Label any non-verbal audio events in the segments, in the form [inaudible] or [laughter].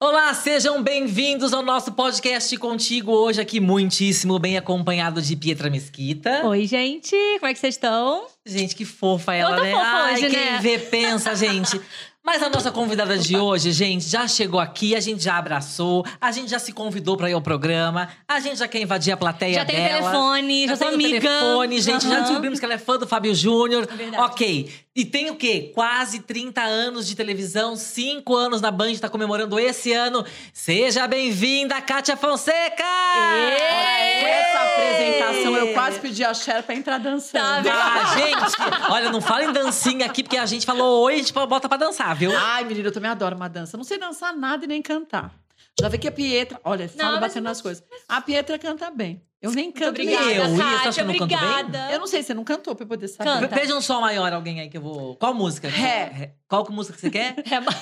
Olá, sejam bem-vindos ao nosso podcast contigo hoje aqui muitíssimo bem acompanhado de Pietra Mesquita. Oi, gente, como é que vocês estão? Gente, que fofa ela, Eu tô né? fofa Ai, hoje, quem né? vê pensa, gente. Mas a nossa convidada de hoje, gente, já chegou aqui, a gente já abraçou, a gente já se convidou pra ir ao programa, a gente já quer invadir a plateia já tem dela. telefone, já, Já sou tem o Tá amiga. telefone, gente. Já Aham. É descobrimos que ela é fã do Fábio Júnior. verdade. Ok. E tem o quê? Quase 30 anos de televisão, 5 anos na Band, tá comemorando esse ano. Seja bem-vinda, Kátia Fonseca! Com essa apresentação, eu quase pedi a Cher pra entrar Tá dançando. vendo? Ah, gente! Olha, não fala em dancinha aqui, porque a gente falou oi, a gente bota pra dançar, viu? Ah, Ai, menina, eu também adoro uma dança. Não sei dançar nada e nem cantar. Já vi que a Pietra. Olha, falo mas batendo não- nas coisas. A Pietra canta bem. Eu nem canto nem Obrigada, Eu, Ih, você acha que Kátia, eu não canto bem? obrigada. Eu não sei, você não cantou pra eu poder saber. Canta. Veja um som maior, alguém aí que eu vou. Qual música? Ré. Ré. Qual música que você quer? É, mas-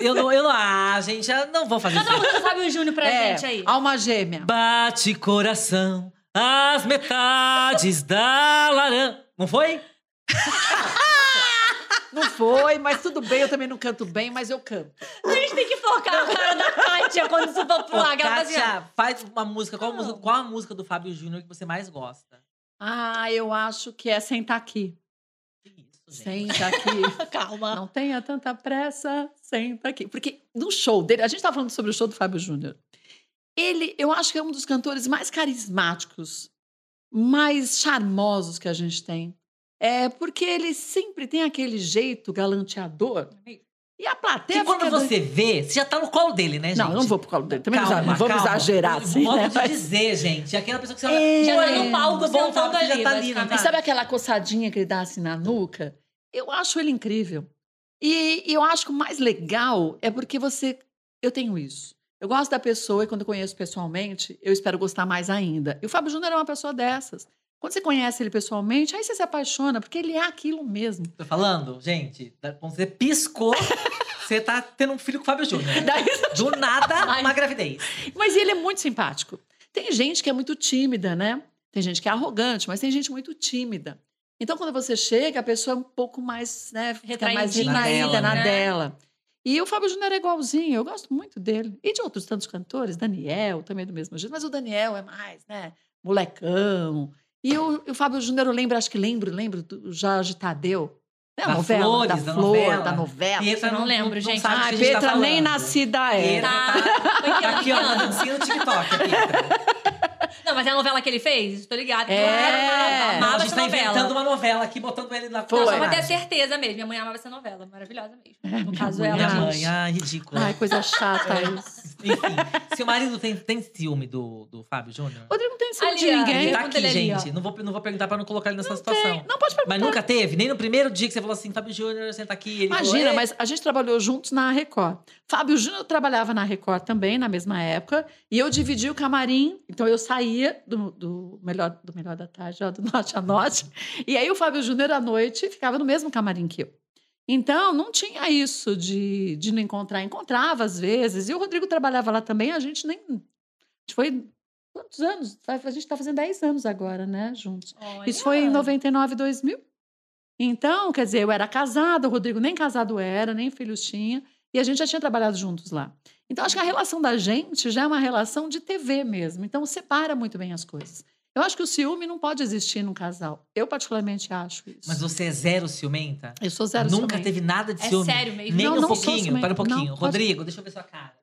Eu não, eu não. Ah, gente, eu não vou fazer isso. Canta a música do Fábio Júnior [laughs] pra É, gente aí. alma gêmea. Bate coração, as metades da laranja. Não foi? Não foi, mas tudo bem, eu também não canto bem, mas eu canto. A gente tem que focar a cara da Kátia quando isso for pro Ô, ar. que ela tá assim, Kátia, faz uma música. Qual, Não. música. qual a música do Fábio Júnior que você mais gosta? Ah, eu acho que é sentar aqui. Que isso, gente. Senta aqui. ó, Calma. Não tenha tanta pressa, senta aqui. Porque no show dele, a gente tá falando sobre o show do Fábio Júnior. Ele, eu acho que é um dos cantores mais carismáticos, mais charmosos que a gente tem. É porque ele sempre tem aquele jeito galanteador. E a plateia E quando fica doida. você vê, você já tá no colo dele, né, gente? Não, eu não vou pro colo dele. Também não Calma, exa- não vamos calma. exagerar assim, Modo né? de Mas- dizer, gente. Aquela pessoa que você É. Já tá no Ué, palco, voltava, voltando já ali. tá ali, basicamente. não E sabe aquela coçadinha que ele dá assim na nuca? Eu acho ele incrível. E, e eu acho que o mais legal é porque você. Eu tenho isso. Eu gosto da pessoa e quando eu conheço pessoalmente, eu espero gostar mais ainda. E o Fábio Júnior é uma pessoa dessas. Quando você conhece ele pessoalmente, aí você se apaixona, porque ele é aquilo mesmo. Tô falando, gente. tá- Quando você [laughs] piscou, você tá tendo um filho com o Fábio Júnior. Daí- Do nada, Ai. uma gravidez. Mas ele é muito simpático. Tem gente que é muito tímida, né? Tem gente que é arrogante, mas tem gente muito tímida. Então, quando você chega, a pessoa é um pouco mais, né? Fica mais Retraidinha. Na dela, retraída na né? dela. E o Fábio Júnior é igualzinho, eu gosto muito dele. E de outros tantos cantores, Daniel também é do mesmo jeito, mas o Daniel é mais, né? Molecão. E o, e o Fábio Júnior, eu lembro, acho que lembro, lembro do Jorge Tadeu. Né? a Da novela, Flores, da da Flor, novela. da novela. Pietra eu não lembro, gente. sabe do Ah, que a gente tá Petra nem falando. nascida é. Pietra Tá. tá, tá Oitenta aqui, ó, anos. dancinha no TikTok, a Pietra. Não, mas é a novela que ele fez? Tô ligada. É. Eu amava, Não, Não, amava a gente essa tá inventando novela. uma novela aqui, botando ele na Foi. Não, na só pra ter verdade. certeza mesmo. Minha mãe amava essa novela. Maravilhosa mesmo. No minha caso, mãe, ela É, Minha Gente. mãe, ah, ridícula. Ai, coisa É. chata isso. Enfim, seu marido tem, tem ciúme do, do Fábio Júnior? Rodrigo não tem ciúme Ali, de ó. ninguém. Ele tá pergunta aqui, dele ali, ó. gente. Não vou, não vou perguntar pra não colocar ele nessa situação. Não, pode perguntar. Mas nunca teve? Nem no primeiro dia que você falou assim, Fábio Júnior, senta aqui. Ele falou, "É, Imagina, "Ei". mas a gente trabalhou juntos na Record. Fábio Júnior trabalhava na Record também, na mesma época. E eu dividi o camarim. Então eu saía do, do melhor, do melhor da tarde, ó, do [laughs] norte a norte. E aí o Fábio Júnior à noite ficava no mesmo camarim que eu. Então, não tinha isso de, de não encontrar. Encontrava às vezes. E o Rodrigo trabalhava lá também. A gente nem. A gente foi. Quantos anos? A gente está fazendo 10 anos agora, né? Juntos. Olha. Isso foi em 99, 2000. Então, quer dizer, eu era casada, o Rodrigo nem casado era, nem filhos tinha, e a gente já tinha trabalhado juntos lá. Então, acho que a relação da gente já é uma relação de TV mesmo. Então, separa muito bem as coisas. Eu acho que o ciúme não pode existir num casal. Eu, particularmente, acho isso. Mas você é zero ciumenta? eu sou zero nunca ciumenta. teve nada de É ciúme? sério mesmo. Nem Não, um não sou pouquinho? ciumenta. Para um pouquinho. Não, pode- Rodrigo, deixa eu ver sua cara.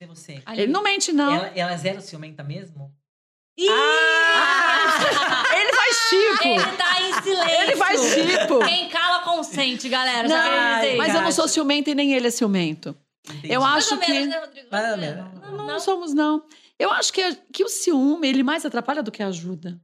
Cadê você? Ali. Ele não mente, Ah, não. Ela, ela é zero ciumenta mesmo? Ih! Ah! Ele faz tipo! Ele tá em silêncio. Ele faz tipo! Quem cala, consente, galera. Só Não, queria dizer. Mas isso. eu não sou ciumenta e nem ele é ciumento. Entendi. Eu Mais acho ou menos, que... né, Rodrigo? Mais ou Mais menos. Não, não somos, não. Eu acho que, que o ciúme, ele mais atrapalha do que ajuda.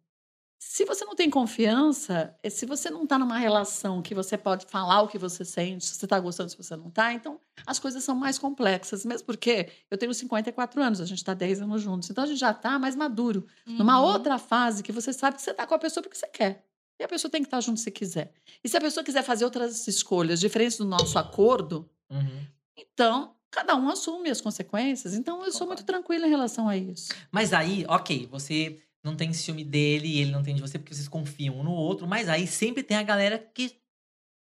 Se você não tem confiança, é se você não está numa relação que você pode falar o que você sente, se você está gostando, se você não está, então as coisas são mais complexas. Mesmo porque eu tenho 54 anos, a gente está 10 anos juntos, então a gente já está mais maduro Uhum. numa outra fase que você sabe que você está com a pessoa porque você quer. E a pessoa tem que estar junto se quiser. E se a pessoa quiser fazer outras escolhas diferentes do nosso acordo, Uhum. então, cada um assume as consequências. Então, eu sou muito tranquila em relação a isso. Mas aí, ok, você não tem ciúme dele, ele não tem de você, porque vocês confiam um no outro, mas aí sempre tem a galera que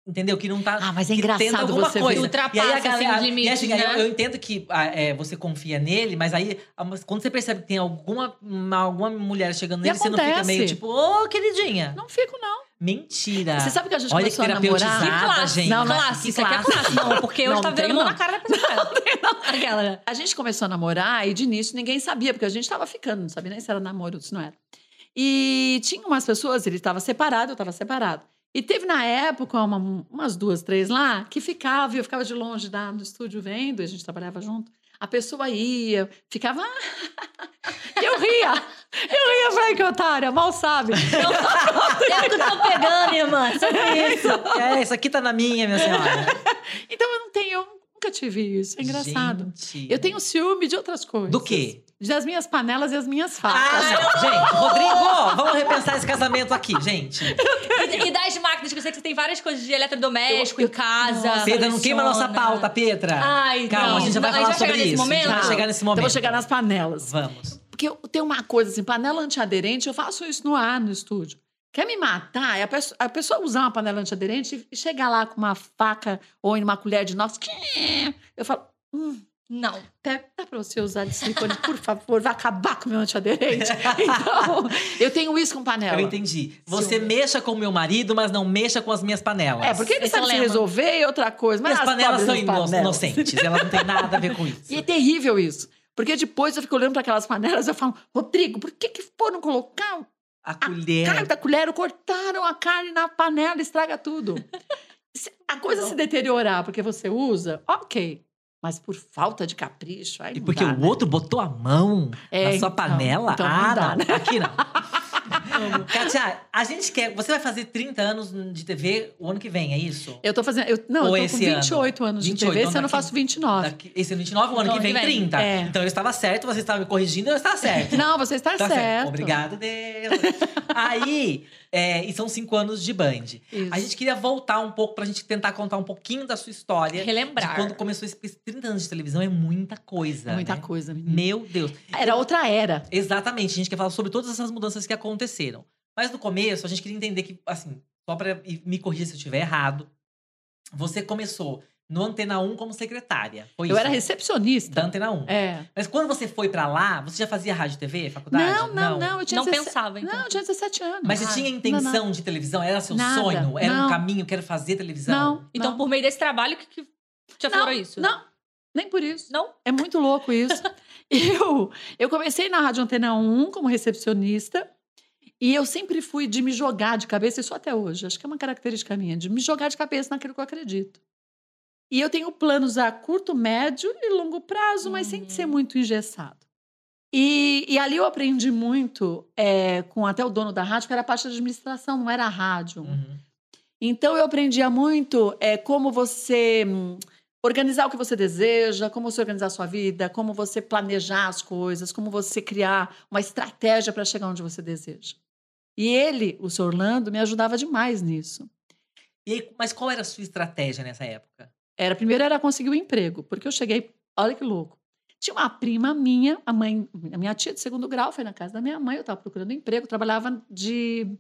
Entendeu? Que não tá. Ah, mas é que tenta engraçado alguma você ver. coisa. Ultrapassa, e aí a assim, galera, os limites, e assim, aí eu- né? eu, entendo que ah, é, você confia nele, mas aí ah, mas quando você percebe que tem alguma, uma- alguma mulher chegando E nele, você não fica acontece. meio tipo, ô, queridinha. Não fico, não. Mentira. Você sabe que a gente É. Olha que começou a terapeutizada, namorar? gente. Não, não é Classe, isso aqui é classe. classe. Não, porque hoje Não, tá não tem, virando mão [laughs] não. na cara da pessoa. Aquela, né? A gente começou a namorar e de início ninguém sabia, porque a gente tava ficando, não sabia nem se era namoro ou se não era. E tinha umas pessoas, ele tava separado, eu tava separado. E teve na época uma- umas duas, três lá, que ficava, e eu ficava de longe da, do estúdio vendo, e a gente trabalhava junto. A pessoa ia, ficava. [laughs] e eu ria. Eu ria, falei que otária, mal sabe. É o que eu tô pegando, irmã. [laughs] Sobre isso. É, isso aqui tá na minha, minha senhora. Então eu não tenho, eu nunca tive isso. É [laughs] engraçado. Gente. Eu tenho ciúme de outras coisas. Do quê? Das minhas panelas e as minhas facas. Ah, gente, Rodrigo, vamos repensar esse casamento aqui, gente. E, e das máquinas, que eu sei que você tem várias coisas de eletrodoméstico Eu- em casa. Nossa, Pedra, não lixona. queima a nossa né? pauta, Petra. Ah. Ai, Calma, não. a gente já vai Não, falar a gente vai sobre chegar nesse isso. A gente vai momento? chegar nesse Então eu momento. vou chegar nas panelas. Vamos. Porque eu tenho uma coisa assim, panela antiaderente, eu faço isso no ar, no estúdio. Quer me matar? É a, pesso- a pessoa usar uma panela antiaderente e chegar lá com uma faca ou em uma colher de nós. Eu falo, hum, Não. pe- dá pra você usar de silicone, por favor, vai acabar com o meu [laughs] antiaderente. Então, eu tenho isso com panela. Eu entendi. Você É, Ciúme. mexa com o meu marido, mas não mexa com as minhas panelas. É, porque ele Esse é sabe o se lema. resolver e outra coisa. Mas Minhas as panelas pobres são das ino- panelas. inocentes. Elas não têm nada a ver com isso. E é terrível isso. Porque depois eu fico olhando para aquelas panelas e eu falo, Rodrigo, por que, que foram colocar o A carne colher. da colher? Cortaram a carne na panela, estraga [laughs] tudo. Se a coisa se deteriorar porque você usa, ok. Mas por falta de capricho, aí E não porque dá, o né? outro botou a mão É, na sua então- panela. então não ah, dá, não. Aqui [laughs] não. Katia, a gente quer. Você vai fazer 30 anos de TV o ano que vem, é isso? Eu tô fazendo... Eu, não, Ou eu tô com esse ano? 28 anos 28, de TV, se eu então não daqui- faço 29. Daqui- Esse é ano 29, o ano que vem, 30. É. Então eu estava certo, você estava me corrigindo, eu estava [laughs] certo. Não, você está Tá certo. Obrigado, Deus. Aí, é, e são cinco anos de Band. Isso. A gente queria voltar um pouco pra gente tentar contar um pouquinho da sua história. Relembrar. De quando começou esse porque 30 anos de televisão é muita coisa. É Muita hum. né? coisa, menina. Meu Deus. Era outra era. Exatamente. A gente quer falar sobre todas essas mudanças que aconteceram. Mas no começo, a gente queria entender que, assim, só pra e me corrigir se eu estiver errado. Você começou no Antena 1 como secretária. Foi Eu isso? era recepcionista. Da Antena 1. É. Mas quando você foi pra lá, você já fazia rádio e TV, faculdade? Não, não, não. Eu tinha Não 17 pensava, então. Não, eu tinha 17 anos. Mas você Ah, tinha não, intenção de televisão? Era seu Nada, sonho? Era um não. caminho? Quero fazer televisão? Não, Então, não. por meio desse trabalho, que, que te aflorou isso? Não, nem por isso. Não? É muito louco isso. eu, eu comecei na Rádio Antena 1 como recepcionista. E eu sempre fui de me jogar de cabeça, isso até hoje. Acho que é uma característica minha, de me jogar de cabeça naquilo que eu acredito. E eu tenho planos a curto, médio e longo prazo, mas sem Uhum. ser muito engessado. E, e ali eu aprendi muito é, com até o dono da rádio, que era a parte de administração, não era a rádio. Uhum. Então eu aprendia muito é, como você hum, organizar o que você deseja, como você organizar a sua vida, como você planejar as coisas, como você criar uma estratégia para chegar onde você deseja. E ele, o Sr. Orlando, me ajudava demais nisso. E aí, mas qual era a sua estratégia nessa época? Era primeiro era conseguir o emprego, porque eu cheguei, olha que louco. Tinha uma prima minha, a mãe, a minha tia de segundo grau foi na casa da minha mãe, eu estava procurando emprego, trabalhava de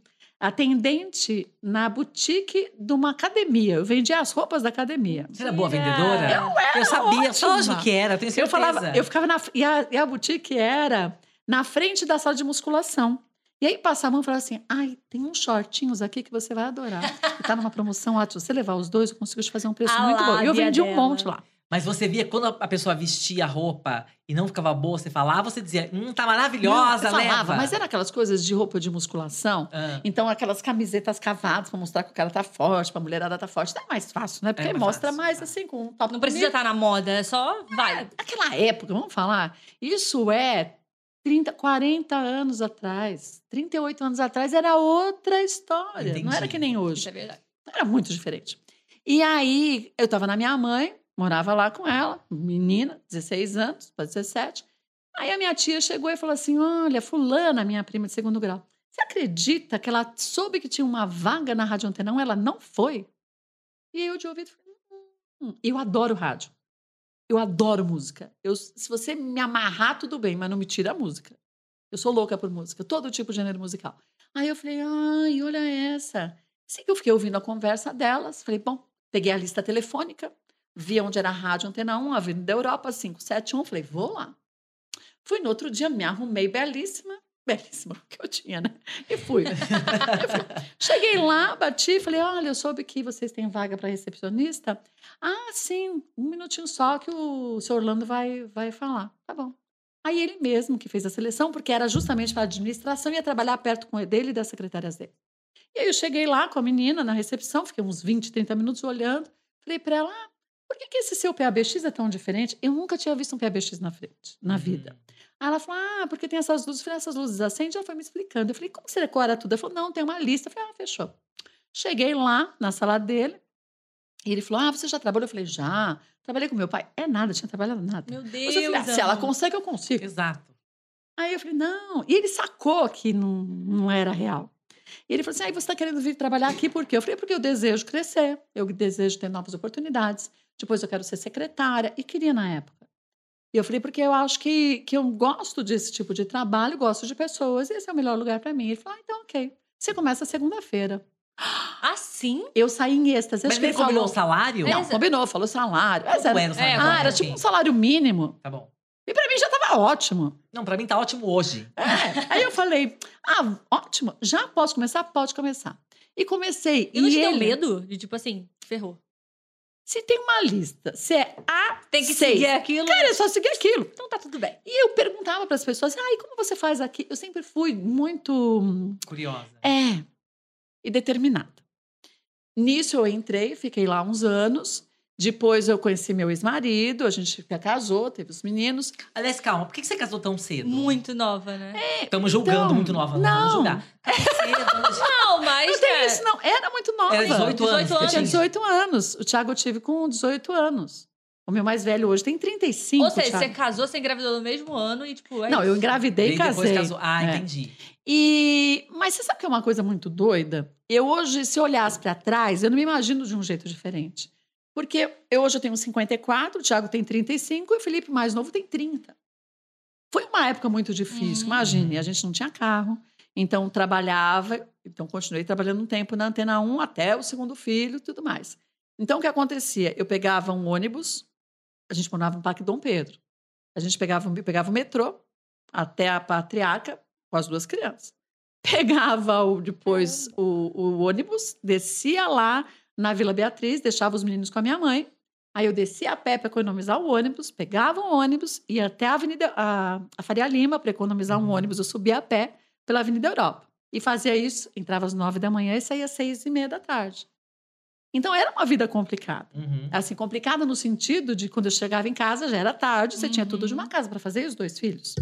atendente na boutique de uma academia. Eu vendia as roupas da academia. Você era boa Mentira. vendedora? Eu Eu sabia, só ótima. hoje que era, eu tenho Eu certeza. falava, eu ficava na e a, e a boutique era na frente da sala de musculação. E aí passavam e falavam assim: "Ai, tem uns shortinhos aqui que você vai adorar. E tá numa promoção ótima. Se você levar os dois, eu consigo te fazer um preço Ah muito lá, bom". E eu vendi um diadema. monte lá. Mas você via quando a pessoa vestia a roupa e não ficava boa, você falava, você dizia, hum, tá maravilhosa, eu falava, leva. mas era aquelas coisas de roupa de musculação. Ah, Então, aquelas camisetas cavadas pra mostrar que o cara tá forte, pra mulherada tá forte. Tá mais fácil, né? Porque É mais mostra fácil, mais é. assim, com um top Não precisa estar na moda, é só vai. Aquela época, vamos falar, isso é 30, 40 anos atrás, 38 anos atrás, era outra história. Não Entendi. era que nem Isso hoje. é verdade. Era muito diferente. E aí, eu tava na minha mãe, morava lá com ela, menina, 16 anos, para 17. Aí a minha tia chegou e falou assim: Olha, Fulana, minha prima de segundo grau, você acredita que ela soube que tinha uma vaga na Rádio Antenão? Ela não foi. E eu de ouvido falei: hum, Eu adoro rádio. Eu adoro música. Eu, se você me amarrar, tudo bem, mas não me tira a música. Eu sou louca por música, todo tipo de gênero musical. Aí eu falei: Ai, olha essa. Sim, eu fiquei ouvindo a conversa delas. Falei, bom, peguei a lista telefônica, vi onde era a rádio Antena 1, Avenida da Europa 571. Falei, vou lá. Fui no outro dia, me arrumei belíssima. [laughs] Belíssima, que eu tinha, né? E fui. Eu fui- Cheguei lá, bati, falei: olha, eu soube que vocês têm vaga para recepcionista. Ah, sim, um minutinho só que o seu Orlando vai, vai falar. Tá bom. Aí ele mesmo que fez a seleção, porque era justamente para administração, ia trabalhar perto com o dele e das secretárias dele. E aí eu cheguei lá com a menina na recepção, fiquei uns 20, 30 minutos olhando. Falei para ela: ah, por que, que esse seu PABX é tão diferente? Eu nunca tinha visto um PABX na frente, Uhum. na vida. Aí ela falou: ah, porque tem essas luzes. Eu falei: essas luzes acendem? Ela foi me explicando. Eu falei: como que você decora tudo? Ela falou: não, tem uma lista. Eu falei: ah, fechou. Cheguei lá na sala dele. E ele falou: Ah, você já trabalhou? Eu falei: Já. Trabalhei com meu pai. É nada, tinha trabalhado nada. Meu Mas Deus. eu falei, "Ah, se ela amor. consegue, eu consigo. Exato. Aí eu falei: Não. E ele sacou que não, não era real. E ele falou assim: Aí você está querendo vir trabalhar aqui por quê? Eu falei: "É Porque eu desejo crescer, eu desejo ter novas oportunidades. Depois eu quero ser secretária. E queria na época. E eu falei: Porque eu acho que, que eu gosto desse tipo de trabalho, gosto de pessoas, e esse é o melhor lugar para mim. Ele falou: ah, Então, ok. Você começa segunda-feira. Assim? Eu saí em êxtase. Mas acho que ele combinou o falou- salário? é Não, combinou, falou salário. Mas era, Qual era o salário? É, Qual ah, era o tipo um fim? salário mínimo. Tá bom. E pra mim já tava ótimo. Não, pra mim tá ótimo hoje. É. Aí eu falei, ah, ótimo, já posso começar? Pode começar. E comecei. E não te deu ele- medo? De tipo assim, ferrou. Se tem uma lista, se é A, Tem que Sei. seguir aquilo. cara, é só seguir aquilo. Então tá tudo bem. E eu perguntava pras pessoas, ah, e como você faz aqui? Eu sempre fui muito, hum, Curiosa. é, e determinada. Nisso eu entrei, fiquei lá uns anos. Depois eu conheci meu ex-marido, a gente casou, teve os meninos. Aliás, calma, por que que você casou tão cedo? é Muito nova, né? Estamos julgando Então, muito nova. Não, não. vamos julgar. Casou cedo, gente. Não, mas. Não tem né, isso, [laughs] não. Era muito nova. É, Era 18 anos. 18 que Eu tinha tinha. 18 anos. O Thiago eu tive com 18 anos. O meu mais velho hoje tem 35. Ou seja, Thiago. você casou, você engravidou no mesmo ano e, tipo, é Não, eu isso. Daí engravidei e depois casei. casou. Ah, É. entendi. E... Mas você sabe que é uma coisa muito doida? Eu hoje, se eu olhasse pra trás, eu não me imagino de um jeito diferente. Porque eu hoje eu tenho 54, o Thiago tem 35 e o Felipe mais novo tem 30. Foi uma época muito difícil, Hum. imagine. A gente não tinha carro, então trabalhava, então continuei trabalhando um tempo na Antena 1 até o segundo filho e tudo mais. Então, o que acontecia? Eu pegava um ônibus, a gente morava no Parque Dom Pedro. A gente pegava, eu pegava o metrô até a Patriarca com as duas crianças. [laughs] Pegava o, depois o, o ônibus, descia lá na Vila Beatriz, deixava os meninos com a minha mãe. Aí eu descia a pé para economizar o ônibus, pegava um ônibus, ia até a Avenida a, a Faria Lima para economizar um ônibus, eu subia a pé pela Avenida Europa. E fazia isso, entrava às nove da manhã e saía às seis e meia da tarde. Então era uma vida complicada Uhum. assim, complicada no sentido de quando eu chegava em casa já era tarde, você tinha Uhum. tudo de uma casa para fazer e os dois filhos.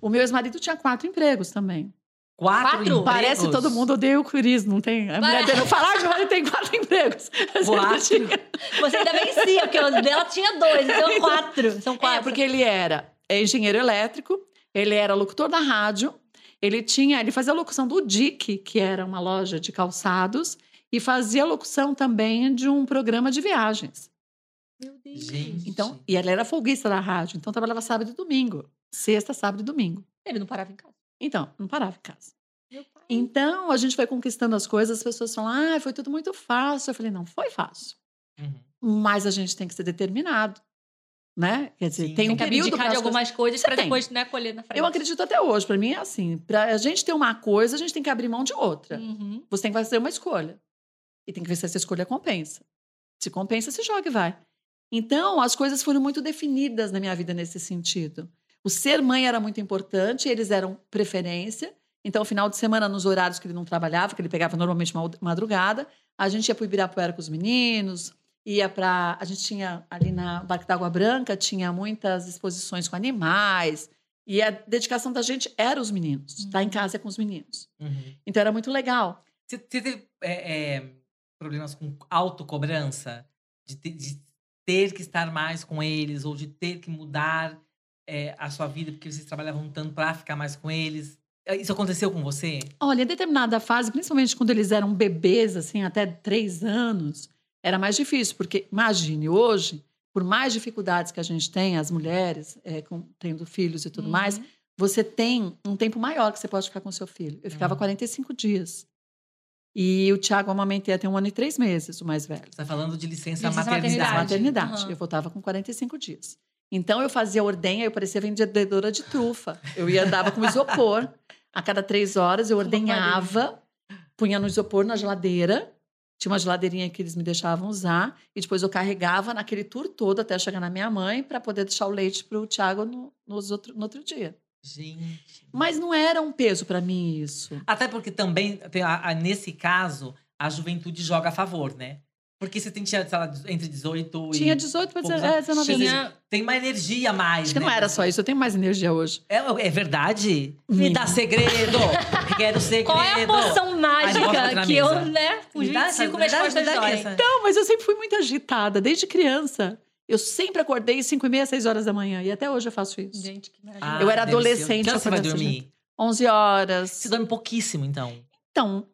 O meu ex-marido tinha quatro empregos também. Quatro, Quatro? empregos. Parece que todo mundo odeia o Cris, não tem? A mulher Parece. dele não fala, "Ah, meu marido tem quatro empregos. [laughs] É, Mas ele Quatro? tinha. Você ainda vencia, porque o dela tinha dois, [laughs] então quatro. São quatro. É, porque ele era engenheiro elétrico, ele era locutor da rádio, ele tinha, ele fazia a locução do DIC, que era uma loja de calçados, e fazia a locução também de um programa de viagens. Meu Deus. Gente. Então, e ela era folguista da rádio, então trabalhava sábado e domingo. Sexta, sábado e domingo. Ele não parava em casa. Então, não parava em casa. Meu pai. Então, a gente foi conquistando as coisas, as pessoas falam, ah, foi tudo muito fácil. Eu falei, não foi fácil. Uhum. Mas a gente tem que ser determinado, né? Quer dizer, Sim. tem Tem um Tem que período abdicar para de algumas algumas coisas Você pra tem. depois, né, colher na frente. Eu acredito até hoje, para mim é assim, para a gente ter uma coisa, a gente tem que abrir mão de outra. Uhum. Você tem que fazer uma escolha. E tem que ver se essa escolha compensa. Se compensa, se joga e vai. Então, as coisas foram muito definidas na minha vida nesse sentido. O ser mãe era muito importante, eles eram preferência. Então, final de semana, nos horários que ele não trabalhava, que ele pegava normalmente ma- madrugada, a gente ia para o Ibirapuera com os meninos, ia para. A gente tinha ali na Barca da Água Branca, tinha muitas exposições com animais. E a dedicação da gente era os meninos, estar em casa é com os meninos. Uhum. Então, era muito legal. Você, você teve é, é, problemas com autocobrança? De, ter- de ter que estar mais com eles? Ou de ter que mudar é, a sua vida porque vocês trabalhavam tanto pra ficar mais com eles? É, Isso aconteceu com você? Olha, em determinada fase, principalmente quando eles eram bebês, assim, até três anos, era mais difícil, porque imagine hoje, por mais dificuldades que a gente tem, as mulheres eh, com- tendo filhos e tudo Uhum. mais, você tem um tempo maior que você pode ficar com seu filho. Eu ficava Uhum. 45 dias. E o Thiago Amamentei tem um ano e três meses, o mais velho. Você tá falando de licença, Licença maternidade. Da maternidade. maternidade. Aham. Eu voltava com 45 dias. Então eu fazia ordenha, eu parecia vendedora de trufa. Eu ia andava com isopor. A cada três horas eu Uma ordenhava, punha no isopor na geladeira. Tinha uma geladeirinha que eles me deixavam usar. E depois eu carregava naquele tour todo até chegar na minha mãe para poder deixar o leite pro Thiago no, nos outro, no outro dia. Gente. Mas não era um peso para mim isso. Até porque também, tem a- a- nesse caso, a juventude joga a favor, né? Porque você tem, tinha, sei lá, entre 18 e. Tinha 18 para poucos 19 anos. anos. Tinha. Tem uma energia a mais. é, Acho que né? não era só isso, eu tenho mais energia hoje. É, é verdade? Me Menina. dá segredo! [laughs] Quero segredo! Qual é a poção bota na mágica que eu, mesa. né, com Me dá essa- 25 me meus dá- me costas dá dorem? essa. Não, mas eu sempre fui muito agitada, desde criança. Eu sempre acordei às 5 e meia, 6 horas da manhã. E até hoje eu faço isso. Gente, que maravilha. Ah, Eu era deve ser. adolescente, Que horas você eu vai acordava dormir? Onze 11 Você horas. dorme pouquíssimo, então. Então,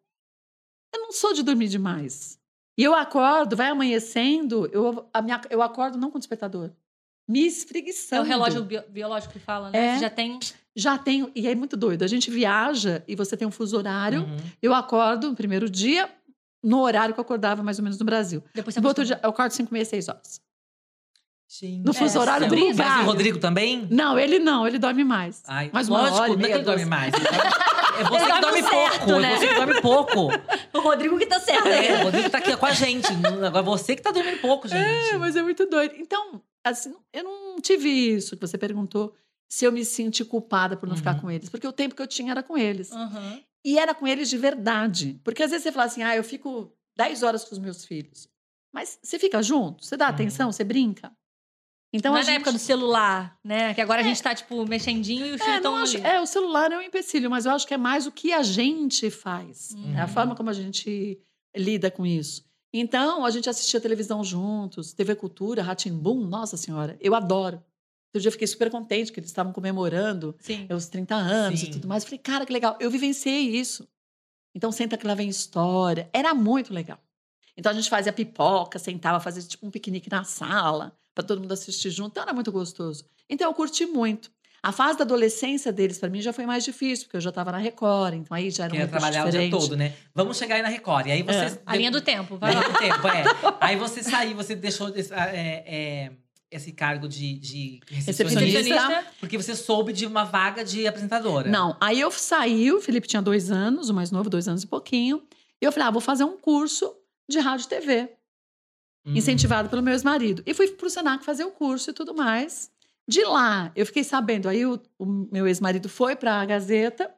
eu não sou de dormir demais. E eu acordo, vai amanhecendo, eu, a minha, eu acordo não com despertador. Me espreguiçando. É o relógio bio- biológico que fala, né? É. Você já tem... Já tenho, e é muito doido. A gente viaja e você tem um fuso horário. Uhum. Eu acordo no primeiro dia, no horário que eu acordava, mais ou menos no Brasil. é Depois você No outro acostuma. dia, eu acordo 5 e meia, 6 horas. Gente, No fuso do horário céu. do Mas o lugar. É, Rodrigo também? Não, ele não, ele dorme mais. Ai, Mas uma lógico, hora não e é que meia, ele dorme duas. mais. ele dorme- É você que dorme dorme certo, pouco, é né? você que dorme pouco. [laughs] O Rodrigo que tá certo. É, o Rodrigo tá aqui ó, com a gente. Agora você que tá dormindo pouco, gente. É, mas é muito doido. Então, assim, eu não tive isso que você perguntou se eu me senti culpada por não Uhum. ficar com eles, porque o tempo que eu tinha era com eles. Aham. E era com eles de verdade. Porque às vezes você fala assim: "Ah, eu fico 10 horas com os meus filhos". Mas você fica junto, você dá Uhum. atenção, você brinca. Então, não a é na gente- época do celular, né? Que agora a gente tá, tipo, mexendinho e os filhos é, estão não acho- é, o celular é um empecilho, mas eu acho que é mais o que a gente faz. Uhum. É a forma como a gente lida com isso. Então, a gente assistia televisão juntos, TV Cultura, Ratimbum, nossa senhora, eu adoro. Outro dia eu fiquei super contente que eles estavam comemorando Sim. É os 30 anos Sim. e tudo mais. Eu Falei, cara, que legal, eu vivenciei isso. Então, senta que lá vem história. Era muito legal. Então, a gente fazia pipoca, sentava, fazia tipo um piquenique na sala, para todo mundo assistir junto. Então, era muito gostoso. Então, eu curti muito. A fase da adolescência deles, para mim, já foi mais difícil, porque eu já estava na Record, então aí já era um Que ia recurso trabalhar o dia diferente. todo, né? Vamos chegar aí na Record. E aí você. É. A linha do tempo, vai Vai lá. [laughs] lá. tempo, é. Aí você saiu, você deixou esse, ah, é, é, esse cargo de, de recepcionista tá- Recepcionista. porque você soube de uma vaga de apresentadora. Não, aí eu saí, o Felipe tinha dois anos, o mais novo, dois anos e pouquinho. E eu falei, ah, vou fazer um curso de rádio e TV, Hum. incentivado pelo meu ex-marido. E fui pro Senac fazer o curso e tudo mais. De lá, eu fiquei sabendo, aí o, o meu ex-marido foi pra Gazeta,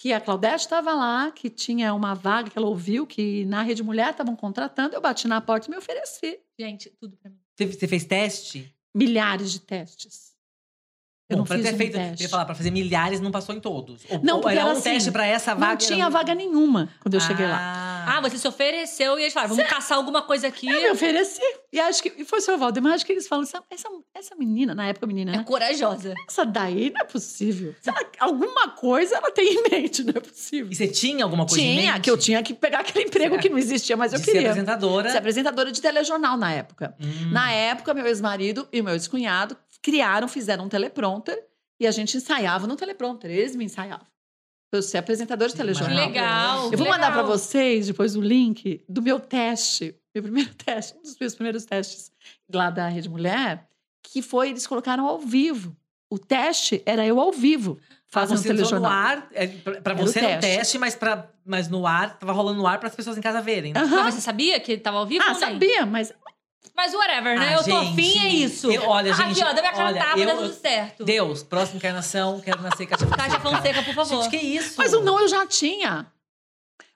que a Claudete estava lá, que tinha uma vaga que ela ouviu, que na Rede Mulher estavam contratando, eu bati na porta e me ofereci. Gente, tudo pra mim. Você, você fez teste? Milhares de testes. Eu não pra fiz ter um feito. Eu teste. ia falar, pra fazer milhares, não passou em todos. Ou, Não, ou porque era um era assim, teste pra essa vaga. um- Não tinha vaga nenhuma quando eu cheguei lá. Ah, você se ofereceu e eles falaram, vamos caçar alguma coisa aqui. Eu me ofereci. E acho que e foi o seu Valdemar, acho que eles falam, essa, essa, essa menina, na época menina, É né? corajosa. Essa daí não é possível. Se ela- alguma coisa ela tem em mente, não é possível. E você tinha alguma coisa em tinha, mente? É. que eu tinha que pegar aquele emprego que não existia, mas eu de ser queria. apresentadora. Ser apresentadora de telejornal na época. Hum. Na época, meu ex-marido e meu ex-cunhado criaram, fizeram um teleprompter e a gente ensaiava no teleprompter. Eles me ensaiavam. Pra Eu ser apresentadora de Que telejornal. legal. Eu vou mandar Legal. pra vocês depois o link do meu teste, meu primeiro [laughs] teste, um dos meus primeiros testes lá da Rede Mulher, que foi eles colocaram ao vivo. O teste era eu ao vivo Fazendo fazendo um Ah, você entrou no telejornal. ar, é, pra, pra Era o você era um teste. teste, mas, pra, mas no ar, tava rolando no ar pras pessoas em casa verem. né? Aham. Mas você sabia que tava ao vivo? Ah, é? ou nem? sabia, mas Mas whatever, né? Ah, eu tô gente. afim, é isso. Eu- olha, gente, Aqui, ó, da minha cara olha, tava, eu- dá tá tudo certo. Deus, próxima encarnação, quero nascer Cátia Tá, Fonseca. Cátia Fonseca, por favor. Gente, que isso? mas o não eu já tinha.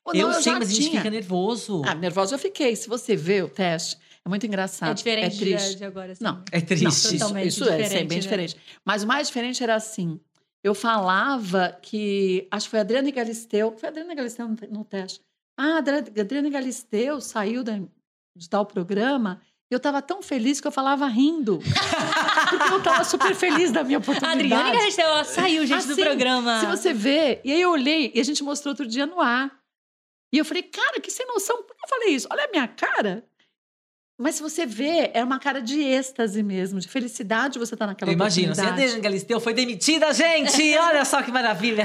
O não eu eu, sei, já mas a gente tinha. fica nervoso. Ah, nervosa eu fiquei. Se você vê o teste, é muito engraçado. é diferente de- triste. de agora, assim. Não. é triste. Não, isso. totalmente isso, isso é, isso é diferente, bem né? diferente. Mas o mais diferente era assim. Eu falava que. Acho que foi a Adriana Galisteu. Foi a Adriana Galisteu no, te- no teste. Ah, a Adra- a Adriana Galisteu saiu da- de tal programa. e Eu estava tão feliz que eu falava rindo. [laughs] Porque eu estava super feliz da minha A oportunidade. Adriane Galisteu, ela saiu, gente, do Assim, programa. Se Ah. você vê, e aí eu olhei, e a gente mostrou outro dia no ar. E eu falei, cara, que sem noção, por que eu falei isso? Olha a minha cara. Mas se você vê, é uma cara de êxtase mesmo, de felicidade você tá naquela Imagina, se a oportunidade. Adriana é Galisteu foi demitida, [laughs] gente! Olha só que maravilha!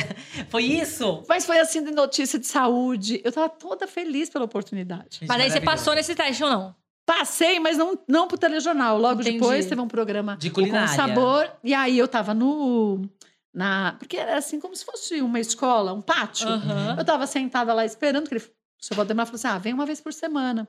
Foi isso? Mas foi assim de notícia de saúde. Eu tava toda feliz pela oportunidade. Gente, Mas daí você maravilhoso. passou nesse teste ou não? Passei, mas não, não pro telejornal. Logo Entendi. depois teve um programa De com culinária. sabor. E aí eu tava no. Na, porque era assim como se fosse uma escola, um pátio. Aham. Eu tava sentada lá esperando, que ele, o seu Valdemar falou assim: ah, vem uma vez por semana.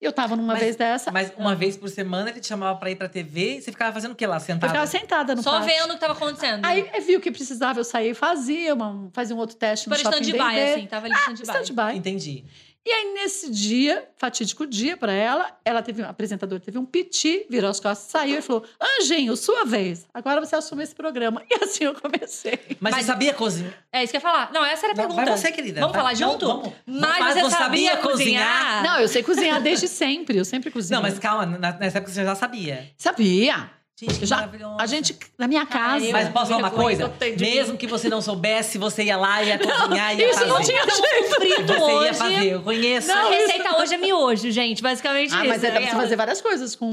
E eu tava numa Mas- vez dessa, Mas uma vez por semana ele te chamava pra ir pra TV e você ficava fazendo o que lá? eu Sentada? ficava sentada no Só pátio. vendo né? o que tava acontecendo. Aí eu vi o que precisava, eu saía e fazia, uma, fazia um outro teste no Tipo, era shopping stand-by, Dendê. assim. Tava ali stand-by. Stand-by. Entendi. E aí, nesse dia, fatídico dia pra ela, ela teve, a apresentadora teve um piti, virou as costas, saiu e falou: Anjinho, sua vez. Agora você assume esse programa. E assim eu comecei. Mas, Mas- você sabia cozinhar? É isso que eu ia falar. Não, essa era a Não, pergunta. vai você, querida. Vamos Vai- falar não, junto? vamos. Mas, Mas você você sabia, sabia cozinhar? Não, eu sei cozinhar desde sempre, eu sempre cozinho. Não, mas calma, na- nessa época você já sabia. Sabia? Gente, que Já- maravilhoso. A gente, na minha casa. eu- Mas posso falar uma vergonha coisa? que eu tenho de mim. Mesmo que você não soubesse, você ia lá, ia cozinhar, ia Isso fazer. não tinha jeito. Frito Você hoje. ia fazer, eu conheço. a Não, receita hoje é miojo, gente. Basicamente Ah, isso. mas aí dá pra é. né? você fazer várias coisas com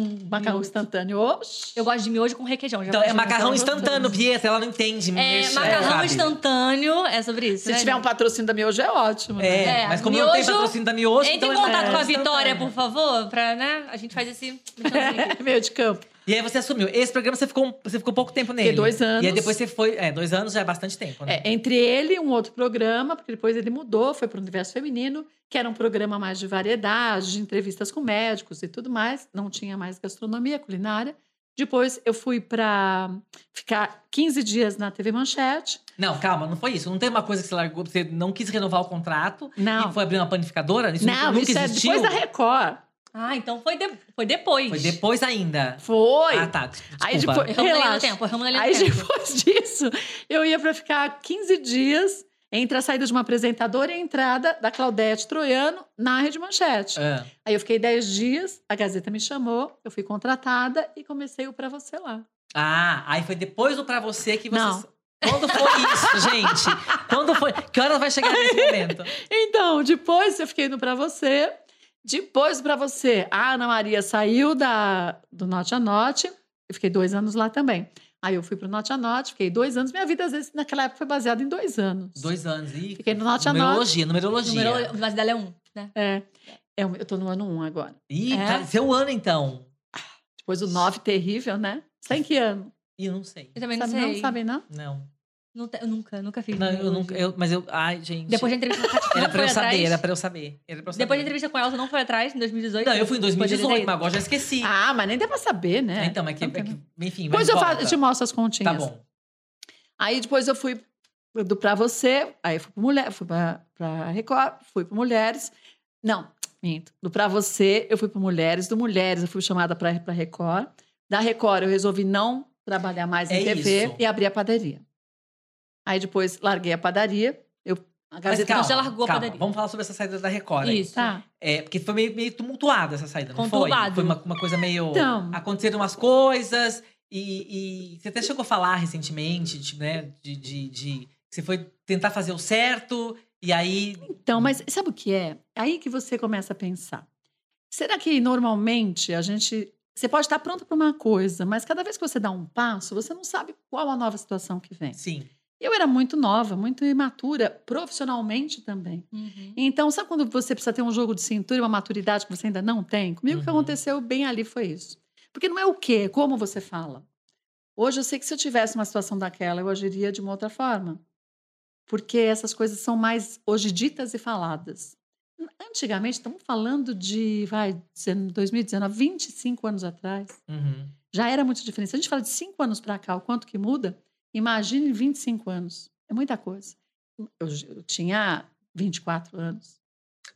Hum. macarrão Muito. instantâneo. Oxi. Eu gosto de miojo com requeijão. já Então, é gosto de macarrão miojo. instantâneo, Pietra, ela não entende. É, mexer, macarrão sabe? instantâneo. É sobre isso, Se né, tiver um gente? patrocínio da Miojo, é ótimo. [laughs] né? É, É, mas como não tem miojo- patrocínio da Miojo, Entre então em é contato macarrão com a instantâneo. Vitória, por favor, pra, né? A gente faz esse... É Meio de campo. E aí você assumiu. Esse programa você ficou, um- você ficou pouco tempo nele. Fiquei dois anos. E aí depois você foi. É, dois anos já é bastante tempo, né? É, entre ele e um outro programa, porque depois ele mudou, foi para o Universo Feminino, que era um programa mais de variedade, de entrevistas com médicos e tudo mais. Não tinha mais gastronomia, culinária. Depois eu fui para ficar 15 dias na TV Manchete. Não, calma, não foi isso. Não tem uma coisa que você largou, você não quis renovar o contrato Não, e foi abrir uma panificadora? Isso não, nunca isso é existiu. depois da Record. Ah, então foi, de- foi depois. Foi depois ainda. Foi. Ah, tá. des- Desculpa. Aí depois- Erramos ali no Relaxa. tempo, erramos ali no Aí tempo. depois [laughs] disso, eu ia para ficar 15 dias entre a saída de uma apresentadora e a entrada da Claudete Troiano na Rede Manchete. Ah, Aí eu fiquei 10 dias, a Gazeta me chamou, eu fui contratada e comecei o Pra Você Lá. Ah, aí foi depois do pra você que você. Não. Quando foi [laughs] isso, gente? Quando foi? Que horas vai chegar nesse momento? Então, depois eu fiquei no Pra Você. Depois do Pra Você, a Ana Maria saiu da, do Norte a Norte. Eu fiquei dois anos lá também. Aí eu fui pro Norte a Norte, fiquei dois anos. Minha vida, às vezes, naquela época foi baseada em dois anos. Dois anos. Ih, Fiquei no Norte a Norte. numerologia, numerologia. Número, mas dela é um, né? É, é, eu tô no ano um agora. Ih, É? tá- seu ano então. Depois do nove terrível, né? Você em que ano? Ih, eu não sei. Eu também não Sabe, sei. não sabem, não? Não. Não te- eu nunca, nunca fiz. Não, eu numerologia. nunca. eu- mas eu. Ai, gente. Depois da entrevista com a Tatiana, Era pra eu foi saber, atrás. era pra eu saber. Era pra eu saber. Depois da entrevista com ela, você não foi atrás, em 2018? Não, eu fui em Depois de 2018, 2018. mas agora já esqueci. Ah, mas nem dá pra saber, né? então, mas que, é Não tem- que- enfim. Depois mas eu, volta. falo, eu te mostro as continhas. assim, Tá bom. Aí depois eu fui do Pra Você, aí fui pra Mulher, fui pra, pra Record, fui pra Mulheres. Não, minto. Do Pra Você, eu fui pra Mulheres. Do Mulheres, eu fui chamada pra, pra Record. Da Record, eu resolvi não trabalhar mais em É TV isso. e abrir a padaria. Aí depois larguei a padaria. Eu, a Mas Gazeta calma, já largou a calma. padaria. Vamos falar sobre essa saída da Record. aí. Isso. Tá. É, porque foi meio, meio tumultuada essa saída, não foi? Conturbado. Foi uma, uma coisa meio... Então. Aconteceram umas coisas e, e Você até chegou a falar recentemente, de, né? De, de, de- que Você foi tentar fazer o certo e aí... Então, mas sabe o que é? É Aí que você começa a pensar. Será que normalmente a gente. Você pode estar pronto para uma coisa, mas cada vez que você dá um passo, você não sabe qual a nova situação que vem. Sim. Eu era muito nova, muito imatura, profissionalmente também. Uhum. Então, sabe quando você precisa ter um jogo de cintura e uma maturidade que você ainda não tem? Comigo o que Uhum. aconteceu bem ali foi isso. Porque não é o que, é como você fala. Hoje eu sei que se eu tivesse uma situação daquela, eu agiria de uma outra forma. Porque essas coisas são mais hoje ditas e faladas. Antigamente, estamos falando de, vai, 2019, 25 anos atrás. Uhum. Já era muito diferente. Se a gente fala de 5 anos para cá, o quanto que muda, imagine 25 anos. É muita coisa. Eu, eu tinha 24 anos.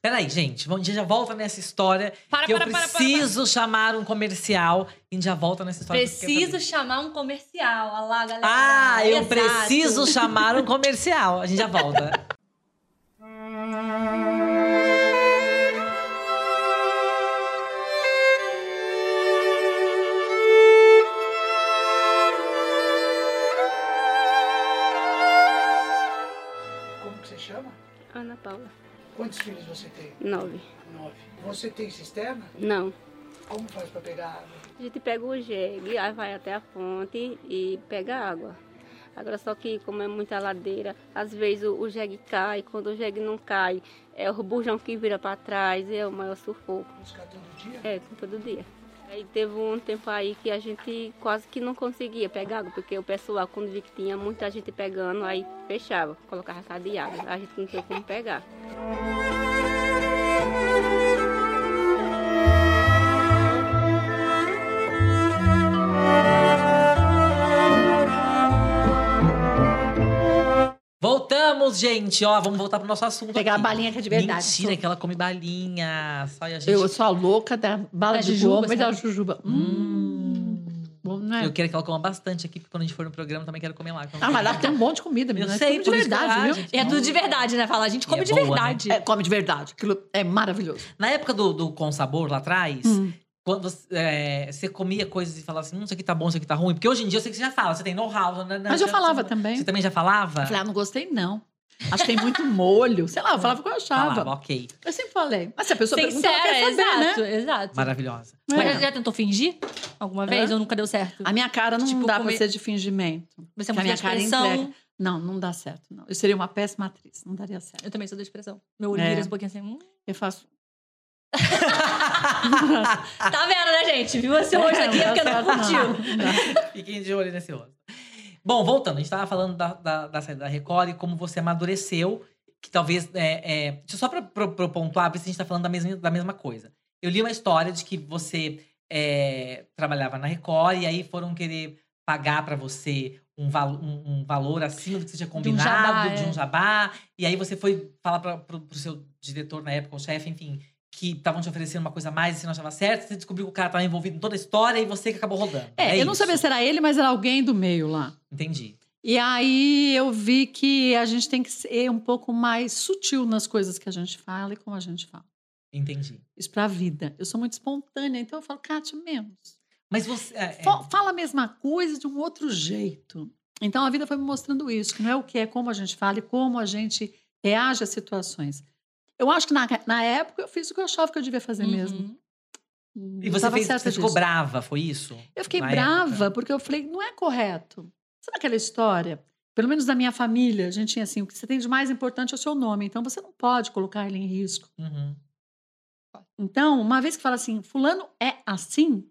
Peraí, gente. Vamos, a gente já volta nessa história. Para, que eu para, para, para, para. preciso chamar um comercial. A gente já volta nessa história. que eu quero Preciso chamar um comercial. Olha lá, galera. Ah, eu Exato. preciso chamar um comercial. A gente já volta. Como que você chama? Ana Paula, Quantos filhos você tem? nove. Nove. Você tem cisterna? Não, Como faz pra pegar água? A gente pega o jegue, aí vai até a fonte e pega água. Agora, só que como é muita ladeira, às vezes o, o jegue cai, quando o jegue não cai, é o bujão que vira para trás, é o maior sufoco. Buscar todo dia? É, com todo dia. Aí teve um tempo aí que a gente quase que não conseguia pegar água, porque o pessoal, quando vi que tinha muita gente pegando, aí fechava, colocava cadeado. A gente não tinha como pegar. Voltamos, gente. Ó, vamos voltar pro nosso assunto. Pegar a aqui. balinha que é de verdade. Mentira, que ela come balinha. Só e a gente. Eu sou a louca da bala Da de jujuba, jujuba, mas da sabe? jujuba. Hum. Hum. Bom, não é? Eu quero que ela coma bastante aqui, porque quando a gente for no programa também quero comer lá. Ah, mas lá tem um monte de comida, Eu menina. É sei, tudo de por isso que- verdade, Ah, viu? gente, E é tudo de verdade, né? Fala, a gente E come é de boa, né? verdade. É, come de verdade. Aquilo é maravilhoso. [laughs] Na época do, do Com Sabor, lá atrás, Hum. quando você, é, você comia coisas e falava assim, hum, isso aqui tá bom, isso aqui tá ruim. Porque hoje em dia eu sei que você já fala, você tem know-how. né, né, Mas eu já- falava Você, também. também já falava? Eu falei, ah, não gostei, não. Acho que tem muito molho. Sei lá, eu falava o que eu achava. Falava, ok. Eu sempre falei. Mas se a pessoa perguntar, então Sincera, ela quer saber, exato, né? exato. Maravilhosa. É. Mas já, já tentou fingir alguma vez Hã? ou nunca deu certo? A minha cara não Tipo, dá pra comer- ser de fingimento. Você é que muito da a minha cara expressão. entrega. Não, não dá certo, não. Eu seria uma péssima atriz, não daria certo. Eu também sou da expressão. Meu olho É. vira um pouquinho assim. hum. Eu faço... Ah. Tá vendo, né, gente? Viu esse rosto aqui é porque não curtiu. Fiquem de olho nesse rosto. Bom, voltando, a gente tava falando da, da, da saída da Record e como você amadureceu, que talvez. É, é, deixa eu só pra, pra, pra pontuar, ver se a gente tá falando da mesma, da mesma coisa. Eu li uma história de que você é, trabalhava na Record e aí foram querer pagar pra você um, val, um, um valor acima do que você tinha um jabá, combinado, de um jabá. é. e aí você foi falar pra, pro, pro seu diretor na época, o chefe, enfim, que estavam te oferecendo uma coisa a mais e você não achava certo. Você descobriu que o cara tava envolvido em toda a história e você que acabou rodando. É, eu não isso. sabia se era ele, mas era alguém do meio lá. Entendi. E aí eu vi que a gente tem que ser um pouco mais sutil nas coisas que a gente fala e como a gente fala. Entendi. Isso pra vida. Eu sou muito espontânea, então eu falo, Kátia, menos. Mas você. é, é, Fa- Fala a mesma coisa de um outro jeito. Então a vida foi me mostrando isso, que não é o que é, como a gente fala e como a gente reage às situações. Eu acho que na, na época eu fiz o que eu achava que eu devia fazer mesmo. Uhum. e você, fez, você ficou brava. brava, foi isso? Eu fiquei Na brava época? porque eu falei, não é correto. Sabe aquela história? Pelo menos da minha família, a gente tinha assim, o que você tem de mais importante é o seu nome, então você não pode colocar ele em risco. Uhum. Então, uma vez que fala assim, fulano é assim,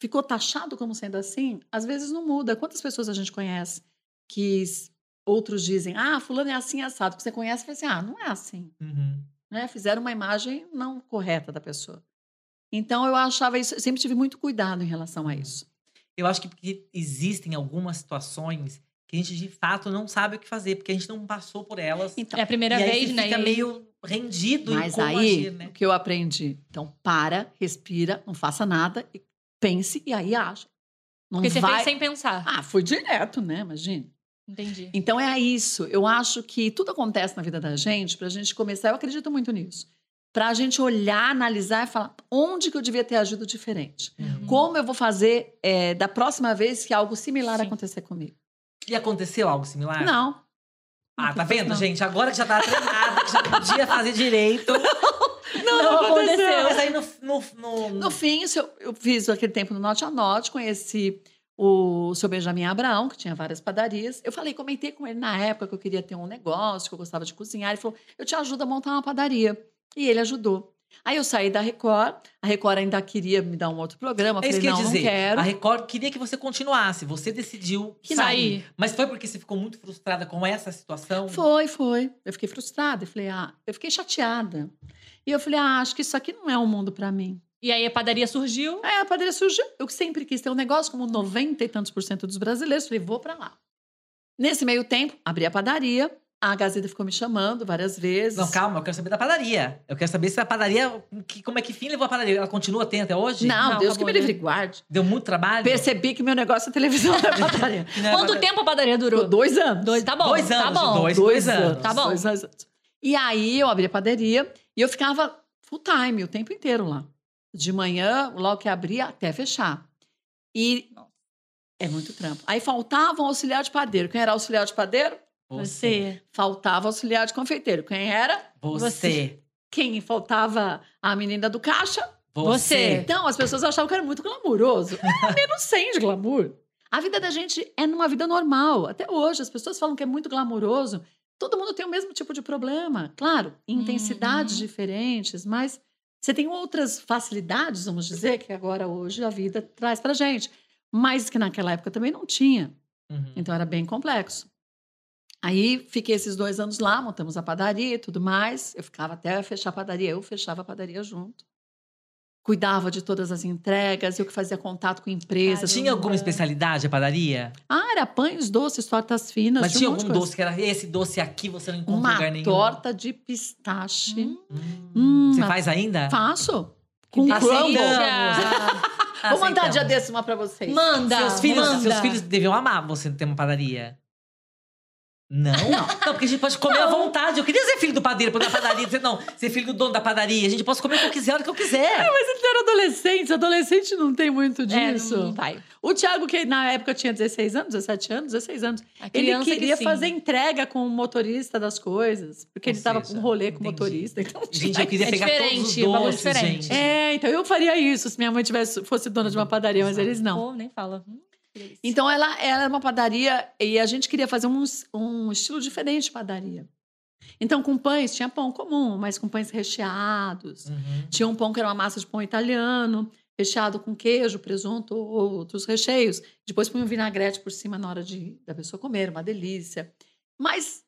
ficou taxado como sendo assim, às vezes não muda. Quantas pessoas a gente conhece que s- outros dizem, ah, fulano é assim, assado. Que você conhece e fala assim, ah, não é assim. Uhum. Né? Fizeram uma imagem não correta da pessoa. Então, eu achava isso, eu sempre tive muito cuidado em relação a isso. Eu acho que porque existem algumas situações que a gente de fato não sabe o que fazer, porque a gente não passou por elas. Então, É a primeira e aí vez, você né? fica e- meio rendido em Mas como aí, agir, né? o que eu aprendi? Então, para, respira, não faça nada, e pense e aí acha. Não Porque você vai... fez sem pensar. Ah, foi direto, né? Imagina. Entendi. Então é isso. Eu acho que tudo acontece na vida da gente pra gente começar. Eu acredito muito nisso. Pra gente olhar, analisar e falar onde que eu devia ter agido diferente. Uhum. Como eu vou fazer eh, da próxima vez que algo similar Sim. acontecer comigo? E aconteceu algo similar? Não. Ah, tá vendo, Não. gente? Agora que já tá treinada, que já podia fazer direito. Não, aconteceu. Mas aí no. no, no- No fim, isso eu, eu fiz aquele tempo no Norte a Norte, conheci o seu Benjamin Abraão, que tinha várias padarias. Eu falei, comentei com ele na época que eu queria ter um negócio, que eu gostava de cozinhar. Ele falou, eu te ajudo a montar uma padaria. E ele ajudou. Aí eu saí da Record, a Record ainda queria me dar um outro programa. Eu É isso falei, que eu ia não, não dizer. quero. A Record queria que você continuasse. Você decidiu Que sair. sair. Mas foi porque você ficou muito frustrada com essa situação? Foi, foi. Eu fiquei frustrada. Eu falei, ah, eu fiquei chateada. E eu falei, ah, acho que isso aqui não é um mundo pra mim. E aí a padaria surgiu. É, a padaria surgiu. Eu sempre quis ter um negócio, como 90 e tantos por cento dos brasileiros. Falei, vou pra lá. Nesse meio tempo, abri a padaria. A Gazeta ficou me chamando várias vezes. Não, calma, eu quero saber da padaria. Eu quero saber se a padaria. que- como é que fim levou a padaria? Ela continua tem até hoje? Não, Não, Deus acabou, que me né? livre e guarde. Deu muito trabalho? Percebi que meu negócio é televisão da [laughs] padaria. Que não é Quanto padaria. tempo a padaria Durou durou? dois anos. Dois, tá bom. Dois tá anos, bom. dois. anos. Tá bom. Dois anos. E aí eu abri a padaria e eu ficava full time, o tempo inteiro lá. De manhã, logo que abria, até fechar. E é muito trampo. Aí faltava um auxiliar de padeiro. Quem era auxiliar de padeiro? Você. Faltava auxiliar de confeiteiro. Quem era? Você. Quem faltava? A menina do caixa? Você. Então, as pessoas achavam que era muito glamuroso. É [laughs] menos 100 de glamour. A vida da gente é numa vida normal. Até hoje, as pessoas falam que é muito glamuroso. Todo mundo tem o mesmo tipo de problema. Claro, em intensidades diferentes, mas você tem outras facilidades, vamos dizer, que agora, hoje, a vida traz pra gente. Mas que naquela época também não tinha. Uhum. Então era bem complexo. Aí fiquei esses dois anos lá, montamos a padaria e tudo mais. Eu ficava até fechar a padaria, eu fechava a padaria junto. Cuidava de todas as entregas, eu que fazia contato com empresas. Tinha alguma especialidade a padaria? Ah, era pães doces, tortas finas. Mas tinha tinha um monte algum de coisa. doce que era esse doce aqui você não encontra em lugar Uma nenhum? torta de pistache. Hum. Hum, Você uma- faz então? ainda? Faço. Com delícia. crumble. Ah, Vou mandar aceitamos. dia desse uma pra vocês. Manda! Seus filhos, manda. seus filhos deviam amar você ter uma padaria. Não? Não, porque a gente pode comer à vontade. Eu queria ser filho do padeiro, poder na padaria, dizer não, ser filho do dono da padaria. A gente pode comer o que eu quiser, a hora que eu quiser. É, então Era adolescente, adolescente não tem muito É, disso. não vai. O Thiago, que na época tinha 16 anos, 17 anos, 16 anos, A ele criança queria sim. fazer entrega com o motorista das coisas, porque Ou ele estava com seja, um rolê com o entendi. motorista. Então, tinha... Gente, eu queria É pegar todos os diferente, um bagulho doces, diferente. gente. É, então eu faria isso se minha mãe tivesse, fosse dona de uma padaria, mas eles não. Pô, nem fala. Hum, que delícia. Então ela, ela era uma padaria e a gente queria fazer um, es- um estilo diferente de padaria. Então, com pães, tinha pão comum, mas com pães recheados. Uhum. Tinha um pão que era uma massa de pão italiano, recheado com queijo, presunto ou outros recheios. Depois põe um vinagrete por cima na hora de, da pessoa comer, uma delícia. Mas,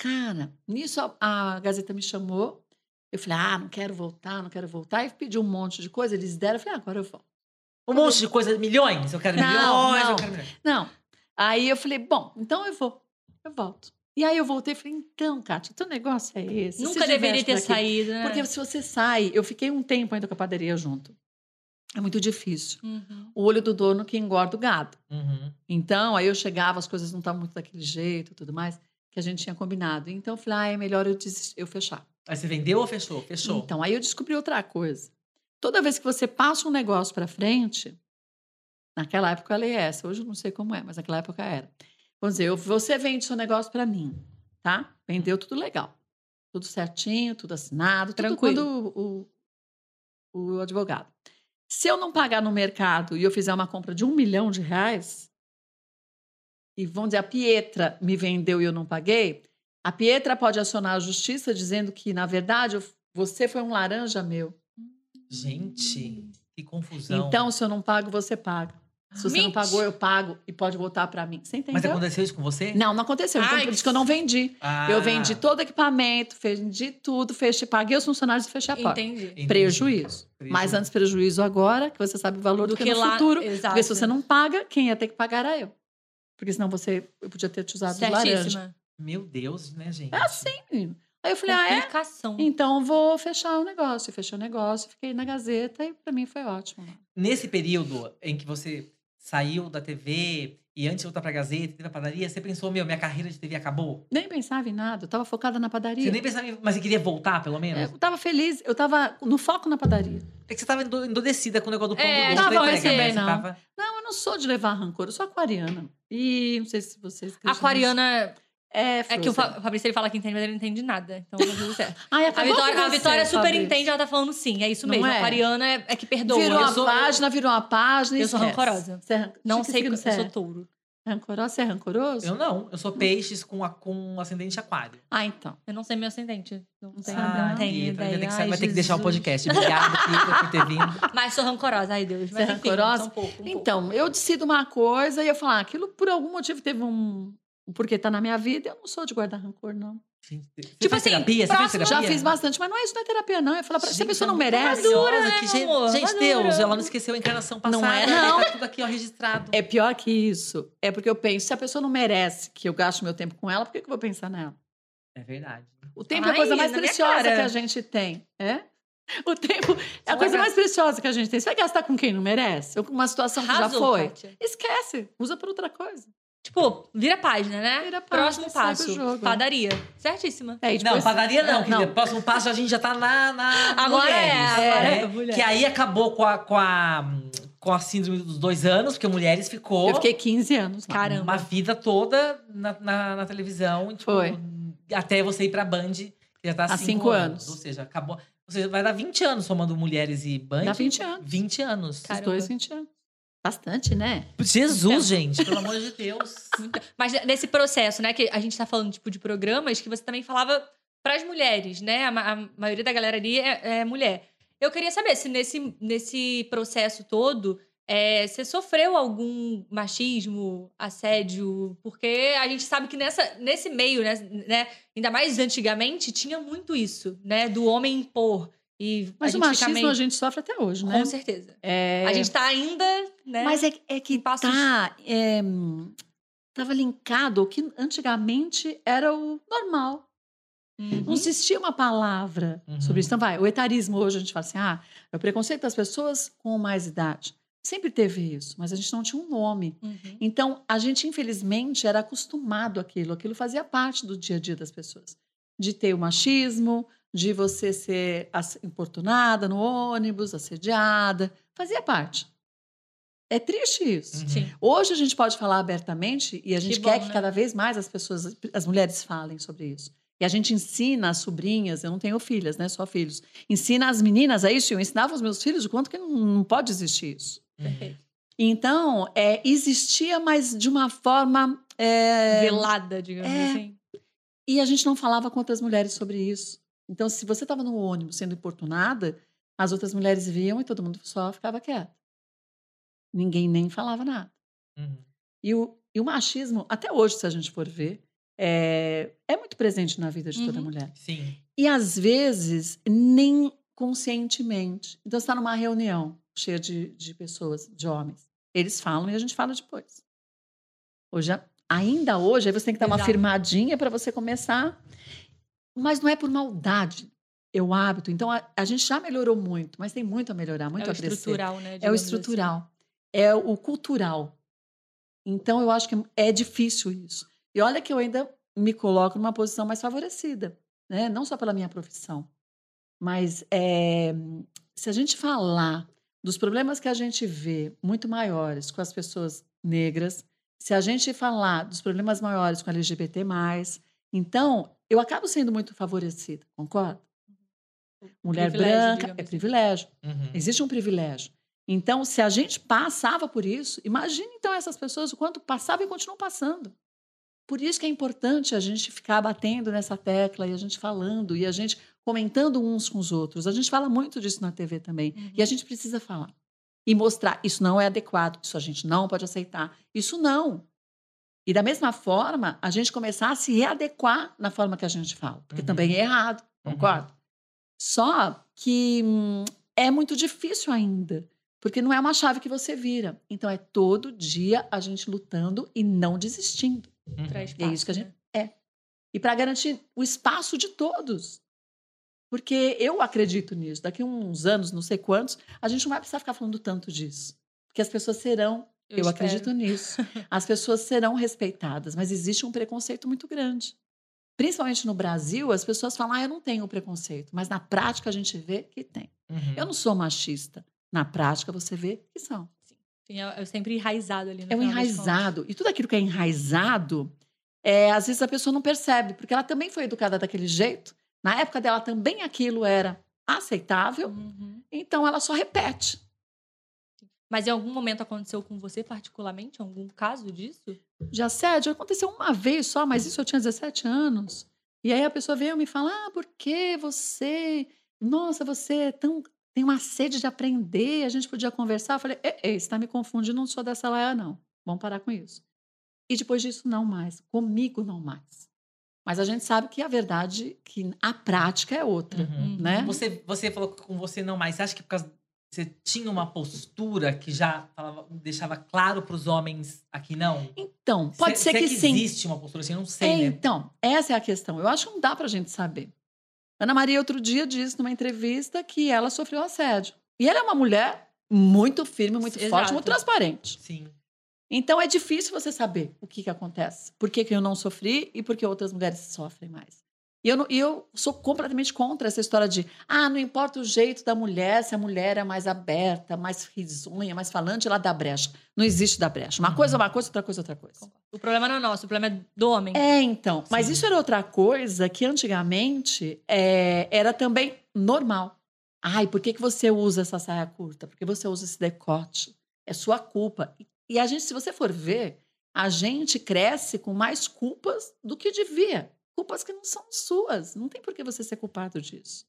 cara, nisso a, a Gazeta me chamou. Eu falei, ah, não quero voltar, não quero voltar. E pedi um monte de coisa, eles deram. Eu falei, ah, agora eu volto. Um monte de coisa, milhões. Eu quero Não, milhões, não. eu quero milhões. Não. Aí eu falei, bom, então eu vou, eu volto. E aí eu voltei e falei, então, Kátia, teu negócio é esse? Nunca Se diverte deveria ter por aqui." saído, né? Porque se você sai, eu fiquei um tempo ainda com a padaria junto. É muito difícil. Uhum. o olho do dono que engorda o gado. Uhum. Então, aí eu chegava, as coisas não estavam muito daquele jeito, tudo mais, que a gente tinha combinado. Então, eu falei, ah, é melhor eu, desis- eu fechar. Aí você vendeu ou fechou? Fechou. Então, aí eu descobri outra coisa. Toda vez que você passa um negócio para frente, naquela época a lei é essa, hoje eu não sei como é, mas naquela época era. Vamos dizer, eu- você vende seu negócio para mim, tá? Vendeu tudo legal. Tudo certinho, tudo assinado, tranquilo. Tranquilo. Tudo quando o, o advogado. Se eu não pagar no mercado e eu fizer uma compra de um milhão de reais, e vão dizer, a Pietra me vendeu e eu não paguei, a Pietra pode acionar a justiça dizendo que, na verdade, eu- você foi um laranja meu. Gente, que confusão. Então, se eu não pago, você paga. Se você não Mentira. pagou, eu pago e pode voltar para mim. Você entendeu? Mas é aconteceu isso com você? Não, não aconteceu. Então, Ai, por isso que eu não vendi. Ah, Eu vendi todo o equipamento, vendi tudo, fechei, paguei os funcionários e fechei a porta. Entendi. entendi. Prejuízo. Prejuízo. Mas antes prejuízo agora, que você sabe o valor do, que, no futuro. Exato. Porque se você não paga, quem ia ter que pagar era eu. Porque senão você eu podia ter te usado de laranja. Certíssima. Certíssima. Meu Deus, né, gente? É assim, menino. Aí eu falei, ah, é? Complicação. Então eu vou fechar o negócio. Eu Fechei o negócio, fiquei na Gazeta e pra mim foi ótimo. Nesse período em que você saiu da TV e antes de voltar pra Gazeta, teve a padaria, você pensou, meu, minha carreira de TV acabou? Nem pensava em nada, eu tava focada na Você padaria. É, nem pensava, em- mas você queria voltar, pelo menos? Eu tava feliz, eu tava no foco na padaria. É que você tava endo- endurecida com o negócio do pão do É, gosto tava da entrega, recebendo, né? Você não. tava... Não, eu não sou de levar rancor, eu sou aquariana. E não sei se vocês. acreditam Aquariana nisso. É, é que o Frozen. Fa- o Fabrício ele fala que entende, mas ele não entende nada. Então, não deu certo. [laughs] Ai, A acabou Vitória, com a você, Vitória super Fabrício. entende, ela tá falando sim. É isso Não mesmo. é? A Aquariana é, é que perdoa. Virou eu a sou- página, virou a página. Eu sou esquece. rancorosa. Você é ran- Não Você sei, que eu você sou é. touro. Rancorosa? Você é rancoroso? Eu não, eu sou peixes com, a, com ascendente aquário. Ah, então. Eu não sei meu ascendente. Não tenho, Ah, não tenho Pietra, vai ter ideia. que, sa- vai Ai, ter que deixar o Jesus. podcast. Obrigado, Pietra, por ter vindo. Mas sou rancorosa, ai Deus. Você é Mas, enfim, rancorosa? só um pouco, um pouco. Então, eu decido uma coisa e eu falo, ah, aquilo por algum motivo teve um. Porque tá na minha vida, eu não sou de guardar rancor, não. Gente, você Tipo fez assim, terapia? Você fez próximo- terapia? Já fiz bastante, mas não é isso, não é terapia, não. Eu falo, pra- se a Gente, pessoa não é muito merece. maravilhosa, Madura, que né, gente, amor? gente, Madura. Deus, ela não esqueceu a encarnação passada. Não é, não. Tá tudo aqui, ó, registrado. É pior que isso. É porque eu penso, se a pessoa não merece que eu gaste meu tempo com ela, por que, que eu vou pensar nela? É verdade. O tempo é a Ai, coisa mais na minha preciosa cara. que a gente tem. É? O tempo é a vai coisa gastar. mais preciosa que a gente tem. Você vai gastar com quem não merece? Ou com uma situação que então, já Arrasou, foi? Kátia. Esquece. Usa pra outra coisa. Tipo, vira a página, né? Vira a página, Próximo segue passo. o jogo. Padaria. Certíssima. É, e não, depois- padaria não, Não. querida. Próximo passo a gente já tá na. na Agora é, mulheres, agora né? é, mulher. Que aí acabou com a, com, a, com a síndrome dos dois anos, porque mulheres ficou Eu fiquei 15 anos. lá. né? Caramba. uma vida toda na, na, na televisão. e, Tipo, Foi. Até você ir pra Band, que já tá há Há cinco, cinco anos. anos. Ou seja, acabou. Ou seja, vai dar 20 anos somando mulheres e banho. Dá 20 anos. 20 anos. Os Cara. Caramba. dois 20 anos. Bastante, né? Jesus, gente, pelo amor de [laughs] Deus. Então. Mas nesse processo, né, que a gente tá falando, tipo, de programas que você também falava pras mulheres, né? A, ma- a maioria da galera ali é, é mulher. Eu queria saber se nesse, nesse processo todo é, você sofreu algum machismo, assédio, porque a gente sabe que nessa, nesse meio, né, né, ainda mais antigamente, tinha muito isso, né? Do homem impor. E Mas a gente o machismo fica meio... a gente sofre até hoje, Com né? certeza. É... A gente tá ainda, né? Mas é, é que Em passos- tá... É... Tava linkado ao que antigamente era o normal. Não Uhum. existia uma palavra Uhum. sobre isso. Então, vai, o etarismo hoje a gente fala assim: ah, é o preconceito das pessoas com mais idade. Sempre teve isso, mas a gente não tinha um nome. Uhum. Então, a gente, infelizmente, era acostumado àquilo. Aquilo fazia parte do dia a dia das pessoas. De ter o machismo, de você ser ass- importunada no ônibus, assediada. Fazia parte. É triste isso. Uhum. Sim. Hoje a gente pode falar abertamente e a gente Que quer bom, que né? cada vez mais as pessoas, as mulheres falem sobre isso. E a gente ensina as sobrinhas, eu não tenho filhas, né, só filhos. Ensina as meninas a isso, eu ensinava os meus filhos o quanto que não, não pode existir isso. Perfeito. Então, é, existia, mas de uma forma é, Velada, digamos É. assim. e a gente não falava com outras mulheres sobre isso. Então, se você estava no ônibus sendo importunada, as outras mulheres viam e todo mundo só ficava quieto. Ninguém nem falava nada. Uhum. E o, e o machismo, até hoje, se a gente for ver, é, é muito presente na vida de toda Uhum. mulher. Sim. E às vezes, nem conscientemente. Então, você está numa reunião cheia de, de pessoas, de homens. Eles falam e a gente fala depois. Hoje, a- ainda hoje, aí você tem que dar uma Exato. firmadinha para você começar. Mas não é por maldade, é o hábito. Então, a, a gente já melhorou muito, mas tem muito a melhorar, muito é o a crescer. estrutural, né? É o digamos estrutural, é o cultural. Então, eu acho que é difícil isso. E olha que eu ainda me coloco numa posição mais favorecida, né? não só pela minha profissão, mas é, se a gente falar dos problemas que a gente vê muito maiores com as pessoas negras, se a gente falar dos problemas maiores com LGBT, então eu acabo sendo muito favorecida, concorda? Mulher Uhum. Privilégio, branca digamos é assim. privilégio. Uhum. Existe um privilégio. Então, se a gente passava por isso, imagine então essas pessoas o quanto passavam e continuam passando. Por isso que é importante a gente ficar batendo nessa tecla e a gente falando e a gente comentando uns com os outros. A gente fala muito disso na TV também. Uhum. E a gente precisa falar e mostrar isso não é adequado, isso a gente não pode aceitar. Isso não. E da mesma forma, a gente começar a se readequar na forma que a gente fala, porque Uhum. também é errado, Uhum. concorda? Só que hum, é muito difícil ainda, porque não é uma chave que você vira. Então é todo dia a gente lutando e não desistindo. Uhum. Traz né? É isso que a gente- E para garantir o espaço de todos. Porque eu acredito nisso. Daqui uns anos, não sei quantos, a gente não vai precisar ficar falando tanto disso. Porque as pessoas serão, eu, espero. acredito nisso, as pessoas serão respeitadas, mas existe um preconceito muito grande. Principalmente no Brasil, as pessoas falam, ah, eu não tenho preconceito. Mas na prática a gente vê que tem. Uhum. Eu não sou machista. Na prática você vê que são. Sim, é é sempre enraizado ali. no É um final das enraizado. E tudo aquilo que é enraizado, é, às vezes a pessoa não percebe, porque ela também foi educada daquele jeito. Na época dela também aquilo era aceitável, contas. Uhum. então ela só repete. Mas em algum momento aconteceu com você particularmente? Algum caso disso? De assédio, aconteceu uma vez só, mas isso eu tinha 17 anos. E aí a pessoa veio me falar: ah, por que você. Nossa, você é tão. Tem uma sede de aprender, a gente podia conversar. Eu falei: ei, ei, você está me confundindo, não sou dessa laia, não. Vamos parar com isso. E depois disso, não mais. Comigo, não mais. Mas a gente sabe que a verdade, que a prática é outra, Uhum. né? Você, você falou que com você não mais. Você acha que por causa. Você tinha uma postura que já falava- deixava claro para os homens aqui não? Então, pode Se- ser se é que, sim. existe uma postura assim, eu não É, sei, né? Então, essa é a questão. Eu acho que não dá pra gente saber. Ana Maria, outro dia, disse numa entrevista que ela sofreu assédio. E ela é uma mulher muito firme, muito Exato. forte, muito transparente. Sim. Então, é difícil você saber o que, que acontece. Por que, que eu não sofri e por que outras mulheres sofrem mais. E eu, não- e eu sou completamente contra essa história de ah, não importa o jeito da mulher, se a mulher é mais aberta, mais risonha, mais falante, ela dá brecha. Não existe dar brecha. Uma coisa é uma coisa, outra coisa é outra coisa. O problema não é nosso, o problema é do homem. É, então. Mas Sim. isso era outra coisa que antigamente é, era também normal. Ai, por que, que você usa essa saia curta? Por que você usa esse decote? É sua culpa. E- E a gente, se você for ver, a gente cresce com mais culpas do que devia. Culpas que não são suas. Não tem por que você ser culpado disso.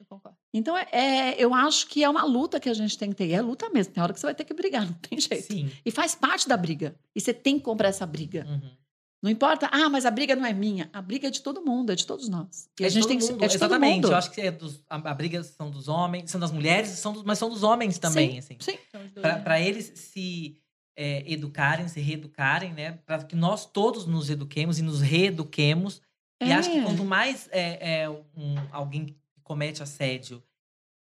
Eu concordo. Então, é, é- eu acho que é uma luta que a gente tem que ter. E é luta mesmo. Tem hora que você vai ter que brigar, [laughs] não tem jeito. Sim. E faz parte da briga. E você tem que comprar essa briga. Uhum. Não importa, ah, mas a briga não é minha. A briga é de todo mundo, é de todos nós. E É a de gente todo tem que mundo, é de todo Exatamente. mundo. Eu acho que é dos- a, a briga são dos homens, são das mulheres, são dos- mas são dos homens também, assim. Sim, Então, os dois, né? Para eles se é, educarem, se reeducarem, né? Para que nós todos nos eduquemos e nos reeduquemos. E É. acho que quanto mais é, é, um, alguém que comete assédio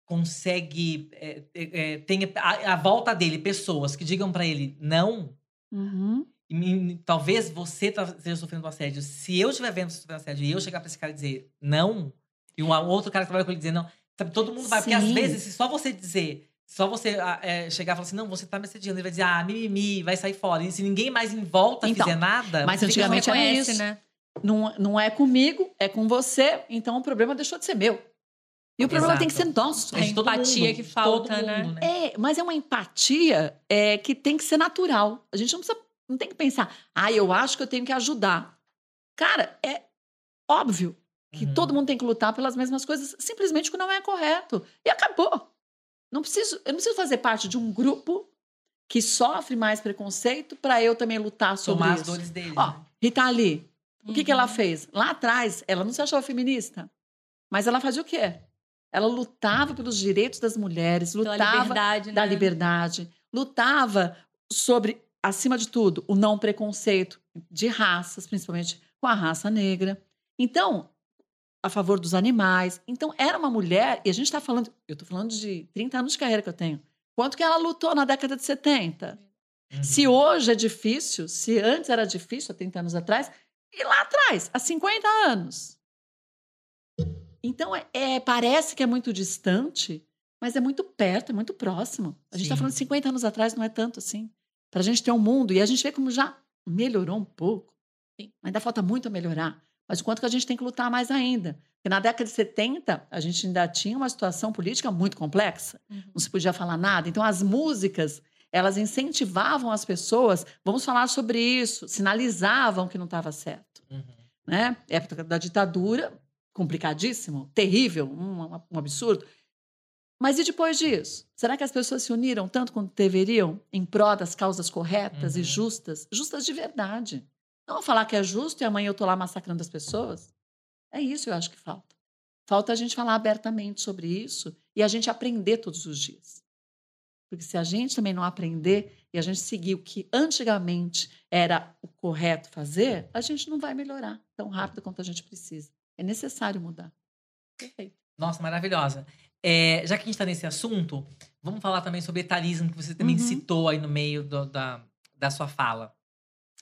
consegue é, é, é, tenha à à volta dele pessoas que digam para ele não Uhum. e me- talvez você tá- esteja sofrendo um assédio. Se eu estiver vendo você sofrendo assédio e eu chegar pra esse cara e dizer não, e um outro cara que trabalha com ele dizer não, sabe, todo mundo vai. Porque às Sim. vezes, se só você dizer, se só você ah, eh, chegar e falar assim, não, você tá me assediando, ele vai dizer, ah, mimimi, vai sair fora. E se ninguém mais em volta Então, fizer nada. mas fica- Porque não antigamente era reconhece, isso. né? Não, não é comigo, é com você, então o problema deixou de ser meu. E o problema Exato. tem que ser nosso. é de todo empatia mundo, que de todo falta, né? mundo, né? É, mas é uma empatia é, que tem que ser natural. A gente não precisa, não tem que pensar, ah, eu acho que eu tenho que ajudar. Cara, é óbvio que Uhum. todo mundo tem que lutar pelas mesmas coisas, simplesmente que não é correto. E acabou. Não preciso, eu não preciso fazer parte de um grupo que sofre mais preconceito para eu também lutar sobre Somar as isso. dores dele. Ó, né? Rita Lee, o que, que ela Uhum. fez? Lá atrás, ela não se achava feminista, mas ela fazia o quê? Ela lutava pelos direitos das mulheres, Pela lutava liberdade, né? da liberdade, lutava sobre, acima de tudo, o não preconceito de raças, principalmente com a raça negra. Então, a favor dos animais. Então, era uma mulher, e a gente está falando, eu estou falando de 30 anos de carreira que eu tenho. Quanto que ela lutou na década de 70? Uhum. Se hoje é difícil, se antes era difícil, há 30 anos atrás, e lá atrás, há 50 anos. Então, é, é- parece que é muito distante, mas é muito perto, é muito próximo. A gente está Sim. falando de 50 anos atrás, não é tanto assim. Para a gente ter um mundo, e a gente vê como já melhorou um pouco. Sim. Ainda falta muito a melhorar. Mas o quanto que a gente tem que lutar mais ainda? Porque na década de 70, a gente ainda tinha uma situação política muito complexa. Uhum. Não se podia falar nada. Então, as músicas elas incentivavam as pessoas, vamos falar sobre isso, sinalizavam que não estava certo. Uhum. Né? Época da ditadura, complicadíssimo, terrível, um, um absurdo. Mas e depois disso? Será que as pessoas se uniram tanto quanto deveriam em pró das causas corretas Uhum. e justas? Justas de verdade. Não falar que é justo e amanhã eu estou lá massacrando as pessoas? É isso eu acho que falta. Falta a gente falar abertamente sobre isso e a gente aprender todos os dias. Porque se a gente também não aprender e a gente seguir o que antigamente era o correto fazer, a gente não vai melhorar tão rápido quanto a gente precisa. É necessário mudar. Perfeito. Nossa, maravilhosa. É, já que a gente está nesse assunto, vamos falar também sobre etarismo, que você também Uhum. citou aí no meio do- da, da sua fala.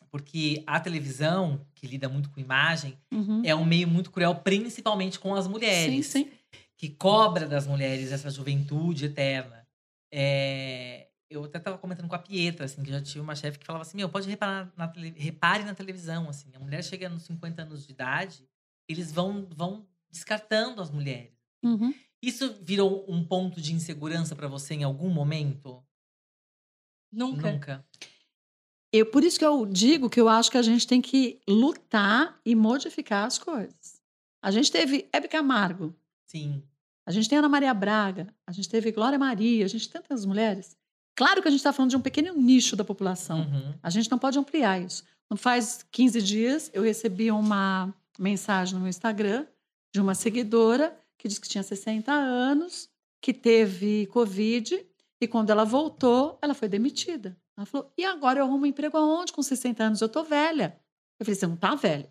Porque a televisão, que lida muito com imagem, Uhum. é um meio muito cruel, principalmente com as Sim, mulheres, sim. que cobra das mulheres essa juventude eterna. É, eu até estava comentando com a Pietra, assim, que eu já tive uma chefe que falava assim: meu, pode reparar na, tele- repare na televisão, assim, a mulher chega nos 50 anos de idade, eles vão, vão descartando as mulheres. Uhum. Isso virou um ponto de insegurança pra você em algum momento? Nunca. Eu, por isso que eu digo que eu acho que a gente tem que lutar e modificar as coisas. A gente teve Hebe Camargo, Sim. a gente tem Ana Maria Braga, a gente teve Glória Maria, a gente tem tantas mulheres. Claro que a gente está falando de um pequeno nicho da população. Uhum. A gente não pode ampliar isso. Não faz 15 dias eu recebi uma mensagem no meu Instagram de uma seguidora que disse que tinha 60 anos, que teve Covid e quando ela voltou, ela foi demitida. Ela falou: e agora eu arrumo emprego aonde com 60 anos? Eu tô velha. Eu falei: você não tá velha.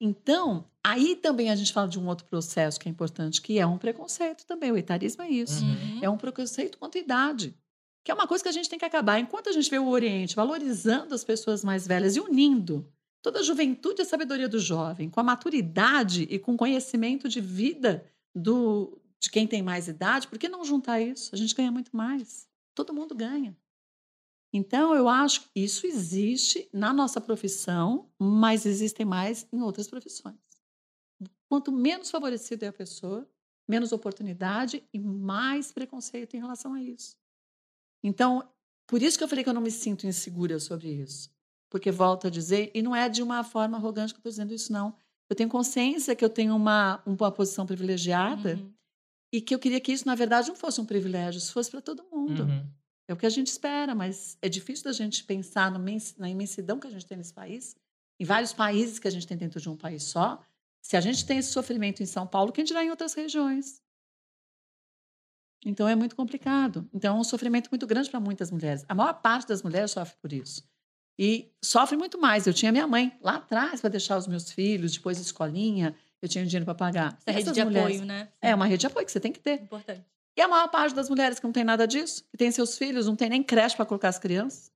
Então, aí também a gente fala de um outro processo que é importante, que é um preconceito também. O etarismo é isso. Uhum. É um preconceito quanto à idade, que é uma coisa que a gente tem que acabar. Enquanto a gente vê o Oriente valorizando as pessoas mais velhas e unindo toda a juventude e a sabedoria do jovem com a maturidade e com o conhecimento de vida do, de quem tem mais idade, por que não juntar isso? A gente ganha muito mais. Todo mundo ganha. Então, eu acho que isso existe na nossa profissão, mas existem mais em outras profissões. Quanto menos favorecida é a pessoa, menos oportunidade e mais preconceito em relação a isso. Então, por isso que eu falei que eu não me sinto insegura sobre isso. Porque, volto a dizer, e não é de uma forma arrogante que eu estou dizendo isso, não. Eu tenho consciência que eu tenho uma, uma posição privilegiada Uhum. e que eu queria que isso, na verdade, não fosse um privilégio, isso fosse para todo mundo. Uhum. É o que a gente espera, mas é difícil da gente pensar no imen- na imensidão que a gente tem nesse país, em vários países que a gente tem dentro de um país só. Se a gente tem esse sofrimento em São Paulo, quem dirá em outras regiões? Então é muito complicado. Então é um sofrimento muito grande para muitas mulheres. A maior parte das mulheres sofre por isso. E sofre muito mais. Eu tinha minha mãe lá atrás para deixar os meus filhos, depois escolinha, eu tinha dinheiro para pagar. Essa rede Essas de mulheres- apoio, né? É uma rede de apoio que você tem que ter. Importante. E a maior parte das mulheres que não tem nada disso, que tem seus filhos, não tem nem creche para colocar as crianças,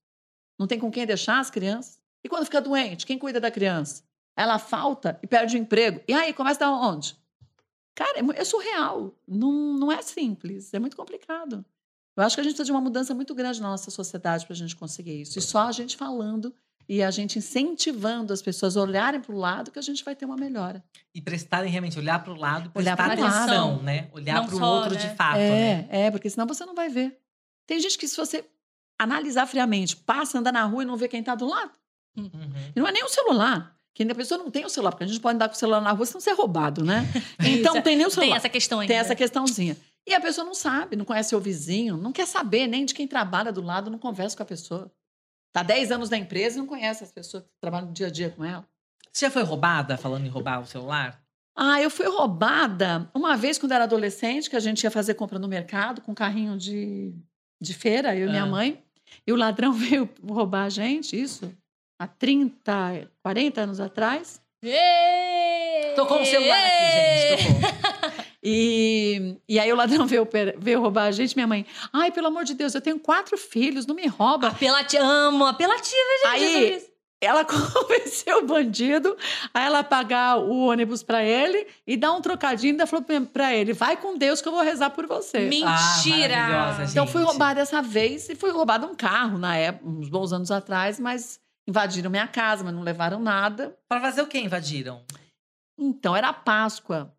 não tem com quem deixar as crianças. E quando fica doente, quem cuida da criança? Ela falta e perde o emprego. E aí, começa da onde? Cara, é mu- é surreal. Não, não é simples, é muito complicado. Eu acho que a gente precisa de uma mudança muito grande na nossa sociedade para a gente conseguir isso. E só a gente falando e a gente incentivando as pessoas a olharem para o lado que a gente vai ter uma melhora. E prestarem realmente, olhar para o lado, Olhar prestar pro lado. atenção, né? Olhar Não para o só, outro né? de fato, é, né? É, porque senão você não vai ver. Tem gente que, se você analisar friamente, passa, anda na rua e não vê quem está do lado. Uhum. E não é nem o celular. Que ainda a pessoa não tem o celular, porque a gente pode andar com o celular na rua senão ser [laughs] roubado, né? Então não tem nem o Tem celular. essa questão ainda. Tem essa questãozinha. E a pessoa não sabe, não conhece o vizinho, não quer saber nem de quem trabalha do lado, não conversa com a pessoa. Tá 10 anos na empresa e não conhece as pessoas que trabalham dia a dia com ela. Você já foi roubada falando em roubar o celular? Ah, eu fui roubada uma vez quando era adolescente, que a gente ia fazer compra no mercado com um carrinho de, de feira, eu e Ah. minha mãe. E o ladrão [laughs] veio roubar a gente, isso, há 30, 40 anos atrás. Ê! Tocou o celular aqui, gente. Tocou. E, e aí o ladrão veio, per- veio roubar a gente, minha mãe. Ai, pelo amor de Deus, eu tenho quatro filhos, não me rouba. Apelati... Amo, apelativa, gente. Aí- Jesus. Ela [laughs] convenceu o bandido a ela pagar o ônibus pra ele e dar um trocadinho. Ainda falou pra- pra ele: vai com Deus que eu vou rezar por você. Mentira. Ah, maravilhosa, gente. Então fui roubada dessa vez e fui roubada um carro na época, uns bons anos atrás, mas invadiram minha casa, mas não levaram nada. Pra fazer o quê? Invadiram? Então era Páscoa.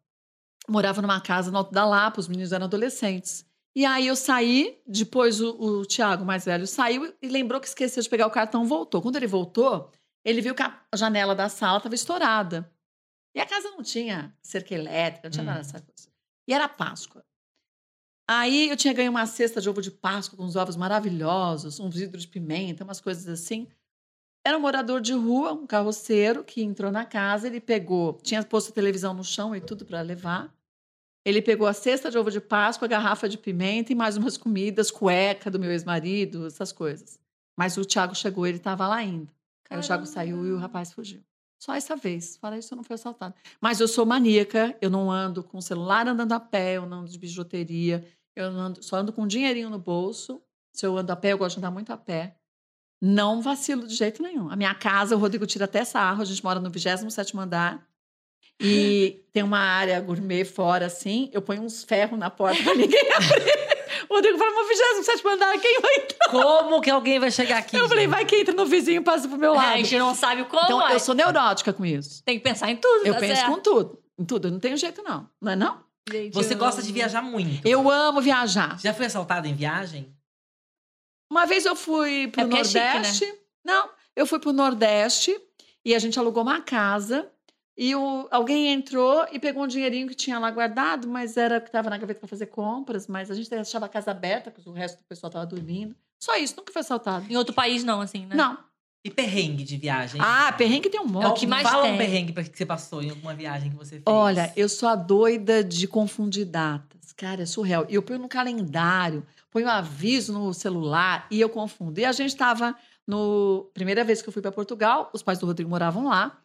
Morava numa casa no Alto da Lapa, os meninos eram adolescentes. E aí eu saí, depois o, o Tiago, mais velho, saiu e lembrou que esqueceu de pegar o cartão, voltou. Quando ele voltou, ele viu que a janela da sala estava estourada. E a casa não tinha cerca elétrica, não tinha Hum. nada dessa coisa. E era Páscoa. Aí eu tinha ganho uma cesta de ovo de Páscoa com uns ovos maravilhosos, uns vidros de pimenta, umas coisas assim. Era um morador de rua, um carroceiro, que entrou na casa, ele pegou, tinha posto a televisão no chão e tudo para levar. Ele pegou a cesta de ovo de Páscoa, a garrafa de pimenta e mais umas comidas, cueca do meu ex-marido, essas coisas. Mas o Thiago chegou, ele estava lá ainda. Aí o Thiago Caramba. saiu e o rapaz fugiu. Só essa vez. Fora isso, eu não fui assaltada. Mas eu sou maníaca, eu não ando com celular andando a pé, eu não ando de bijuteria, eu não ando, só ando com um dinheirinho no bolso. Se eu ando a pé, eu gosto de andar muito a pé. Não vacilo de jeito nenhum. A minha casa, o Rodrigo tira até sarro, a gente mora no 27º andar. E tem uma área gourmet fora, assim, eu ponho uns ferros na porta pra ninguém abrir. [laughs] O Rodrigo fala, meu 27º andar, quem vai entrar? Como que alguém vai chegar aqui? Eu falei, gente? vai que entra no vizinho e passa pro meu É, a lado. gente não sabe como. Então, eu mas sou neurótica com isso. Tem que pensar em tudo, Eu tá penso certo? com tudo. Em tudo. Eu não tenho jeito, não. Não é não? Gente, Você eu- gosta de viajar muito. Eu amo viajar. Já foi assaltada em viagem? Uma vez eu fui pro É porque é chique, Nordeste. Não, eu fui pro Nordeste e a gente alugou uma casa. E o- alguém entrou e pegou um dinheirinho que tinha lá guardado, mas era que estava na gaveta para fazer compras, mas a gente deixava a casa aberta, porque o resto do pessoal estava dormindo. Só isso, nunca foi assaltado. Em outro país, não, assim, né? Não. E perrengue de viagem? Ah, perrengue tem um É monte. o que mais Fala tem. um perrengue pra que você passou em alguma viagem que você fez. Olha, eu sou a doida de confundir datas. Cara, é surreal. E eu ponho no calendário, ponho aviso no celular e eu confundo. E a gente estava no. Primeira vez que eu fui para Portugal, os pais do Rodrigo moravam lá.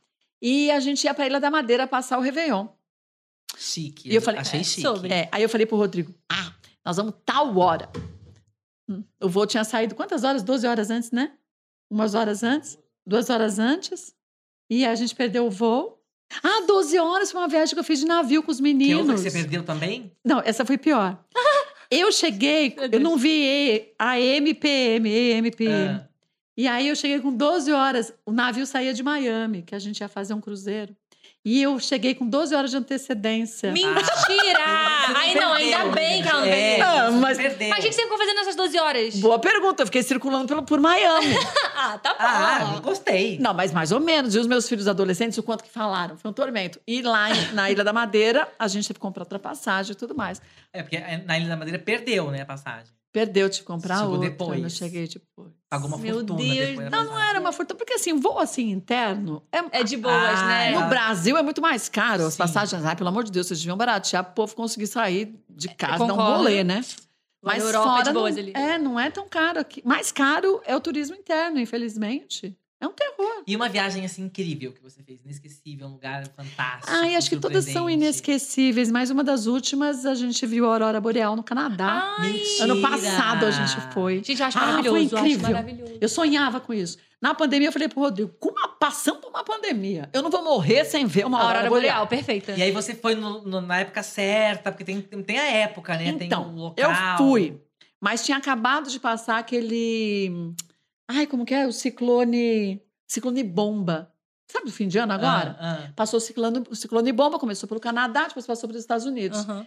E a gente ia para Ilha da Madeira passar o Réveillon. Chique. E eu falei, achei é, chique. sobre. É, aí eu falei pro Rodrigo: ah, nós vamos tal hora. Hum, O voo tinha saído quantas horas? 12 horas antes, né? Umas horas antes? Duas horas antes. E a gente perdeu o voo. Ah, 12 horas foi uma viagem que eu fiz de navio com os Que outra que meninos. você perdeu também? Não, essa foi pior. [laughs] Eu cheguei, eu não vi E- a MPM, EMPM. Ah, E aí eu cheguei com 12 horas, o navio saía de Miami, que a gente ia fazer um cruzeiro. E eu cheguei com 12 horas de antecedência. Mentira! Ah, Aí não, ainda perdeu. bem que ela não É, perdeu. Ah, mas- perdeu. Mas o que que você ficou fazendo nessas 12 horas? Boa pergunta, eu fiquei circulando pelo, por Miami. [laughs] Ah, tá bom. Ah, gostei. Não, mas mais ou menos. E os meus filhos adolescentes, o quanto que falaram? Foi um tormento. E lá em- na Ilha da Madeira, a gente teve que comprar ultrapassagem e tudo mais. É porque na Ilha da Madeira perdeu, né, a passagem. Perdeu, tive que comprar Chegou outra. depois. Eu cheguei depois. Pagou uma Meu fortuna Deus, depois. não, não Era uma fortuna, porque assim, voo assim interno é, É de boas, Ah, né? é. No Brasil é muito mais caro as Sim. passagens. Ai, pelo amor de Deus, vocês deviam baratear pro povo conseguir sair de casa, dar um É, concordo. rolê, né? Lá na Europa é de não- boas ali. É, não é tão caro aqui. Mais caro é o turismo interno, infelizmente. É um terror. E uma viagem assim incrível que você fez, inesquecível, um lugar fantástico. Ai, acho que todas são surpreendente. inesquecíveis, mas uma das últimas a gente viu a Aurora Boreal no Canadá. Ai, Mentira. ano passado a gente foi. Ah, gente, eu acho Ah, foi maravilhoso. eu acho incrível. maravilhoso. Eu sonhava com isso. Na pandemia, eu falei pro Rodrigo, como a- passando por uma pandemia, eu não vou morrer sem ver uma A Aurora, Aurora Boreal. Boreal, perfeita. E aí você foi no- no- na época certa, porque tem, tem a época, né? tem o Então, eu local. fui, mas tinha acabado de passar aquele. Ai, como que é? O ciclone. Ciclone bomba. Sabe do fim de ano agora? Ah, ah. Passou o ciclone, o ciclone bomba, começou pelo Canadá, depois passou pelos Estados Unidos. Aham.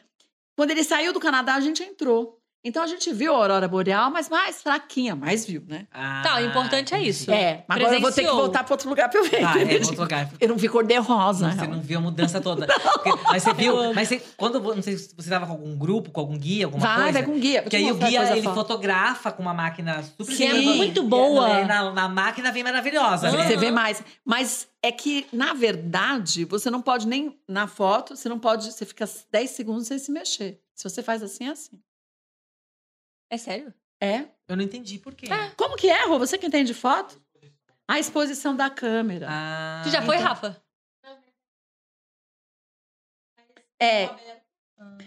Quando ele saiu do Canadá, a gente entrou. Então a gente viu a Aurora Boreal, mas mais fraquinha, mais viu, né? Ah, Tá, o importante é entendi. isso. É, mas agora eu vou ter que Presenciou. voltar para outro lugar para eu ver. [laughs] Tá, é, entende? outro lugar. Eu não vi cor de rosa. Você não. não viu a mudança [laughs] toda. Porque- mas você viu. amo. Mas você, quando. Não sei se você tava com algum grupo, com algum guia, alguma Vai, coisa. vai com guia. Porque Vou te aí o mostrar guia, depois a ele foto. fotografa com uma máquina super Sim, grande. é muito boa. E aí Na, na máquina vem maravilhosa, né? Você vê mais. Mas é que, na verdade, você não pode nem. Na foto, você não pode. Você fica 10 segundos sem se mexer. Se você faz assim, é assim. É sério? É? Eu não entendi por quê. Como que é, Rô? Você que entende foto? A exposição da câmera. Ah, Tu já foi, então- Rafa? É.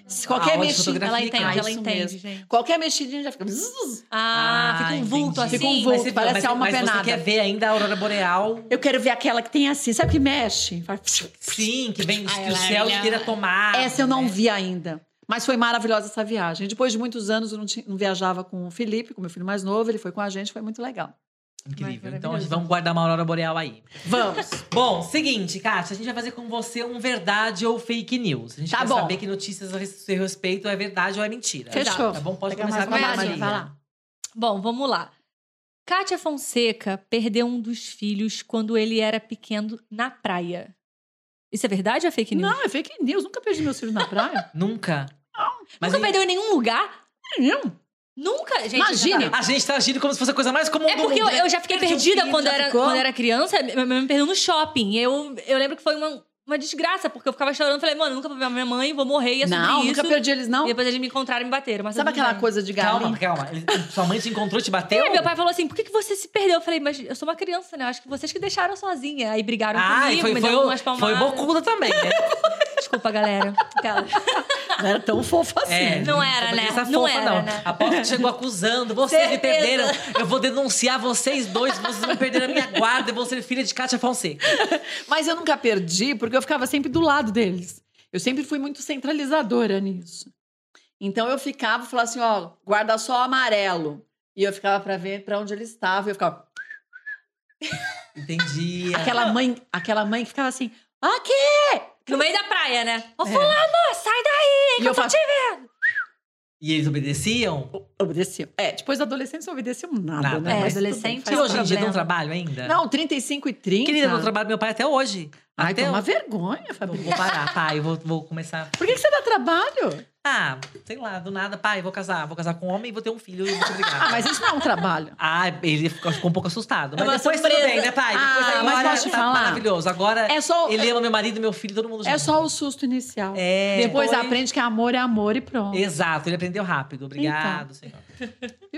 Se qualquer Ah. aula de mexida. fotografia, Ela fica, entende, ah, ela isso entende, mesmo. gente. Qualquer mexidinha já fica. zzz. Ah, Ah, fica um entendi. vulto assim. Fica um Mas vulto. você- parece mas- alma mas penada. você quer ver ainda a aurora boreal? Eu quero ver aquela que tem assim. Sabe que mexe? Faz- Sim, que vem Ai, que o ela- céu é ela- inteira tomada. Essa eu não né? vi ainda. Mas foi maravilhosa essa viagem. Depois de muitos anos, eu não, tinha- não viajava com o Felipe, com meu filho mais novo. Ele foi com a gente, foi muito legal. Incrível. Ai, então a gente maravilhoso. vamos guardar uma aurora boreal aí. Vamos! Bom, seguinte, Kátia, a gente vai fazer com você um verdade ou fake news. A gente Tá quer bom. saber que notícias a seu respeito é verdade ou é mentira. Fechou. Tá bom? Pode Pegar começar mais com a uma Maria. imagem, vai lá. Bom, vamos lá. Kátia Fonseca perdeu um dos filhos quando ele era pequeno na praia. Isso é verdade ou é fake news? Não, é fake news. Nunca perdi meus filhos na praia. Nunca. Mas Nunca perdeu em nenhum lugar? Nenhum. Nunca, gente. Imagine. já tá- a gente tá agindo como se fosse a coisa mais comum É do porque eu, mundo. né? eu já fiquei Perdi um perdida filho, quando, já era, ficou? quando era criança. Minha mãe me perdeu no shopping. Eu, eu lembro que foi uma, uma desgraça, porque eu ficava chorando. Falei, mano, nunca vou ver minha mãe, vou morrer. E é sobre Não, isso. nunca perdi eles, não. E depois eles me encontraram e me bateram. Mas Sabe tudo aquela bem. coisa de galinha? Calma, calma. Ele- Sua mãe te encontrou e te bateu? É, meu pai falou assim: por que, que você se perdeu? Eu falei, mas eu sou uma criança, né? Eu Acho que vocês que deixaram sozinha. Aí brigaram Ah, e comigo, foi, me foi, deram umas o- foi palmadas. bocuda também, [laughs] né? Desculpa, galera. Aquela. Não era tão fofa assim. É, Não era, sou né? criança Não fofa, era, não. né? Aposto que chegou acusando. Vocês me Certeza. perderam. Eu vou denunciar vocês dois. Vocês me perderam a minha guarda. Eu vou ser filha de Kátia Fonseca. Mas eu nunca perdi porque eu ficava sempre do lado deles. Eu sempre fui muito centralizadora nisso. Então eu ficava e falava assim, ó, guarda só amarelo. E eu ficava pra ver pra onde ele estava. E eu ficava. Entendi. Aquela mãe, aquela mãe que ficava assim, aqui! No meio da praia, né? Ô, É. fulano, sai daí! E eu falava, E eles obedeciam? obedeciam. É, depois da adolescência não obedeciam nada, Nada, né? é, Mas tudo bem, adolescente faz E hoje em dia problema. então. dão trabalho ainda? Não, 35 e 30. Querida, dou trabalho pro meu pai até hoje. Ai, até toma hoje. vergonha, Eu Fabrício. Vou parar, pai. Eu vou, vou começar. Por que, que você dá trabalho? Ah, sei lá, do nada, pai, vou casar. Vou casar com um homem e vou ter um filho. Muito obrigada. Ah, mas isso não é [laughs] um trabalho. Ah, ele ficou ficou um pouco assustado. Mas É uma depois surpresa. tudo bem, né, pai? Ah, Depois agora mas posso te tá falar? maravilhoso. Agora É só, ele ama meu marido, meu filho, todo mundo é junto. só o susto inicial. É. Depois aprende que amor é amor e pronto. Exato, ele aprendeu rápido. Obrigado, senhor.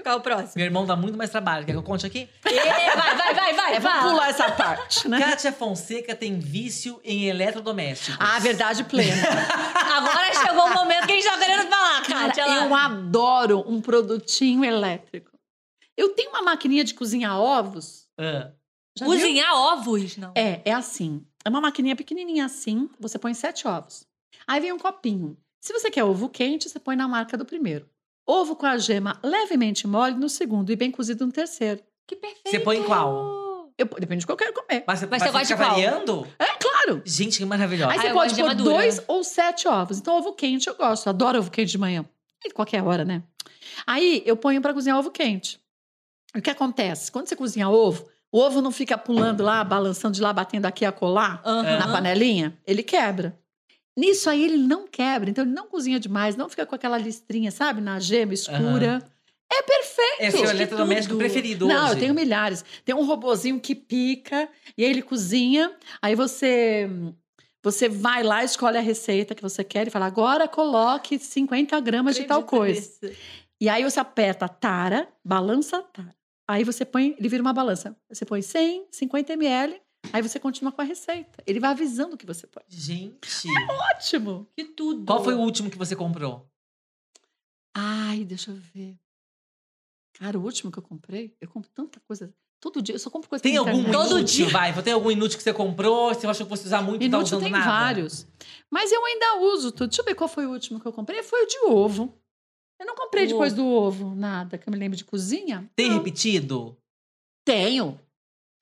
Qual [laughs] o próximo? Meu irmão dá muito mais trabalho. Quer que eu conte aqui? Ê, vai, vai, vai, vai. vai. É, vamos pular essa parte, [laughs] né? Kátia Fonseca tem vício em eletrodomésticos. [laughs] Ah, verdade plena. Agora chegou o momento que a gente tá querendo falar, Cara, Kátia. lá. eu adoro um produtinho elétrico. Eu tenho uma maquininha de cozinhar ovos. Ah, Já viu? Cozinhar ovos, não. É, é assim. É uma maquininha pequenininha assim. Você põe sete ovos. Aí vem um copinho. Se você quer ovo quente, você põe na marca do primeiro. Ovo com a gema levemente mole no segundo e bem cozido no terceiro. Que perfeito. Você põe em qual? Eu- depende do que eu quero comer. mas, mas, Mas você gosta fica de qual? variando? É claro, inteiro. Gente, que maravilhosa. Aí Ah, você eu gosto pode de pôr madura. dois ou sete ovos. Então, ovo quente eu gosto. eu Adoro ovo quente de manhã. E Qualquer hora, né? Aí eu ponho pra cozinhar ovo quente. O que acontece? Quando você cozinha ovo, o ovo não fica pulando lá, balançando de lá, batendo aqui a colar Aham. na panelinha, ele quebra. Nisso aí ele não quebra, então ele não cozinha demais, não fica com aquela listrinha, sabe, na gema escura. É perfeito. É seu gente, que eletrodoméstico tudo. preferido Não, hoje. eu tenho milhares. Tem um robozinho que pica e aí ele cozinha. Aí você você vai lá, escolhe a receita que você quer e fala: agora coloque 50 gramas de tal Acredito coisa. nisso. E aí você aperta tara, balança a tara. Aí você põe, ele vira uma balança. Você põe 100, 50 ml, aí você continua com a receita. Ele vai avisando o que você põe. Gente, Ótimo! Que tudo. qual foi o último que você comprou? Ai, deixa eu ver. Cara, o último que eu comprei, eu compro tanta coisa. Todo dia, eu só compro coisa Tem pela algum internet. inútil? Vai, tem algum inútil que você comprou? Você achou que fosse usar muito e não tá Inútil usando tem nada? vários. Mas eu ainda uso tudo. Deixa eu ver qual foi o último que eu comprei. Foi o de ovo. Eu não comprei O depois do ovo nada, que eu me lembro de cozinha. Tem Não. repetido? Tenho.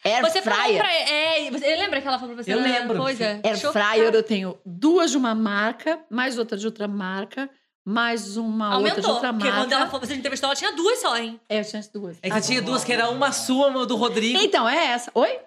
Air Você falou fryer. pra é, você lembra que ela falou pra você? Eu na lembro. Coisa? Air Chocada. fryer eu tenho duas de uma marca, mais outra de outra marca, mais uma outra de Aumentou. outra Porque marca. quando ela foi, você entrevistou, ela tinha duas só, hein? É, eu tinha as duas. É tipo que você tinha duas, que era uma sua, uma do Rodrigo. Então, é essa. Oi?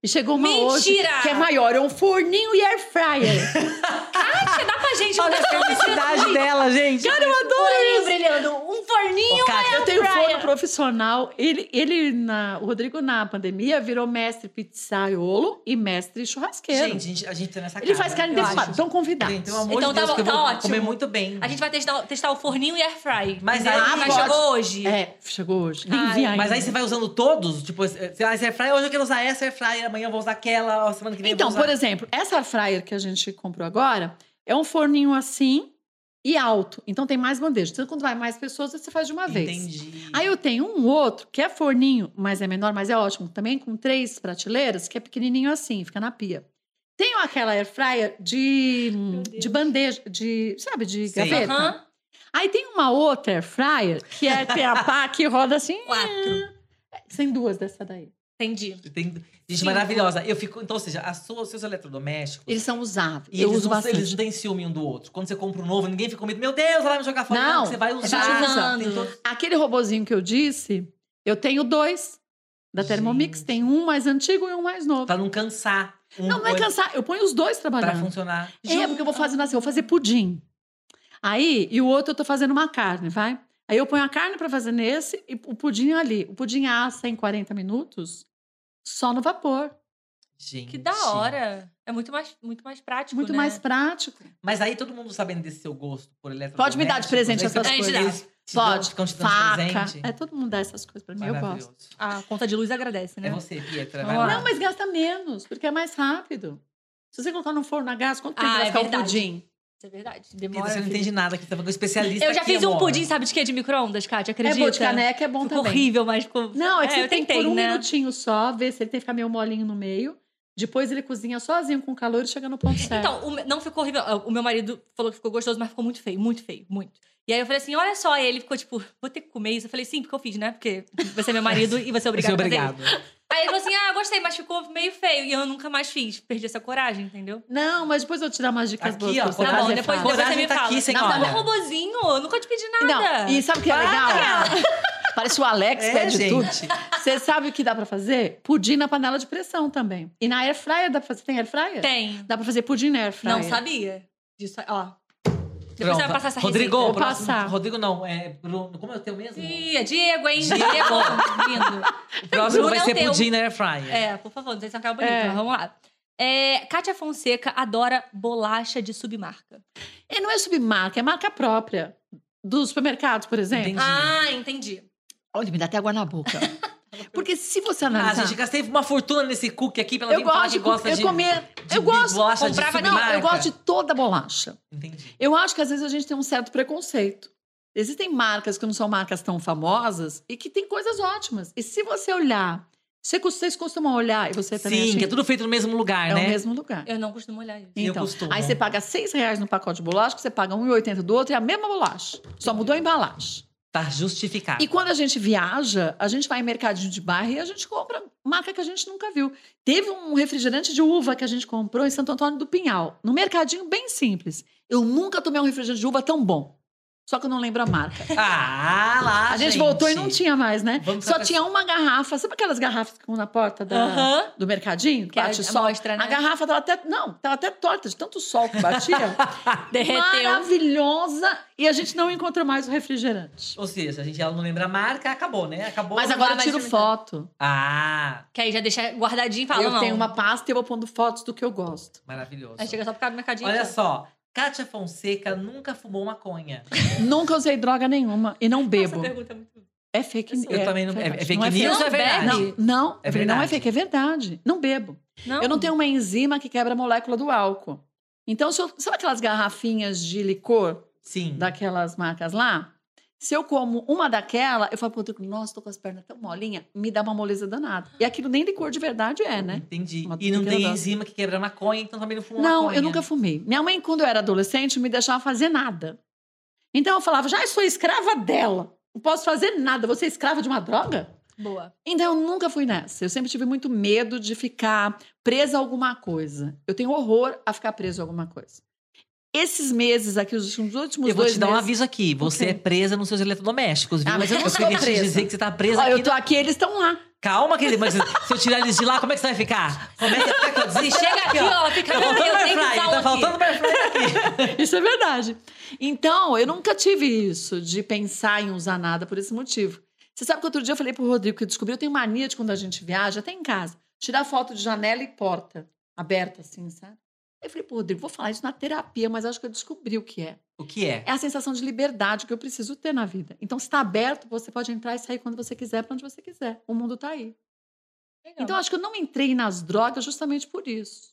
E chegou uma hoje Mentira! que é maior, é um forninho e air fryer. Você dá pra gente Olha é a assim, felicidade dela, gente. Cara, eu Adorei, brilhando. Um forninho. eu tenho forno profissional. Ele, ele na, o Rodrigo na pandemia virou mestre pizzaiolo e mestre churrasqueiro. Gente, a gente, a gente tá nessa ele faz carne eu defumada. acho. Estão convidados. Gente, pelo amor Então de tá Deus, bom, que eu tá vou ótimo. comer muito bem. A gente vai testar, testar o forninho e air fry. Mas Entendeu? Ah, aí- mas chegou hoje. É, chegou hoje. Nem Ai, vi ainda. Mas aí você vai usando todos? Tipo, sei lá, essa air fryer, hoje eu quero usar essa air fryer, amanhã eu vou usar aquela, ó, semana que vem Então, eu vou por usar... exemplo, essa air fryer que a gente comprou agora é um forninho assim e alto. Então tem mais bandeja. Então, quando vai mais pessoas, você faz de uma vez. Entendi. Aí eu tenho um outro que é forninho, mas é menor, mas é ótimo. Também com três prateleiras, que é pequenininho assim, fica na pia. Tenho aquela air fryer de, Deus. de bandeja, de, sabe, de Sei. gaveta. Aham. Aí tem uma outra air fryer [laughs] que é tem a pá que roda assim, Quatro. sem duas dessa daí. Entendi. Tem... Gente, Sim. maravilhosa. Eu fico... Então, ou seja, as suas, seus eletrodomésticos... Eles são usáveis. E eu eles uso não, bastante. Eles não têm ciúme um do outro. Quando você compra um novo, ninguém fica com medo. Meu Deus, ela vai me jogar fora. Não, você vai usar. gente usando. Tem todos- Aquele robozinho que eu disse, eu tenho dois da Thermomix. Gente. Tem um mais antigo e um mais novo. Pra não cansar. Um Não, não é olho cansar. Eu ponho os dois Pra trabalhando. funcionar. É, porque eu vou fazendo assim, eu vou fazer pudim. Aí, e o outro eu tô fazendo uma carne, vai? Aí eu ponho a carne pra fazer nesse e o pudim ali. O pudim assa em 40 minutos, só no vapor. Gente. Que da hora. É muito mais, muito mais prático, Muito Tipo, né? mais prático. Mas aí todo mundo sabendo desse seu gosto por eletrodomésticos. Pode me dar de presente eles- essas eles coisas. te dão- Pode, ficam te dando de faca. presente. É, todo mundo dá essas coisas pra mim, eu gosto. Maravilhoso. A conta de luz agradece, né? É você, Pietra. Vai Vamos lá. lá. Não, mas gasta menos, porque é mais rápido. Se você colocar no forno a gás, quanto tempo Ah, vai é ficar o verdade. pudim? Isso é verdade. Pietra, Demora. você não filho. entende nada aqui. Você tá falando com especialista Eu já aqui, fiz um amor. pudim, sabe de quê? De micro-ondas, Kátia? É Acredita? bom de caneca, é bom Ficou também. horrível, mas ficou... Não, é que É, você eu tem tentei, por um né? minutinho só, ver se ele tem que ficar meio molinho no meio. Depois ele cozinha sozinho com calor e chega no ponto certo. Então, o me- não ficou horrível. O meu marido falou que ficou gostoso, mas ficou muito feio, muito feio, muito. E aí eu falei assim, olha só, aí ele ficou tipo, vou ter que comer isso. Eu falei, sim, porque eu fiz, né? Porque você é meu marido e você é Você é obrigado, a fazer obrigado. isso. Aí ele falou assim, ah, gostei, mas ficou meio feio. E eu nunca mais fiz, perdi essa coragem, entendeu? Não, mas depois eu vou te dar umas dicas boas. Aqui, ó. pra você Tá bom, fazer depois, fácil. depois você Coragem me tá fala. aqui, sem não, tá hora. um robozinho, eu nunca te pedi nada. Não, e sabe o que é legal? Parece o Alex, É, pede gente. tudo. Você sabe o que dá pra fazer? Pudim na panela de pressão também. E na air fryer dá pra fazer. Tem air fryer? Tem. Dá pra fazer pudim na air fryer. Não sabia disso. aí, Ó. Depois você vai Pronto. passar essa Rodrigo, receita. Vou próximo- passar. Rodrigo não. É Bruno. Como é o teu mesmo? Dia, Diego, hein? Diego, lindo. O próximo Bruno vai é o ser teu. pudim na air fryer. É, por favor, não sei se é uma cara bonita, É. mas vamos lá. É, Kátia Fonseca adora bolacha de submarca. E não é submarca, é marca própria. Dos supermercados, por exemplo. Entendi. Ah, entendi. Olha, me dá até água na [laughs] boca. Porque se você Ah, analisar... gente, gastei uma fortuna nesse cookie aqui pela eu gosto que de, gosta eu de comer... de eu gosto... bolacha de comprava, não, submarca. eu gosto de toda bolacha. Entendi. Eu acho que às vezes a gente tem um certo preconceito. Existem marcas que não são marcas tão famosas e que tem coisas ótimas. E se você olhar... se Vocês costumam olhar, e você também Sim, acha que é tudo feito no mesmo lugar, é né? o mesmo lugar. Eu não costumo olhar isso. Eu Então, costumo. aí você um paga seis reais no pacote de bolacha, que você paga 1,80 do outro, é a mesma bolacha. Só mudou a embalagem. Tá justificado. E quando a gente viaja, a gente vai em mercadinho de bairro e a gente compra marca que a gente nunca viu. Teve um refrigerante de uva que a gente comprou em Santo Antônio do Pinhal, num mercadinho bem simples. Eu nunca tomei um refrigerante de uva tão bom. Só que eu não lembro a marca. Ah, lá, A gente, voltou e não tinha mais, né? Vamos Só pra- tinha uma garrafa. Sabe aquelas garrafas que ficam na porta da- Aham. do mercadinho? Que a- Bate sol. mostra, né? A garrafa tava até. Não, tava até torta de tanto sol [laughs] que batia. É, Derreteu. Maravilhosa. E a gente não encontrou mais o refrigerante. Ou seja, a gente ela não lembra a marca, acabou, né? Acabou. Mas não dá agora eu mais tiro pra- foto. Ah, Que aí já deixa guardadinho e fala, eu não. tenho uma pasta e eu vou pondo fotos do que eu gosto. maravilhoso. Aí chega só pro cara do mercadinho. Olha e fala, só, Kátia Fonseca nunca fumou maconha. Nunca usei droga nenhuma e não "Nossa, bebo. essa pergunta é muito... É fake news. Eu também não- é- é fake não news fake. ou é verdade? Não, não, É eu falei, não é verdade. fake, é verdade. Não bebo. Não. Eu não tenho uma enzima que quebra a molécula do álcool. Então, se eu, sabe aquelas garrafinhas de licor Sim. daquelas marcas lá? Se eu como uma daquela, eu falo pro Rodrigo, nossa, tô com as pernas tão molinha, me dá uma moleza danada. E aquilo nem licor de verdade é, né? Entendi. Uma E não pequena tem dose. enzima que quebra maconha, então também não fumou Não, maconha. eu nunca fumei. Minha mãe, quando eu era adolescente, não me deixava fazer nada. Então eu falava, já sou escrava dela. Não posso fazer nada. Você é escrava de uma droga? Boa. Então eu nunca fui nessa. Eu sempre tive muito medo de ficar presa a alguma coisa. Eu tenho horror a ficar preso a alguma coisa. Esses meses aqui, os últimos últimos Eu vou dois te dar um meses- aviso aqui. Você Ok. é presa nos seus eletrodomésticos, viu? Ah, mas eu não sou queria te presa. dizer que você tá presa Ó, aqui. eu tô aqui, eles estão lá. Calma, querida. Mas se eu tirar eles de lá, como é que você vai ficar? Como é que você vai ficar que eu desisto? Chega aqui, ó, ela fica, Tá meu [laughs] faltando Deus, air tem que fry, usar tá um aqui. faltando air fry. Isso é verdade. Então, eu nunca tive isso de pensar em usar nada por esse motivo. Você sabe que outro dia eu falei pro Rodrigo que descobriu, eu tenho mania de quando a gente viaja, até em casa, tirar foto de janela e porta aberta, assim, sabe? Eu falei pro Rodrigo, vou falar isso na terapia, mas acho que eu descobri o que é. O que é? É a sensação de liberdade que eu preciso ter na vida. Então, se está aberto, você pode entrar e sair quando você quiser, para onde você quiser. O mundo tá aí. Legal. Então, acho que eu não entrei nas drogas justamente por isso.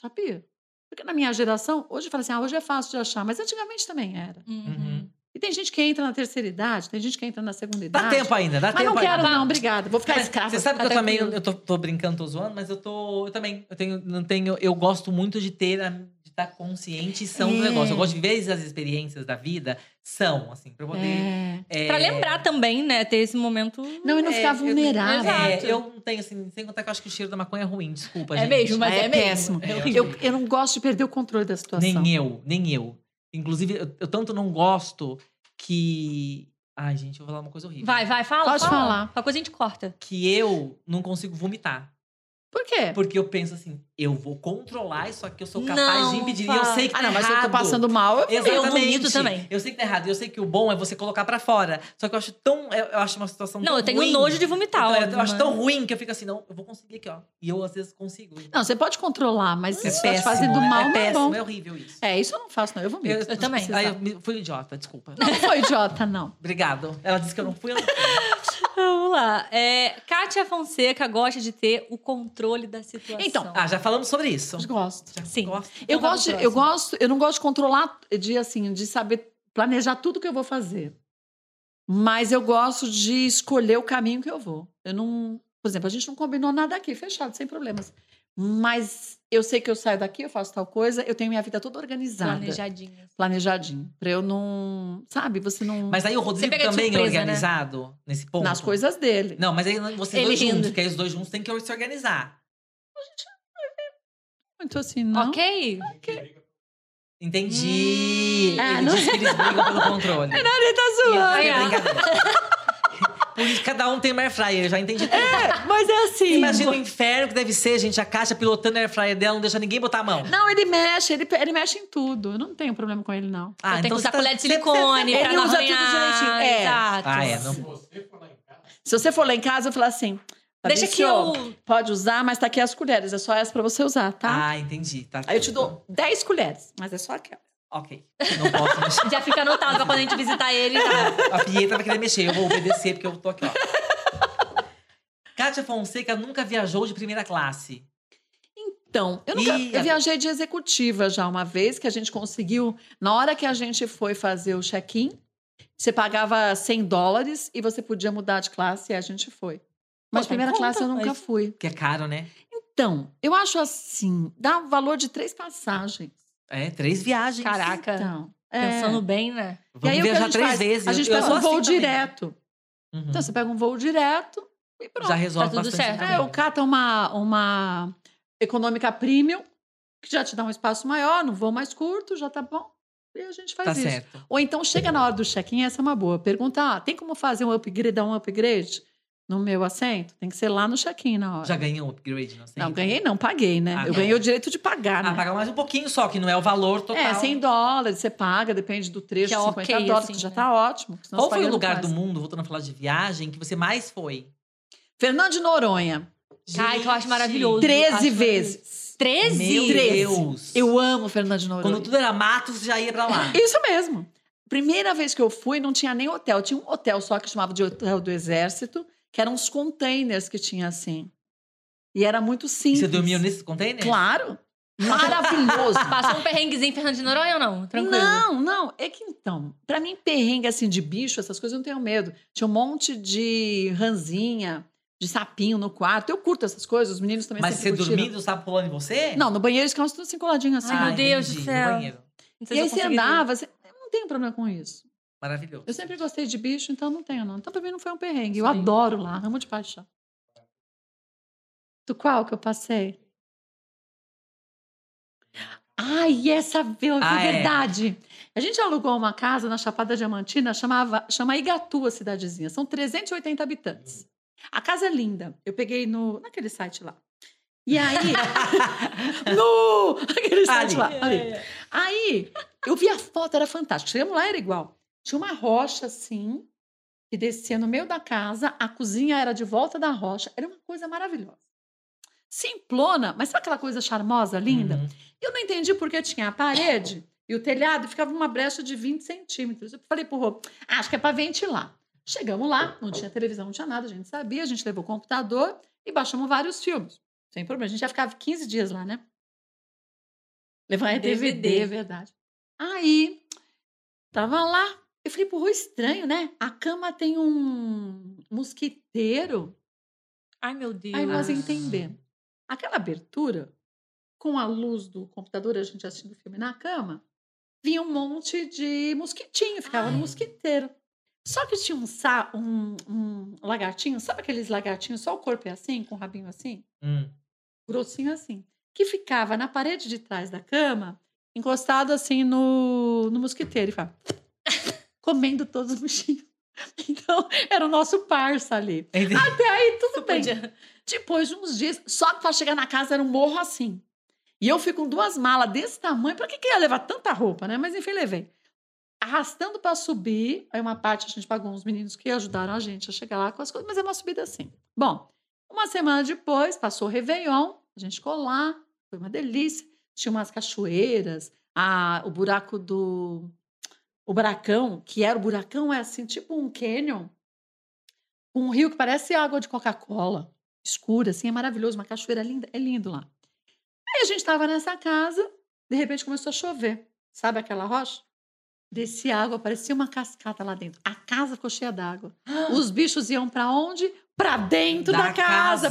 Sabia? Porque na minha geração, hoje fala assim, ah, hoje é fácil de achar, mas antigamente também era. Uhum. E tem gente que entra na terceira idade, tem gente que entra na segunda Dá idade. tempo ainda, dá mas tempo não quero, ainda. não, obrigada. Vou ficar Mas escrava. Você sabe que eu Até também, quando- eu tô, tô brincando, tô zoando, mas eu tô. Eu também. Eu tenho, não tenho. Eu gosto muito de ter a- de estar consciente e são do É. negócio. Eu gosto de ver as experiências da vida são, assim, pra eu poder. É. É, Pra lembrar também, né? Ter esse momento. Não, e não é, ficar eu- vulnerável. É, Exato. eu não tenho, assim, sem contar que eu acho que o cheiro da maconha é ruim, desculpa, É gente. mesmo, mas Ah, é, é mesmo. péssimo. É horrível. Eu, eu não gosto de perder o controle da situação. Nem eu, nem eu. Inclusive, eu, eu tanto não gosto que. Ai, gente, eu vou falar uma coisa horrível. Vai, vai, fala. Pode fala. falar. Uma coisa a gente corta. [laughs] Que eu não consigo vomitar. Por quê? Porque eu penso assim, eu vou controlar isso aqui, eu sou capaz Não, de impedir. Fá. E eu sei que tá Ah, não, mas se eu errado. tô passando mal, eu Eu Exatamente. vomito também. Eu sei que tá errado. Eu sei que o bom é você colocar pra fora. Só que eu acho tão. Eu, eu acho uma situação Não, tão eu tenho ruim. nojo de vomitar. Então, eu, óbvio, eu acho mas- tão ruim que eu fico assim, não, eu vou conseguir aqui, ó. E eu às vezes consigo. Não, você pode controlar, mas é isso péssimo. te fazendo mal é não é péssimo, bom. é horrível isso. É, isso eu não faço, não. Eu vomito. eu também. Não, Ai, eu me- fui idiota, desculpa. não foi idiota, não. Obrigado. Ela disse que eu não fui, eu não fui. Vamos lá. É, Kátia Fonseca gosta de ter o controle da situação. Então, Ah, já falamos sobre isso. Eu gosto. Já Sim. gosto. Eu Então vai pro gosto, de- eu próximo. gosto, eu não gosto de controlar, de assim, de saber planejar tudo que eu vou fazer. Mas eu gosto de escolher o caminho que eu vou. Eu não, por exemplo, a gente não combinou nada aqui, fechado, sem problemas. Mas eu sei que eu saio daqui, eu faço tal coisa, eu tenho minha vida toda organizada, planejadinha. planejadinho, Pra eu não, sabe, você não Mas aí o Rodrigo pega de também é surpresa, né? organizado nesse ponto. nas coisas dele. Não, mas aí vocês Ele dois juntos, rindo. porque aí os dois juntos têm que se organizar. Muito assim, não. Ok? Entendi. Hum. Ah, ele não- disse que eles brigam pelo controle. É, Ele tá zoando. é brincadeira. [laughs] Por isso cada um tem uma air fryer, eu já entendi tudo. Mas é assim. Imagina o inferno que deve ser, gente, a caixa pilotando a air fryer dela, não deixa ninguém botar a mão. Não, ele mexe, ele, ele mexe em tudo. Eu não tenho problema com ele, não. Ah, tem que usar você tá- colher de você- você- silicone você- pra Ele não usa tudo arranhar, direitinho, é. Exato. Ah, é. Não... Se você for lá em casa, eu falar assim. Tá Deixa que Fabrício, eu... Pode usar, mas tá aqui as colheres. É só essa pra você usar, tá? Ah, entendi. Tá Aí eu te tudo. dou 10 colheres, mas é só aquela. Ok. Não posso [laughs] mexer. Já fica anotado pra quando a gente visitar ele. Tá? A Pietra vai querer mexer, eu vou obedecer porque eu tô aqui, ó. Kátia Fonseca nunca viajou de primeira classe. Então, eu, nunca- Ih, eu viajei de executiva já uma vez, que a gente conseguiu. Na hora que a gente foi fazer o check-in, você pagava 100 dólares e você podia mudar de classe e a gente foi. Pô, Mas tá em primeira conta, classe eu nunca mas- fui. Que é caro, né? Então, eu acho assim, dá o valor de um três passagens. É, três viagens. Caraca. Então, É. Pensando bem, né? E Vamos aí, o que viajar a gente três faz? vezes. A eu- gente eu pega sou um assim voo também. direto. Uhum. Então, você pega um voo direto e pronto. Já resolve Tá tudo bastante certo. também. É, ou cata uma, uma econômica premium, que já te dá um espaço maior, no voo mais curto, já tá bom. E a gente faz Tá isso. certo. Ou então chega na hora do check-in, essa é uma boa. Pergunta: ah, tem como fazer um upgrade, dar um upgrade no meu assento? Tem que ser lá no check-in na hora. Já ganhou um upgrade, não sei. não, ganhei não, paguei, né? Ah, Eu não. ganhei o direito de pagar, né? Ah, pagar mais um pouquinho só, que não é o valor total. É, 100 dólares você paga, depende do trecho, Que é 50 ok, dólares, assim, que já né? tá ótimo. senão Qual você foi o paga lugar muito do mais. mundo, voltando a falar de viagem, que você mais foi? Fernando de Noronha, Ai, que eu acho maravilhoso. Eu 13 acho vezes. 13? Meu 13. Deus! Eu amo Fernando de Noronha. Quando tudo era mato, você já ia pra [laughs] lá. Isso mesmo. Primeira vez que eu fui, não tinha nem hotel. Tinha um hotel só que chamava de Hotel do Exército, que eram uns containers que tinha assim. E era muito E simples. você dormiu nesses containers? Claro. [laughs] Maravilhoso. Passou um perrenguezinho em Fernando de Noronha ou não? Tranquilo. Não, não. É que então, pra mim, perrengue assim de bicho, essas coisas eu não tenho medo. Tinha um monte de ranzinha, de sapinho no quarto. Eu curto essas coisas, os meninos também Mas você sempre curtiram. dormindo, o sapo pulando em você? Não, no banheiro eles ficavam tudo assim coladinho assim. Ah, Ai, meu Deus do entendi, no céu. banheiro. Não sei e se aí eu você conseguiria. andava, você... eu não tenho problema com isso. Maravilhoso. Eu sempre gostei de bicho, então não tenho, não. Então pra mim não foi um perrengue. Eu Sim. adoro lá, amo de paixão. Do qual que eu passei? Ai, essa vez, Ah, é. é verdade. A gente alugou uma casa na Chapada Diamantina, chamava, chama Igatu a cidadezinha. São 380 habitantes. A casa é linda. Eu peguei no, naquele site lá. [laughs] E aí... no! Aquele site Ali. É, lá. Ali. Aí, eu vi a foto, era fantástico. Chegamos lá, era igual. Tinha uma rocha assim, que descia no meio da casa, a cozinha era de volta da rocha, era uma coisa maravilhosa. Simplona, mas sabe aquela coisa charmosa, linda? Uhum. Eu não entendi porque tinha a parede e o telhado, e ficava uma brecha de 20 centímetros. Eu falei pro Rô, "Ah, acho que é para ventilar. Chegamos lá, não tinha televisão, não tinha nada, a gente sabia, a gente levou o computador e baixamos vários filmes. Sem problema, a gente já ficava 15 dias lá, né? Levar é DVD, DVD. é verdade. Aí, tava lá, eu falei, porra, estranho, né? A cama tem um mosquiteiro Ai, meu Deus. Aí nós Ah. entendemos. Aquela abertura, com a luz do computador, a gente assistindo o filme na cama, vinha um monte de mosquitinho, ficava no Ai. mosquiteiro. Só que tinha um, sa um, um lagartinho, sabe aqueles lagartinhos, só o corpo é assim, com o rabinho assim? Hum. Grossinho assim. Que ficava na parede de trás da cama, encostado assim no, no mosquiteiro e ficava comendo todos os bichinhos. [laughs] Então, era o nosso parça ali. Entendi. Até aí, tudo bem. Podia- Depois de uns dias, só que para chegar na casa era um morro assim. E eu fui com duas malas desse tamanho, para que, que eu ia levar tanta roupa, né? Mas enfim, levei. Arrastando para subir, aí uma parte a gente pagou uns meninos que ajudaram a gente a chegar lá com as coisas, mas é uma subida assim. Bom, uma semana depois, passou o Réveillon, a gente ficou lá, foi uma delícia. Tinha umas cachoeiras, a- o buraco do. O buracão, que era o buracão, é assim, tipo um canyon, com um rio que parece água de Coca-Cola escura, assim, é maravilhoso, uma cachoeira linda, é lindo lá. Aí a gente estava nessa casa, de repente começou a chover. Sabe aquela rocha? Descia água, parecia uma cascata lá dentro. A casa ficou cheia [gasps] d'água. Os bichos iam para onde? Para dentro da, Da casa,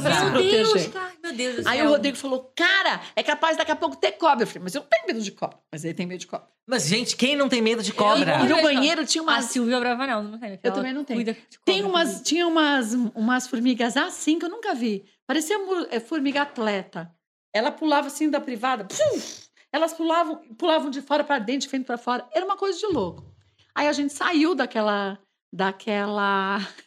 casa. para se Meu proteger. Deus, cara. tá. Meu Deus do céu. Aí o Rodrigo falou: Cara, é capaz daqui a pouco ter cobra. Eu falei: Mas eu não tenho medo de cobra. Mas ele tem medo de cobra. Mas, gente, quem não tem medo de cobra? E Eu- no banheiro tinha A umas. Silvia Brava Ah, não, não tem. né? Eu Ela também não tenho. cuida de Tem Assim, cobra. umas, tinha umas, umas formigas assim que eu nunca vi. Parecia mu- é, formiga atleta. Ela pulava assim da privada. puf! elas pulavam, pulavam de fora para dentro, de frente para fora. Era uma coisa de louco. Aí a gente saiu daquela daquela [laughs]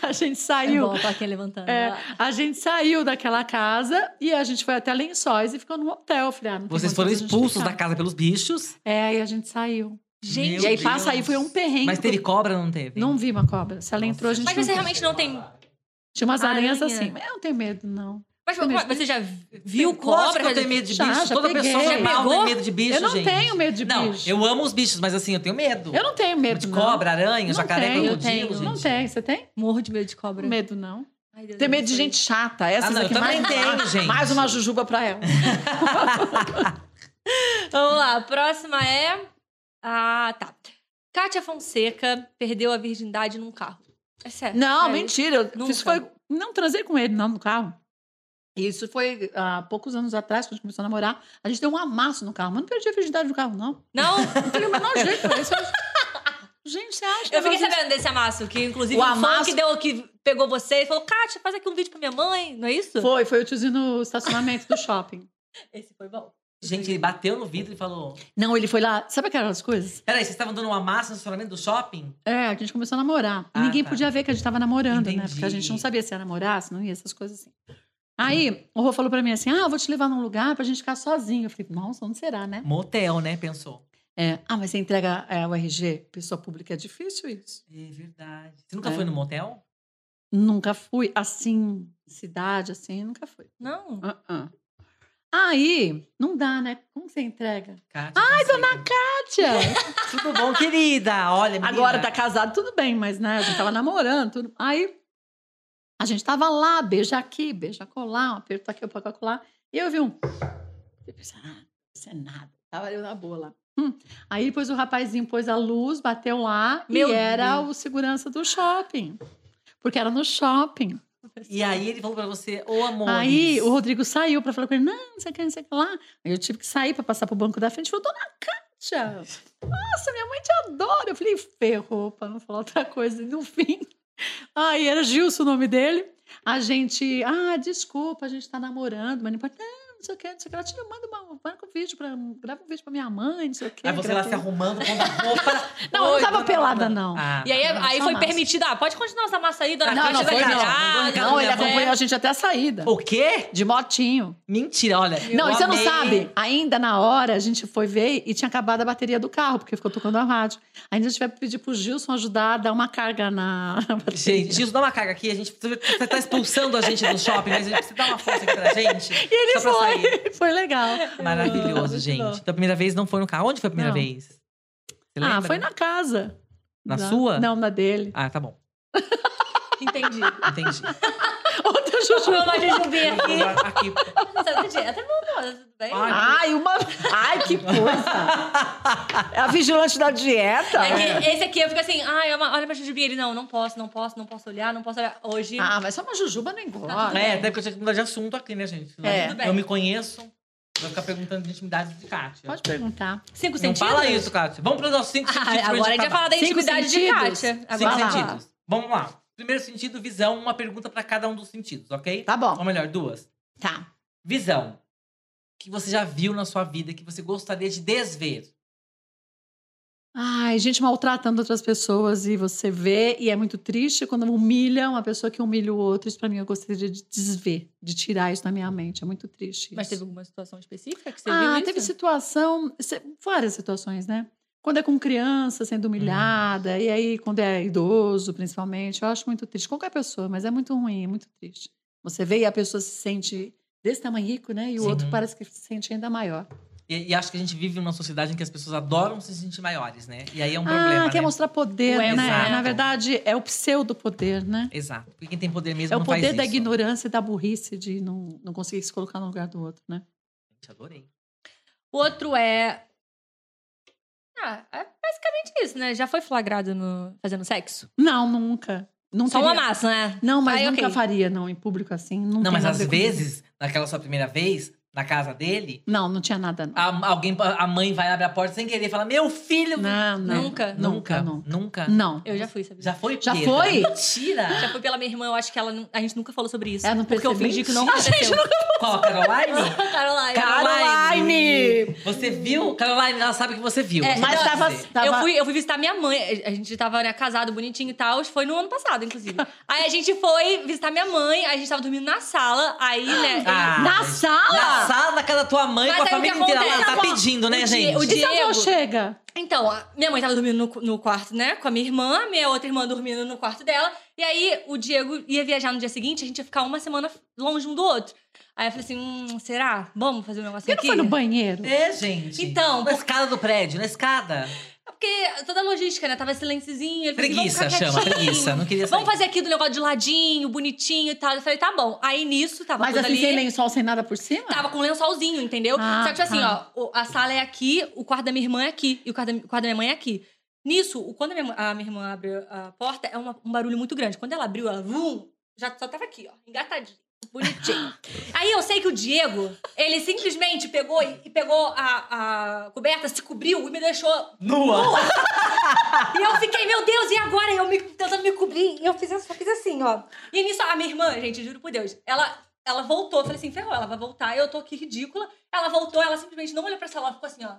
A gente É saiu. bom, tá aqui levantando. É. A gente saiu daquela casa e a gente foi até Lençóis e ficou num hotel. Eu Falei, ah, não tem Vocês condições foram da gente expulsos ficar. da casa pelos bichos. É, aí a gente saiu. Gente, Meu e aí Deus. passa aí foi um perrengue. Mas teve porque- cobra ou não teve? Não vi uma cobra. Se ela entrou, a gente mas não você viu. realmente não tem... é Tinha umas aranhas Aranha. assim. Mas eu não tenho medo, não. Mas Tem medo. você já viu Lógico cobra? que eu tenho medo de bicho. Já, já Toda peguei. pessoa Já normal pegou? tem medo de bicho, eu não gente. tenho medo de não, bicho. eu amo os bichos, mas assim, eu tenho medo. Eu não tenho medo de não. cobra, aranha, Não jacaré, tenho. Eu crocodilo, tenho. gente. Não tem. Você tem? Morro de medo de cobra. Medo, não. Ai, Deus, Tem eu medo de sei. gente chata. Essas Ah, não, eu aqui também mais... tenho, gente. Mais uma jujuba pra ela. Vamos lá, a próxima é. Ah, tá. Kátia Fonseca perdeu a virgindade num carro. É sério. Não, é mentira. eu- Nunca. Isso foi... Não transei com ele, não, no carro. E isso foi há poucos anos atrás, quando a gente começou a namorar. A gente deu um amasso no carro, mas não perdi a virgindade do carro, não. [laughs] Não, Eu falei, mas não, gente, mas isso- [laughs] Gente, você acha eu fiquei que sabendo desse amasso, que inclusive O o um fã amasso- que, deu, que pegou você e falou, Kátia, faz aqui um vídeo pra minha mãe, não é isso? Foi, foi o tiozinho no estacionamento do shopping. Esse foi bom. [laughs] Gente, ele bateu no vidro e falou: Não, ele foi lá. Sabe aquelas coisas? Peraí, vocês estavam dando uma massa no estacionamento do shopping? É, a gente começou a namorar. Ah, Ninguém tá. podia ver que a gente tava namorando, né? Entendi. Porque a gente não sabia se ia namorar, se não ia, essas coisas assim. Aí, o Rô falou pra mim assim: ah, vou te levar num lugar pra gente ficar sozinho. Eu falei, nossa, onde será, né? Motel, né? Pensou. É, ah, mas você entrega é, o RG, pessoa pública, é difícil isso. É verdade. Você nunca É. foi no motel? Nunca fui assim, cidade assim, nunca fui. Não. Ah, ah. Aí, não dá, né? Como você entrega? Kátia, Ai, dona Kátia! Kátia, Tudo bom, querida? Olha, menina. agora tá casado, tudo bem, mas né, a gente tava namorando, tudo. Aí, a gente tava lá, beija aqui, beija colar, um aperto aqui, um aperto colar. E eu vi um. Eu pensei, ah, isso é nada. Tava eu na boa lá. Hum. Aí depois o rapazinho pôs a luz, bateu lá Meu e era Deus. o segurança do shopping. Porque era no shopping. E aí ele falou pra você, ô amor. Aí o Rodrigo saiu pra falar com ele, não, não sei o que, não sei o que lá. Aí eu tive que sair pra passar pro banco da frente e falou, dona Kátia, nossa, minha mãe te adora. Eu falei, ferrou, pra não falar outra coisa. E no fim, [laughs] aí era Gilson o nome dele. A gente, ah, desculpa, a gente tá namorando, mas não importa. Não, não sei o que, não sei o que. Ela tira, manda, uma, marca um vídeo, pra, grava um vídeo pra minha mãe, não sei o que. um Aí Ah, você lá se arrumando, pondo a [laughs] roupa. Não, eu não Oi, tava dona pelada, Ana. não. Ah, E aí, Não, aí só foi amasso. permitido. Ah, pode continuar os amassos aí, dona Não, Kátia, não, vai foi não. virar. Não, Não, ele Minha mãe- acompanhou a gente até a saída, O quê? de motinho. Mentira, olha. Não, eu e você não amei. sabe. Ainda na hora a gente foi ver e tinha acabado a bateria do carro, porque ficou tocando a rádio. Ainda a gente vai pedir pro Gilson ajudar a dar uma carga na, [laughs] na bateria. Gente, Gilson, dá uma carga aqui. A gente, você tá expulsando a gente do shopping, mas a gente precisa dar uma força aqui pra gente. [laughs] e só ele pra sair. foi. Foi legal. Maravilhoso, Muito gente. bom. Então, a primeira vez não foi no carro. Onde foi a primeira Não. vez? Você Ah, lembra? foi na casa. Na Da- sua? Não, na dele. [laughs] Ah, tá bom. Entendi. Entendi. Outra Juju. Uma jujubinha aqui. aqui. Até bom, tudo bem? Ai, Ai, uma. Ai, que coisa! É a vigilante da dieta. É que esse aqui eu fico assim, ai, é uma- olha pra Jujubinha. Ele, não, não posso, não posso, não posso olhar, não posso olhar. Hoje. Ah, mas só uma Jujuba não engorda. É, até porque eu tinha que mudar de assunto aqui, né, gente? Senão É. eu- Tudo bem. Eu me conheço, vai ficar perguntando de intimidade de Kátia. Pode perguntar. cinco não sentidos. fala isso, Kátia. Vamos para os nossos [laughs] cinco sentidos. Ah, pra agora a gente vai acabar. falar da Cinco intimidade de sentidos. Kátia. Cinco Agora lá. sentidos. Vamos lá. Primeiro sentido, visão. Uma pergunta para cada um dos sentidos, ok? Tá Ou bom. melhor, duas. Tá. Visão. O que você já viu na sua vida que você gostaria de desver? Ai, gente maltratando outras pessoas e você vê, e é muito triste quando humilha uma pessoa que humilha o outro. Isso pra mim eu gostaria de desver, de tirar isso da minha mente. É muito triste. Mas isso. teve alguma situação específica que você viu? Ah, isso? teve situação, se- várias situações, né? Quando é com criança sendo Hum. humilhada, e aí quando é idoso, principalmente, eu acho muito triste. Qualquer pessoa, mas é muito ruim, é muito triste. Você vê e a pessoa se sente desse tamanhico, né? E o Sim. outro parece que se sente ainda maior. E, e acho que a gente vive numa sociedade em que as pessoas adoram se sentir maiores, né? E aí é um ah, problema, quer né? mostrar poder, O né? ego, né? Na verdade, é o pseudo-poder, né? Exato. Porque quem tem poder mesmo É o não faz poder da isso. ignorância e da burrice de não, não conseguir se colocar no lugar do outro, né? Gente, adorei. O outro é. Ah, é basicamente isso, né? Já foi flagrado no... fazendo sexo? Não, nunca. Não Só um teria- amasso, né? Não, mas Aí, nunca ok. faria, não, em público assim. Não, Não, tem mas nada a às ver com- vezes, naquela sua primeira vez, na casa dele, Não, não tinha nada, não. a, alguém, a mãe vai abrir a porta sem querer e fala: Meu filho! Não, não. Nunca. Nunca, Nunca, nunca. Não. Eu já fui, sabia? Já foi? Já Pedra? foi? Mentira! Já fui pela minha irmã, eu acho que ela. não- A gente nunca falou sobre isso. É, não porque eu percebi. fingi que não [laughs] A gente aconteceu. Qual, a [laughs] Caroline? Caroline. Caroline! Você viu? Caroline, ela sabe que você viu. É, Você Mas pode tava, dizer. tava... Eu, fui, eu fui visitar minha mãe. A gente tava né, casado, bonitinho e tal. Foi no ano passado, [laughs] inclusive. aí a gente foi visitar minha mãe. Aí a gente tava dormindo na sala. Aí, [gasps] né... Ah, Na mas- sala? Na sala da casa da tua mãe Mas com a aí o que família inteira. Ela acontece? tá pedindo, né, O dia- gente? o dia- Diego. Diego. chega. Então, a- minha mãe tava dormindo no, cu- no quarto, né? Com a minha irmã. Minha outra irmã dormindo no quarto dela. E aí, o Diego ia viajar no dia seguinte. A gente ia ficar uma semana longe um do outro. Aí eu falei assim, hum, será? Vamos fazer um negócio Por que aqui? não foi no banheiro? É, gente. Então, Na por- escada do prédio, na escada. É Porque toda a logística, né? Tava silenciozinho. Ele falou assim, Preguiça, "Vamos ficar chama. quietinho." Preguiça. Não queria sair. Vamos fazer aqui do negócio de ladinho, bonitinho e tal. Eu falei, tá bom. Aí nisso, tava Mas tudo assim, ali. sem lençol, sem nada por cima? Tava com um lençolzinho, entendeu? Ah, Só que, tipo assim, ó, tá. o- a sala é aqui, o quarto da minha irmã é aqui, e o quarto da, o quarto da minha mãe é aqui. Nisso, o- quando a minha, a minha irmã abre a porta, [laughs] é uma- um barulho muito grande. Quando ela abriu, ela vum, já só tava aqui, ó, engatadinho, bonitinho. Aí Diego, ele simplesmente pegou e, e pegou a, a coberta, se cobriu e me deixou. Nua! E eu fiquei, meu Deus, e agora? E Eu me- tentando me cobrir. E eu fiz, assim- só fiz assim, ó. E nisso, a minha irmã, gente, juro por Deus, ela, ela voltou. Eu falei assim, ferrou, ela vai voltar. Eu tô aqui ridícula. Ela voltou, ela simplesmente não olhou pra ela, ela ficou assim, ó.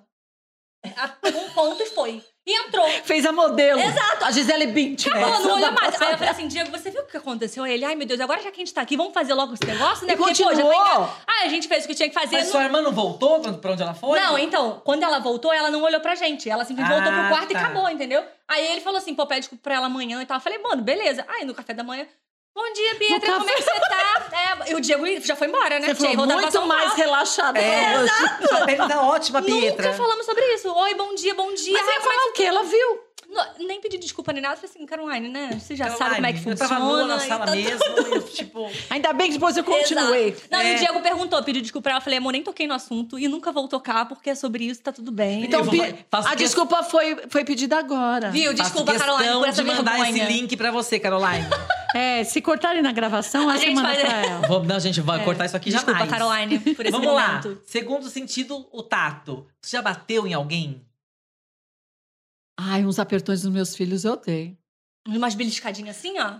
A um ponto e foi. E entrou. Fez a modelo. Exato. A Gisele Bündchen. né? Ela não olhou mais. Aí eu falei assim, Diego, você viu o que aconteceu? Aí Ele, ai meu Deus, agora já que a gente tá aqui, vamos fazer logo esse negócio, né? E Porque, pô, já tá continuou. engan- Ah, a gente fez o que tinha que fazer. Mas não- sua irmã não voltou pra pra onde ela foi? Não, então, quando ela voltou, ela não olhou pra gente. Ela simplesmente voltou Ah, pro quarto e tá. acabou, entendeu? Aí ele falou assim, pô, pede desculpa pra ela amanhã e tal. Eu falei, mano, beleza. Aí no café da manhã, bom dia, Pietra, No como é que você [laughs] tá? É, e o Diego já foi embora, né? Tinha Você foi ido voltar pra muito São Paulo. mais relaxada. É, que hoje. Sua pele tá ótima, Pietra. então, é- Nunca falamos sobre isso. Oi, bom dia, bom dia. Mas Ah, ia falar o quê? Ela viu. Não, nem pedi desculpa nem nada. Eu Falei assim, Caroline, né? Você já Caroline, sabe como é que funciona. Eu tava nua na e sala tá mesmo, e eu, tipo... Ainda bem que depois eu continuei. Exato. Não, e É. o Diego perguntou, pediu desculpa pra ela. Eu falei, amor, nem toquei no assunto e nunca vou tocar porque é sobre isso, tá tudo bem. Então, Eu vou- pi- faço a que- desculpa foi, foi pedida agora. viu? Desculpa, faço Caroline, questão por essa de mandar vergonha. esse link pra você, Caroline. É, se cortarem na gravação, A aí você gente manda faz- pra ela. Vou, não, gente, vai cortar isso aqui É. desculpa, jamais. Caroline, por esse Vamos momento. lá. Segundo sentido, o tato. Você já bateu em alguém? Ai, uns apertões dos meus filhos eu dei. Umas beliscadinhas assim, ó. [laughs]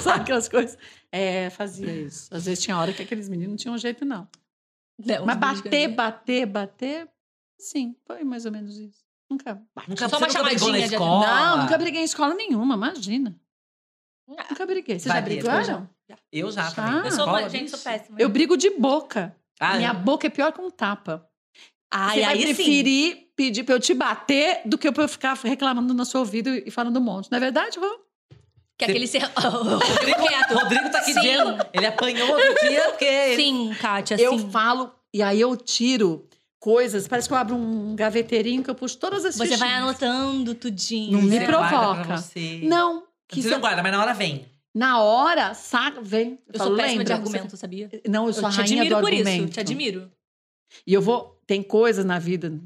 Sabe aquelas coisas? É, fazia isso. Às vezes tinha hora que aqueles meninos não tinham jeito, não. Mas bater, bater, bater, sim, foi mais ou menos isso. Nunca bate. Nunca, Só você uma nunca brigou na chamadinha de- escola? Não, nunca briguei em escola nenhuma, imagina. Ah. Nunca briguei. Vocês Vai, já Bia, brigaram? Eu já, Já? também. Na Eu sou, escola, uma- gente, bicho. sou péssima. Eu brigo de boca. Ah, Minha boca é pior que um tapa. Ai, Você vai Ah, aí sim. preferir pedir pra eu te bater do que pra eu ficar reclamando no seu ouvido e falando um monte. Não é verdade, Rô? Que aquele ser... [laughs] Rodrigo, Quieto. Rodrigo tá aqui Sim. dizendo. Ele apanhou outro dia porque. Sim, Kátia, Eu É sim. falo e aí eu tiro coisas. Parece que eu abro um gaveteirinho que eu puxo todas as Você vai fichinhas. anotando tudinho. Não me você provoca. guarda pra você. Não, que Você isso- é- não guarda, mas na hora vem. na hora, saca, vem. Eu falo, sou péssima de lembra, argumento, sabia? você- Não, eu Eu sou a te rainha do admiro por argumento. isso. Te admiro. E eu vou. Tem coisas na vida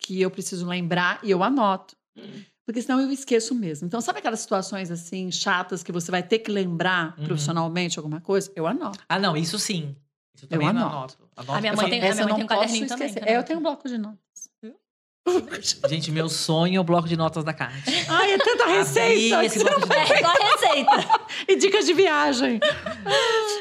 que eu preciso lembrar e eu anoto. Hum. Porque senão eu esqueço mesmo. Então, sabe aquelas situações assim, chatas, que você vai ter que lembrar Uhum. profissionalmente alguma coisa? Eu anoto. Ah, não, isso sim. Isso eu também não anoto. anoto. Anoto A minha porque mãe eu tem- Essa minha eu não um posso caderninho também, esquecer. que eu É, eu anoto. tenho um bloco de notas. falo- Gente, meu sonho é o bloco de notas da Kátia. [laughs] Ai, é Ah, tanta Abri receita. esse bloco de notas. Tá É, só a receita. [laughs] E dicas de viagem.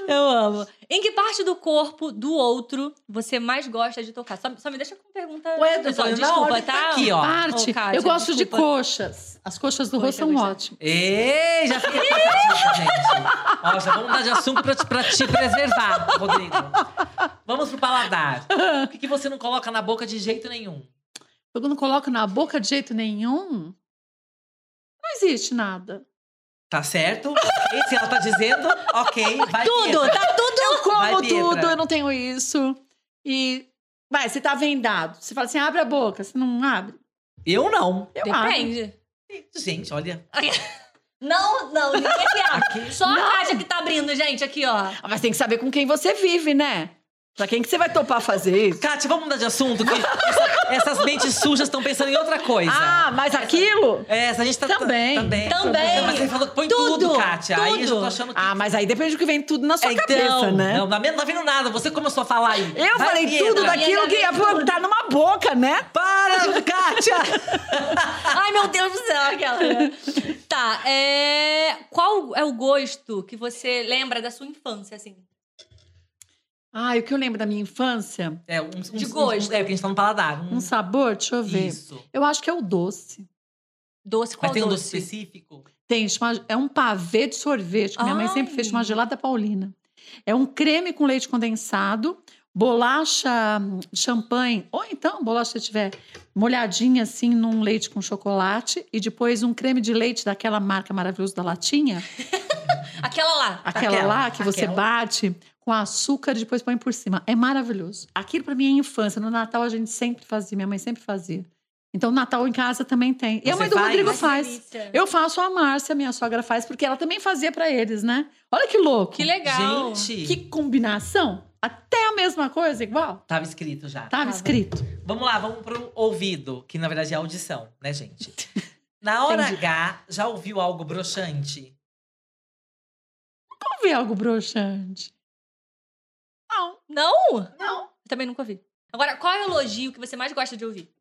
Eu amo. Em que parte do corpo do outro você mais gosta de tocar? Só, só me deixa com pergunta. Ué, Edu, pessoal, na desculpa, hora que tá? tá aqui, ó. Parte. Ô, Kátia, eu gosto desculpa. de coxas. As coxas do Rô Coxa, são gostei. ótimas. Ei, já fiquei apetite, gente. Ó, já vamos mudar de assunto pra te, pra te preservar, Rodrigo. Vamos pro paladar. O que, que você não coloca na boca de jeito nenhum? Eu não coloco na boca de jeito nenhum. Não existe nada. Tá certo? Ok, se ela tá dizendo, ok. Vai Tudo, Pietra. tá tudo. Eu como Vai, Pietra. tudo, eu não tenho isso. E. Vai, você tá vendado. Você fala assim, abre a boca. Você não abre? Eu não. Eu abro. Depende. Gente, olha. Não, não, ninguém que [laughs] abre. Só Não. a Kátia que tá abrindo, gente, aqui, ó. Ah, Mas tem que saber com quem você vive, né? Pra quem que você vai topar fazer isso? Kátia, vamos mudar de assunto? que essa- essas mentes sujas estão pensando em outra coisa. Ah, mas aquilo? É, essa gente tá. Também. Também. Também. Não, mas você falou que põe tudo, Tudo, Kátia. Aí eu já tô achando que. Ah, mas aí depende do que vem tudo na sua É, cabeça, né? Não, na minha não tá vindo nada. Você começou a falar aí. Eu Vai, falei Pietra. tudo daquilo que Pietra, pô, tá numa boca, né? Para, [laughs] Kátia! Ai, meu Deus do céu, aquela. né? Tá, é... Qual é o gosto que você lembra da sua infância, assim? Ai, o que eu lembro da minha infância? É, um, um, De um- gosto. é, porque a gente tá no paladar. Um, Um sabor, deixa eu ver. Isso. Eu acho que é o doce. Doce, qual Mas tem um doce doce? específico? Tem, chama- é um pavê de sorvete, que minha mãe sempre Ai. fez, chama gelada paulina. É um creme com leite condensado, bolacha hum, champanhe, ou então bolacha se tiver molhadinha assim num leite com chocolate, e depois um creme de leite daquela marca maravilhosa da latinha, Aquela lá. aquela, Aquela, lá que você aquela. bate com açúcar e depois põe por cima. É maravilhoso. Aquilo pra mim é infância. No Natal a gente sempre fazia, minha mãe sempre fazia. Então Natal em casa também tem. E a Você mãe do faz? Rodrigo né? Ai, que faz. Eu faço, a Márcia, minha sogra, faz, porque ela também fazia pra eles, né? Olha que louco. Que legal. Gente, Que combinação. Até a mesma coisa, igual. tava escrito já. Tava Tava. escrito. Vamos lá, vamos pro ouvido, que na verdade é audição, né, [laughs] gente? Na hora Entendi. H, já ouviu algo broxante? Vamos ver algo broxante. Não? Não. Eu também nunca vi. Agora, qual é o elogio que você mais gosta de ouvir?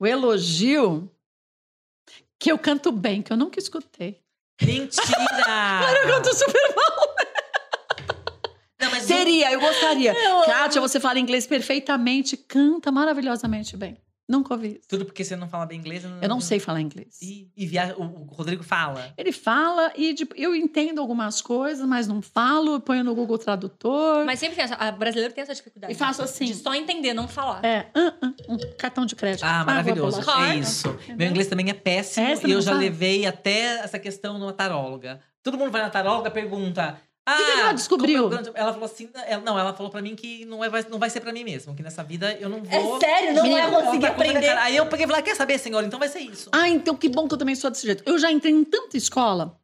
O elogio que eu canto bem, que eu nunca escutei. [laughs] Eu Mentira! canto super mal. Não, mas um- Seria, eu gostaria. Kátia, você fala inglês perfeitamente, canta maravilhosamente bem. Nunca ouvi isso. tudo porque você não fala bem inglês. Eu não sei falar inglês. Uhum. E, e viaja, o o Rodrigo fala. Ele fala e tipo, eu entendo algumas coisas, mas não falo, eu ponho no Google Tradutor. Mas sempre tem essa. A brasileira tem essa dificuldade. E faço assim. De só entender, não falar. É, ah, ah, ah, cartão de crédito. Ah, maravilhoso. vou pular. É isso. Meu inglês também é péssimo. Péssimo, e eu Uhum. não já fala? levei até essa questão numa taróloga. Todo mundo vai na taróloga, pergunta. Ah, que ela descobriu?" como é grande- Ela falou assim, ela- não, ela falou pra mim que não, é, vai, não vai ser pra mim mesmo, que nessa vida eu não vou. É sério, não Menina, vai conseguir ela pergunta, aprender. cara, Aí eu peguei e falei, quer saber, senhora? Então vai ser isso. Ah, então que bom que eu também sou desse jeito. Eu já entrei em tanta escola.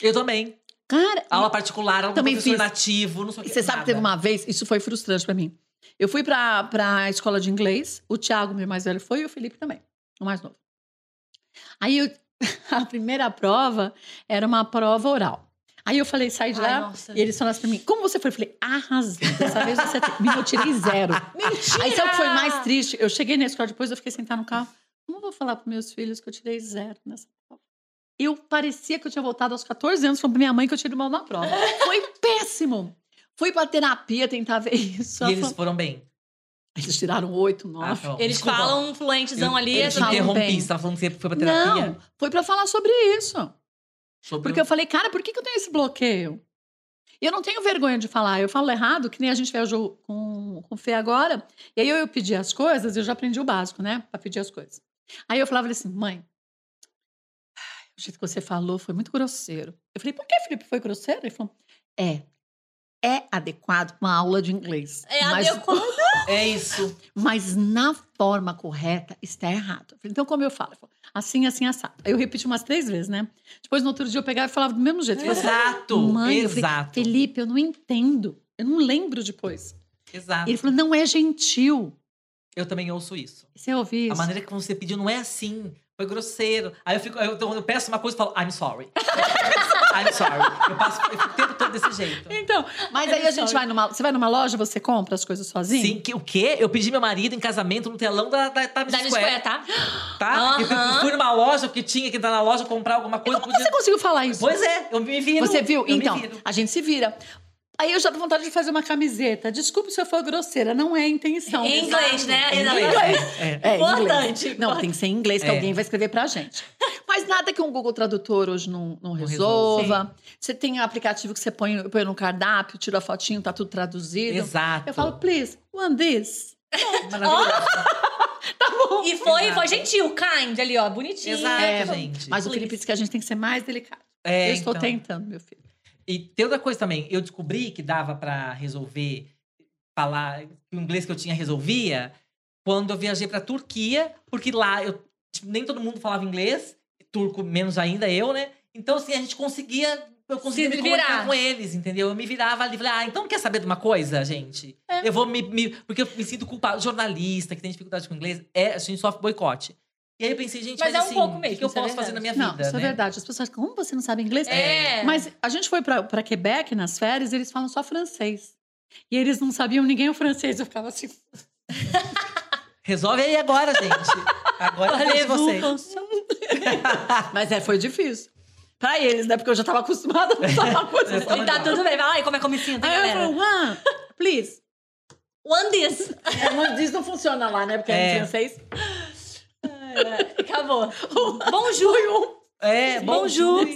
Eu também. Cara, Aula particular, algum Também professor fiz. nativo, não sei o E que. você sabe que teve Ah, nada. uma vez, isso foi frustrante pra mim. Eu fui pra, pra escola de inglês, o Thiago, meu mais velho, foi, e o Felipe também, o mais novo. Aí eu- [laughs] a primeira prova era uma prova oral. Aí eu falei, sai de Ai, lá. nossa. E eles falaram assim pra mim, como você foi? Eu falei, arrasei. Dessa vez você tem. [laughs] Menina, eu tirei zero. Mentira! Aí sabe o que foi mais triste? Eu cheguei na escola depois, eu fiquei sentada no carro. Como eu vou falar pros meus filhos que eu tirei zero nessa prova? Eu parecia que eu tinha voltado aos 14 anos, falando pra minha mãe que eu tirei mal na prova. Foi péssimo. Fui pra terapia tentar ver isso. E Ela eles falou- foram bem. Eles, tiraram oito, Ah, nove. tá bom. Eles Desculpa. falam um fluentezão ali. Eu essa- te falam bem. interrompi, você tava falando que você foi pra terapia? Não, foi pra falar sobre isso. Sobre Porque eu falei, cara, por que, que eu tenho esse bloqueio? E eu não tenho vergonha de falar. Eu falo errado, que nem a gente viajou com, com o Fê agora. E aí eu, eu pedi as coisas, eu já aprendi o básico, né? Pra pedir as coisas. Aí eu falava assim, mãe, ai, o jeito que você falou foi muito grosseiro. Eu falei, por que, Felipe, foi grosseiro? Ele falou, é, é adequado pra uma aula de inglês. É mas, adequado. É isso. Mas na forma correta está errado. Eu falei, então, como eu falo? Ele falou, assim, assim, assado. Aí eu repeti umas três vezes, né? Depois, no outro dia, eu pegava e falava do mesmo jeito. Eu falei assim, Exato. Mãe, eu falei, exato. Felipe, eu não entendo. Eu não lembro depois. Exato. Ele falou, não é gentil. Eu também ouço isso. Você ouviu isso? A maneira que você pediu não é assim. Foi grosseiro. Aí eu fico, eu, então eu peço uma coisa e falo, I'm [laughs] sorry. I'm sorry. Eu passo eu fico o tempo todo desse jeito. Então, mas aí a gente vai numa... Você vai numa loja, você compra as coisas sozinho? Sim, que, o quê? Eu pedi meu marido em casamento no telão da, da Times Da Square, Square, tá? tá? Eu Aham. fui- fui numa loja que tinha que entrar na loja comprar alguma coisa. Como podia- você conseguiu falar isso? Pois é, eu me viro. Você viu? Eu então, me viro. a gente se vira. Aí eu já tô com vontade de fazer uma camiseta. Desculpe se eu for grosseira, não é a intenção. Em inglês, né? Em Exato. inglês. É, é. É, em inglês. Importante. Não, tem que ser em inglês, que É. alguém vai escrever pra gente. [laughs] Mas nada que um Google Tradutor hoje não, não resolve. resolva. Você tem um aplicativo que você põe, põe no cardápio, tira a fotinho, tá tudo traduzido. Exato. Eu falo, please, one this. [laughs] Maravilhoso. E foi, Exato. foi gentil, kind ali, ó. Bonitinho. Exato, É, gente. Mas o Felipe disse que a gente tem que ser mais delicado. É, eu estou então. tentando, meu filho. E tem outra coisa também. Eu descobri que dava pra resolver falar que o inglês que eu tinha resolvia quando eu viajei pra Turquia, porque lá eu tipo, nem todo mundo falava inglês, turco menos ainda eu, né? Então assim a gente conseguia eu conseguia Se me comunicar virar. com eles, entendeu? Eu me virava ali, falei, ah, então quer saber de uma coisa, gente? É. Eu vou me, me- Porque eu me sinto culpado. Jornalista que tem dificuldade com inglês, é, a gente sofre boicote. E aí eu pensei, gente, mas, Mas é um assim, pouco o mesmo, que eu isso é posso fazer verdade. na minha Não, vida, isso né? é verdade. As pessoas falam, como você não sabe inglês? É. Mas a gente foi pra, pra Quebec, nas férias, eles falam só francês. E eles não sabiam ninguém o francês. Eu ficava assim, Resolve aí agora, gente. Agora eu deixo vocês. [laughs] Mas é, foi difícil. Pra eles, né? Porque eu já tava acostumada a falar coisa. Eu tava- E tá tudo bem. Vai lá e como é que eu me sinto, hein, Aí eu galera. falo, Juan, please. One this. É, mas diz não funciona lá, né? Porque É. é em francês. [laughs] Acabou. Bonjour. É, bom Bonjour.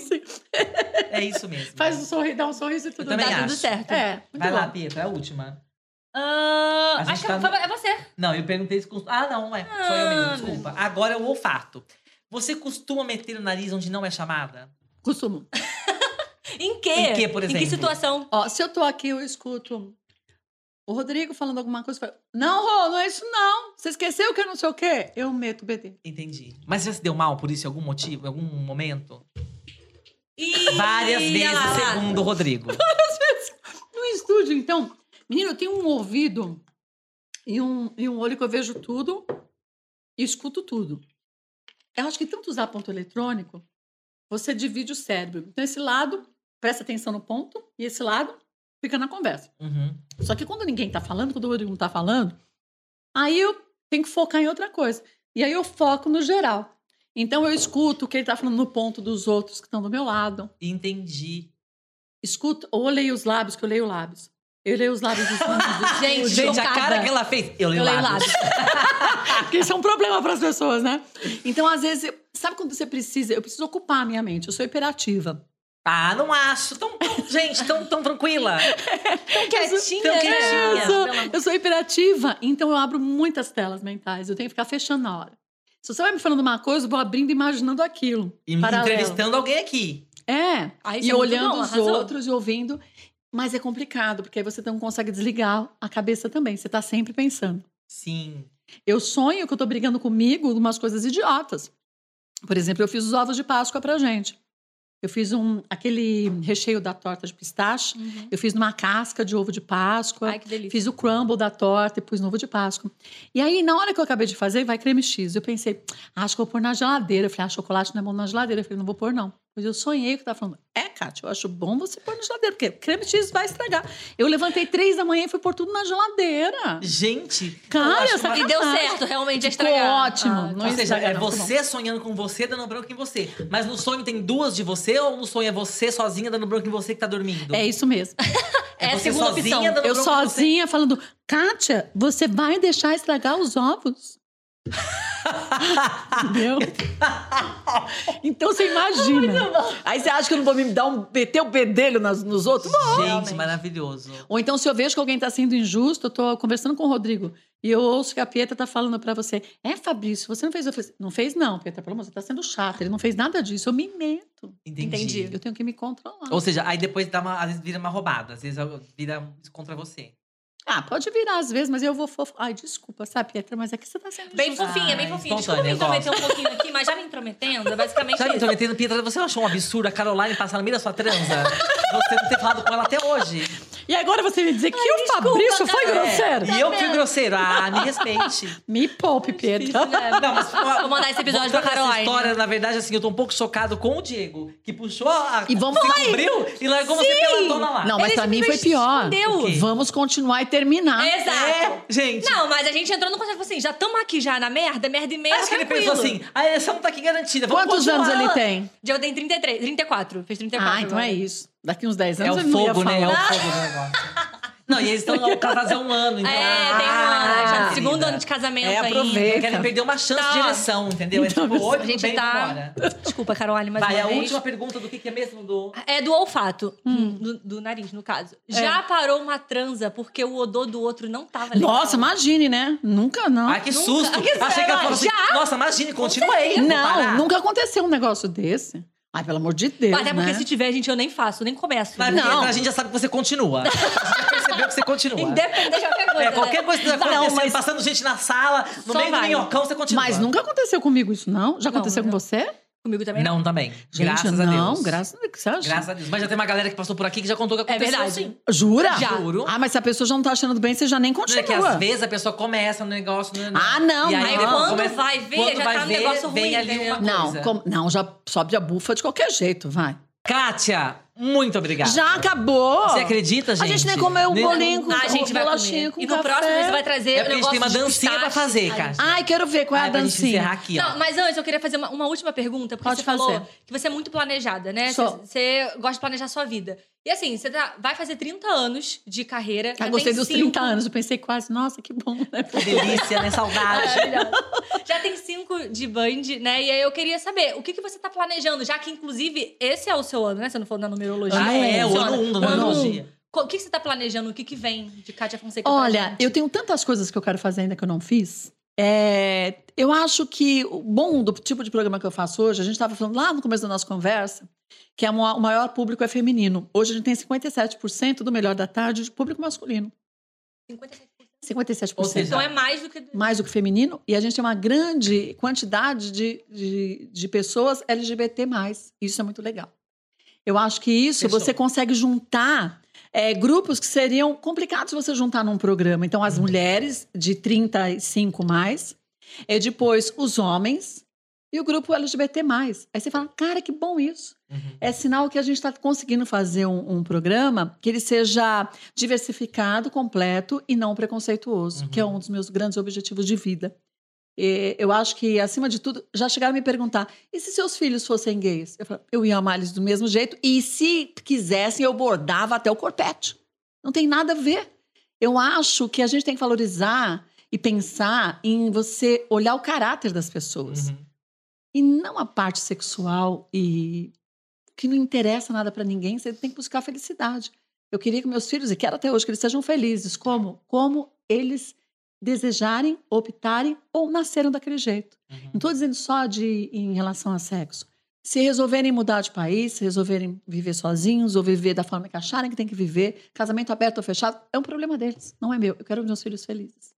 É isso mesmo. Faz um sorriso, dá um sorriso e tudo também bem. Tá acho. tudo certo. É, muito Vai lá, bom. Pietra, é a última. Ah, A gente acho que tá no- foi- é você. Não, eu perguntei se costuma. Ah, não, é. Sou eu mesmo, desculpa. Agora é o olfato. Você costuma meter o nariz onde não é chamada? Costumo. Em quê? Em quê, por Em que exemplo? situação? Ó, se eu tô aqui, eu escuto o Rodrigo falando alguma coisa. eu falo, não, Rô, não é isso não. Você esqueceu que eu não sei o quê? Eu meto o BD. Entendi. Mas você já se deu mal por isso em algum motivo, em algum momento? Ih, Várias olha vezes, lá, lá. segundo o Rodrigo. No estúdio, então. Menino, eu tenho um ouvido e um, e um olho que eu vejo tudo e escuto tudo. Eu acho que tanto usar ponto eletrônico, você divide o cérebro. Então, esse lado presta atenção no ponto e esse lado fica na conversa. Uhum. Só que quando ninguém tá falando, quando o Rodrigo não tá falando, aí eu tenho que focar em outra coisa. E aí eu foco no geral. Então eu escuto o que ele tá falando no ponto dos outros que estão do meu lado. Entendi. Escuto, ou leio os lábios, que eu leio lábios. Eu leio os lábios dos outros. Gente, Gente, a chocada. cara que ela fez. Eu leio Eu [laughs] leio lábios. Porque isso é um problema para as pessoas, né? Então, às vezes, eu- sabe quando você precisa? Eu preciso ocupar a minha mente, eu sou hiperativa. Ah, não acho. Tão, tão- gente, tão, tão tranquila. Tão quietinha, Tão né? quietinha. Pelo Eu sou, amor de eu sou hiperativa, então eu abro muitas telas mentais. Eu tenho que ficar fechando na hora. Se você vai me falando uma coisa, eu vou abrindo e imaginando aquilo. E me Paralelo. entrevistando alguém aqui. É. Aí e você é muito olhando bom, os arrasou. outros e ouvindo. Mas é complicado, porque aí você não consegue desligar a cabeça também. Você tá sempre pensando. Sim. Eu sonho que eu tô brigando comigo de umas coisas idiotas. Por exemplo, eu fiz os ovos de Páscoa pra gente. Eu fiz um aquele recheio da torta de pistache. Uhum. Eu fiz numa casca de ovo de Páscoa. Ai, que delícia. Fiz o crumble da torta e pus no ovo de Páscoa. E aí, na hora que eu acabei de fazer, vai creme X. Eu pensei, "Ah, acho que eu vou pôr na geladeira. Eu falei, ah, chocolate não é bom na geladeira. Eu falei, não vou pôr, não. Mas eu sonhei que eu tava falando, é, Kátia, eu acho bom você pôr na geladeira, porque creme X vai estragar. Eu levantei três da manhã e fui pôr tudo na geladeira. Gente. eu Cara, acho essa uma- E deu certo, realmente, é Ficou estragar. ótimo. Ah, Não Ou seja, estraga, é não, tá bom. você sonhando com você, dando branco em você. Mas no sonho tem duas de você ou no sonho é você sozinha dando branco em você que tá dormindo? É isso mesmo. É é a você segunda sozinha opção. dando Eu bronca em você. sozinha falando, Kátia, você vai deixar estragar os [laughs] ovos? Entendeu? Então você imagina. Aí você acha que eu não vou me dar um meter o bedelho nas- nos outros? Vou. Gente, Realmente. maravilhoso. Ou então, se eu vejo que alguém está sendo injusto, eu tô conversando com o Rodrigo e eu ouço que a Pietra tá falando para você: É, Fabrício, você não fez. Eu falei, não fez, não, Pietra, pelo amor, de Deus, você tá sendo chata, ele não fez nada disso. Eu me meto. Entendi. Entendi. Eu tenho que me controlar. Ou seja, aí depois dá uma, às vezes vira uma roubada, às vezes vira contra você. Ah, pode virar às vezes, mas eu vou fofo. Ai, desculpa, sabe, Pietra, mas é que você tá sendo Bem injusta. fofinha, bem Ah, fofinha. Desculpa me espontânea, intrometer um pouquinho aqui, mas já me intrometendo, é basicamente Já me isso. intrometendo, Pietra, você não achou um absurdo a Caroline passar no meio da sua transa? Você não ter falado com ela até hoje. E agora você me dizer que o desculpa, Fabrício foi cara. grosseiro? E eu fui grosseiro. Ah, me respeite. Me poupe, Pietra. É, Não, mas Vou mandar esse episódio voltando pra a Caroline. Essa história, na verdade, assim, eu tô um pouco chocado com o Diego, que puxou a. E vamos se falar aí. cobriu e largou você pela dona lá. Não, mas Ele pra mim foi simplesmente pior. escondeu. O quê? Vamos continuar e terminar. Exato. É, gente. Não, mas a gente entrou no conceito e falou assim: já estamos aqui já na merda, merda e meia. Acho que ele tranquilo. pensou assim, a eleição tá aqui garantida. Vamos Quantos continuar. anos ele tem? Já tem 33, 34. Fez 34. Ah, então agora. é isso. Daqui uns 10 É anos o ele não ia fogo, né? É o falar. fogo do negócio. [laughs] Não, e eles estão casados há um ano, então. É, tem um ano, já no Ah, segundo querida. ano de casamento É, ainda. aproveita. Não querem perder uma chance Tá. de eleição, entendeu? Então, é tipo, oi, A tudo gente bem, tá. vambora. Desculpa, Caroline, mas. Vai, uma a vez. última Hum. pergunta do que, que é mesmo do. É do olfato, do, do nariz, no caso. É. Já parou uma transa porque o odor do outro não tava legal? Nossa, imagine, né? Nunca, Ah, não. Ai, que [laughs] susto! Achei que ela falou assim, nossa, imagine, continuei. vou não, é parar. é nunca aconteceu um negócio desse. Ai, pelo amor de Deus, Até é porque né? se tiver, gente, eu nem faço, nem começo. Mas Não. Pietra, a gente já sabe que você continua. A gente já percebeu que você continua. Independente de qualquer coisa. [laughs] É, qualquer né? coisa que tá Não, acontecendo, mas- passando gente na sala, no Só meio vai. do minhocão, você continua. Mas nunca aconteceu comigo isso, não? Já Não, aconteceu não. com você? Comigo também. Não, também. Gente, graças não, a Deus. graças a Deus. O que você acha? Graças a Deus. Mas já tem uma galera que passou por aqui que já contou que É aconteceu verdade. sim. Jura? Já. Juro. Ah, mas se a pessoa já não tá achando bem, você já nem Não continua. é que às vezes a pessoa começa um negócio. né, né? Ah, não, E Aí não. depois quando começa- vai ver, quando já vai tá um ver, negócio ruim. vem ali entendeu? é uma Não, coisa. com- não, já sobe a bufa de qualquer jeito, vai. Kátia, muito obrigada. Já acabou. Você acredita, gente? A gente nem comeu um Nem- bolinho com Ah, a gente vai bolachinha comer. com E no café. próximo você vai trazer É o porque a gente negócio tem uma de dancinha pra pistache. fazer, Ai, Kátia. Ai, quero ver qual é Ai, a pra gente encerrar aqui, dancinha. ó. Não, mas antes eu queria fazer uma, uma última pergunta, porque Pode você falou fazer. que você é muito planejada, né? Você, Sou. você gosta de planejar a sua vida. E assim, você tá- vai fazer 30 anos de carreira. já Eu tem gostei dos cinco- 30 anos. Eu pensei quase, nossa, que bom, né? Que delícia, né? [laughs] Saudade. Já tem cinco de band, né? E aí eu queria saber, o que, que você tá planejando? Já que, inclusive, esse é o seu ano, né? Você não falou na numerologia. Ah, é, o Funciona. ano 1 um da O ano numerologia. um. Co- O que, que você tá planejando? O que, que vem de Kátia Fonseca? pra Olha, gente? eu tenho tantas coisas que eu quero fazer ainda que eu não fiz. É, eu acho que o bom do tipo de programa que eu faço hoje, a gente estava falando lá no começo da nossa conversa, que é uma- o maior público é feminino. Hoje a gente tem 57% do melhor da tarde de público masculino. 57%. 57%. Ou seja, Então é mais do que. mais do que feminino, e a gente tem uma grande quantidade de, de, de pessoas LGBT. Isso é muito legal. Eu acho que isso Fechou. você consegue juntar é, grupos que seriam complicados você juntar num programa. Então, Uhum. as mulheres de 35 mais, e depois os homens. e o grupo LGBT. Aí você fala, cara, que bom isso. Uhum. É sinal que a gente está conseguindo fazer um, um programa que ele seja diversificado, completo e não preconceituoso, Uhum. que é um dos meus grandes objetivos de vida. E eu acho que, acima de tudo, já chegaram a me perguntar: e se seus filhos fossem gays? Eu falo, eu ia amar eles do mesmo jeito, e se quisessem, eu bordava até o corpete. Não tem nada a ver. Eu acho que a gente tem que valorizar e pensar em você olhar o caráter das pessoas Uhum. e não a parte sexual e que não interessa nada pra ninguém, você tem que buscar a felicidade. Eu queria que meus filhos, e quero até hoje, que eles sejam felizes. Como? Como eles desejarem, optarem ou nasceram daquele jeito. Uhum. Não estou dizendo só de em relação a sexo. Se resolverem mudar de país, se resolverem viver sozinhos ou viver da forma que acharem que tem que viver, casamento aberto ou fechado, é um problema deles, não é meu. Eu quero meus filhos felizes.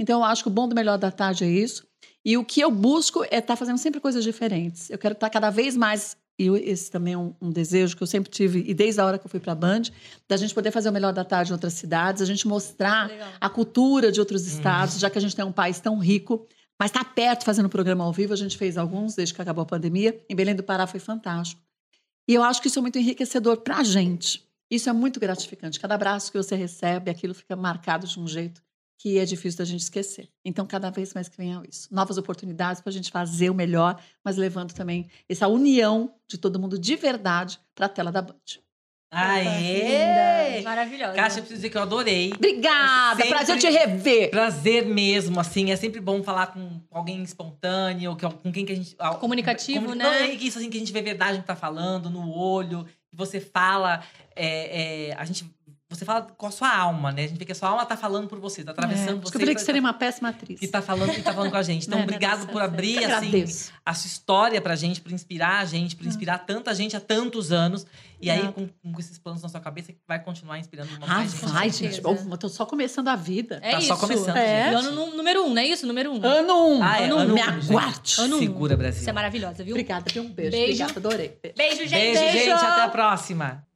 Então, eu acho que o bom do melhor da tarde é isso. E o que eu busco é estar fazendo sempre coisas diferentes. Eu quero estar cada vez mais. E eu- esse também é um, um desejo que eu sempre tive, e desde a hora que eu fui para a Band, da gente poder fazer o melhor da tarde em outras cidades, a gente mostrar Legal. a cultura de outros Uhum. estados, já que a gente tem um país tão rico. Mas está perto fazendo programa ao vivo, a gente fez alguns desde que acabou a pandemia. Em Belém do Pará foi fantástico. E eu acho que isso é muito enriquecedor para a gente. Isso é muito gratificante. Cada abraço que você recebe, aquilo fica marcado de um jeito que é difícil da gente esquecer. Então, cada vez mais que venham isso. Novas oportunidades para a gente fazer o melhor, mas levando também essa união de todo mundo de verdade para a tela da Band. Tá Aê! Maravilhosa. Caixa, eu preciso dizer que eu adorei. Obrigada! É Sempre- Prazer te rever! Prazer mesmo, assim. É sempre bom falar com alguém espontâneo, que- é com quem que a gente. al- Comunicativo, comuni- né? Não, é isso assim que a gente vê verdade no que tá falando, no olho. que Você fala. é, é, a gente, você fala com a sua alma, né? A gente vê que a sua alma tá falando por você, tá atravessando você. É, Descobri tá- que seria uma péssima atriz. E tá falando, e tá falando com a gente. Então, É, obrigado tá por abrir, assim, Agradeço. a sua história pra gente, por inspirar a gente, Hum. por inspirar tanta gente há tantos anos. E aí, com, com esses planos na sua cabeça, que vai continuar inspirando uma Ah, mais gente. vai, certeza. gente. Bom, eu tô só começando a vida. É tá isso. só começando, É. E gente. ano num- número um, não é isso? Número um. Ano 1. Um. Ah, é, ano ano um. Me um, gente. aguarde. Ano um. Segura, Brasil. Você é maravilhosa, viu? Obrigada, viu? Um beijo. Beijo. Obrigada, adorei. Beijo. Beijo, gente. Beijo, gente. Até a próxima.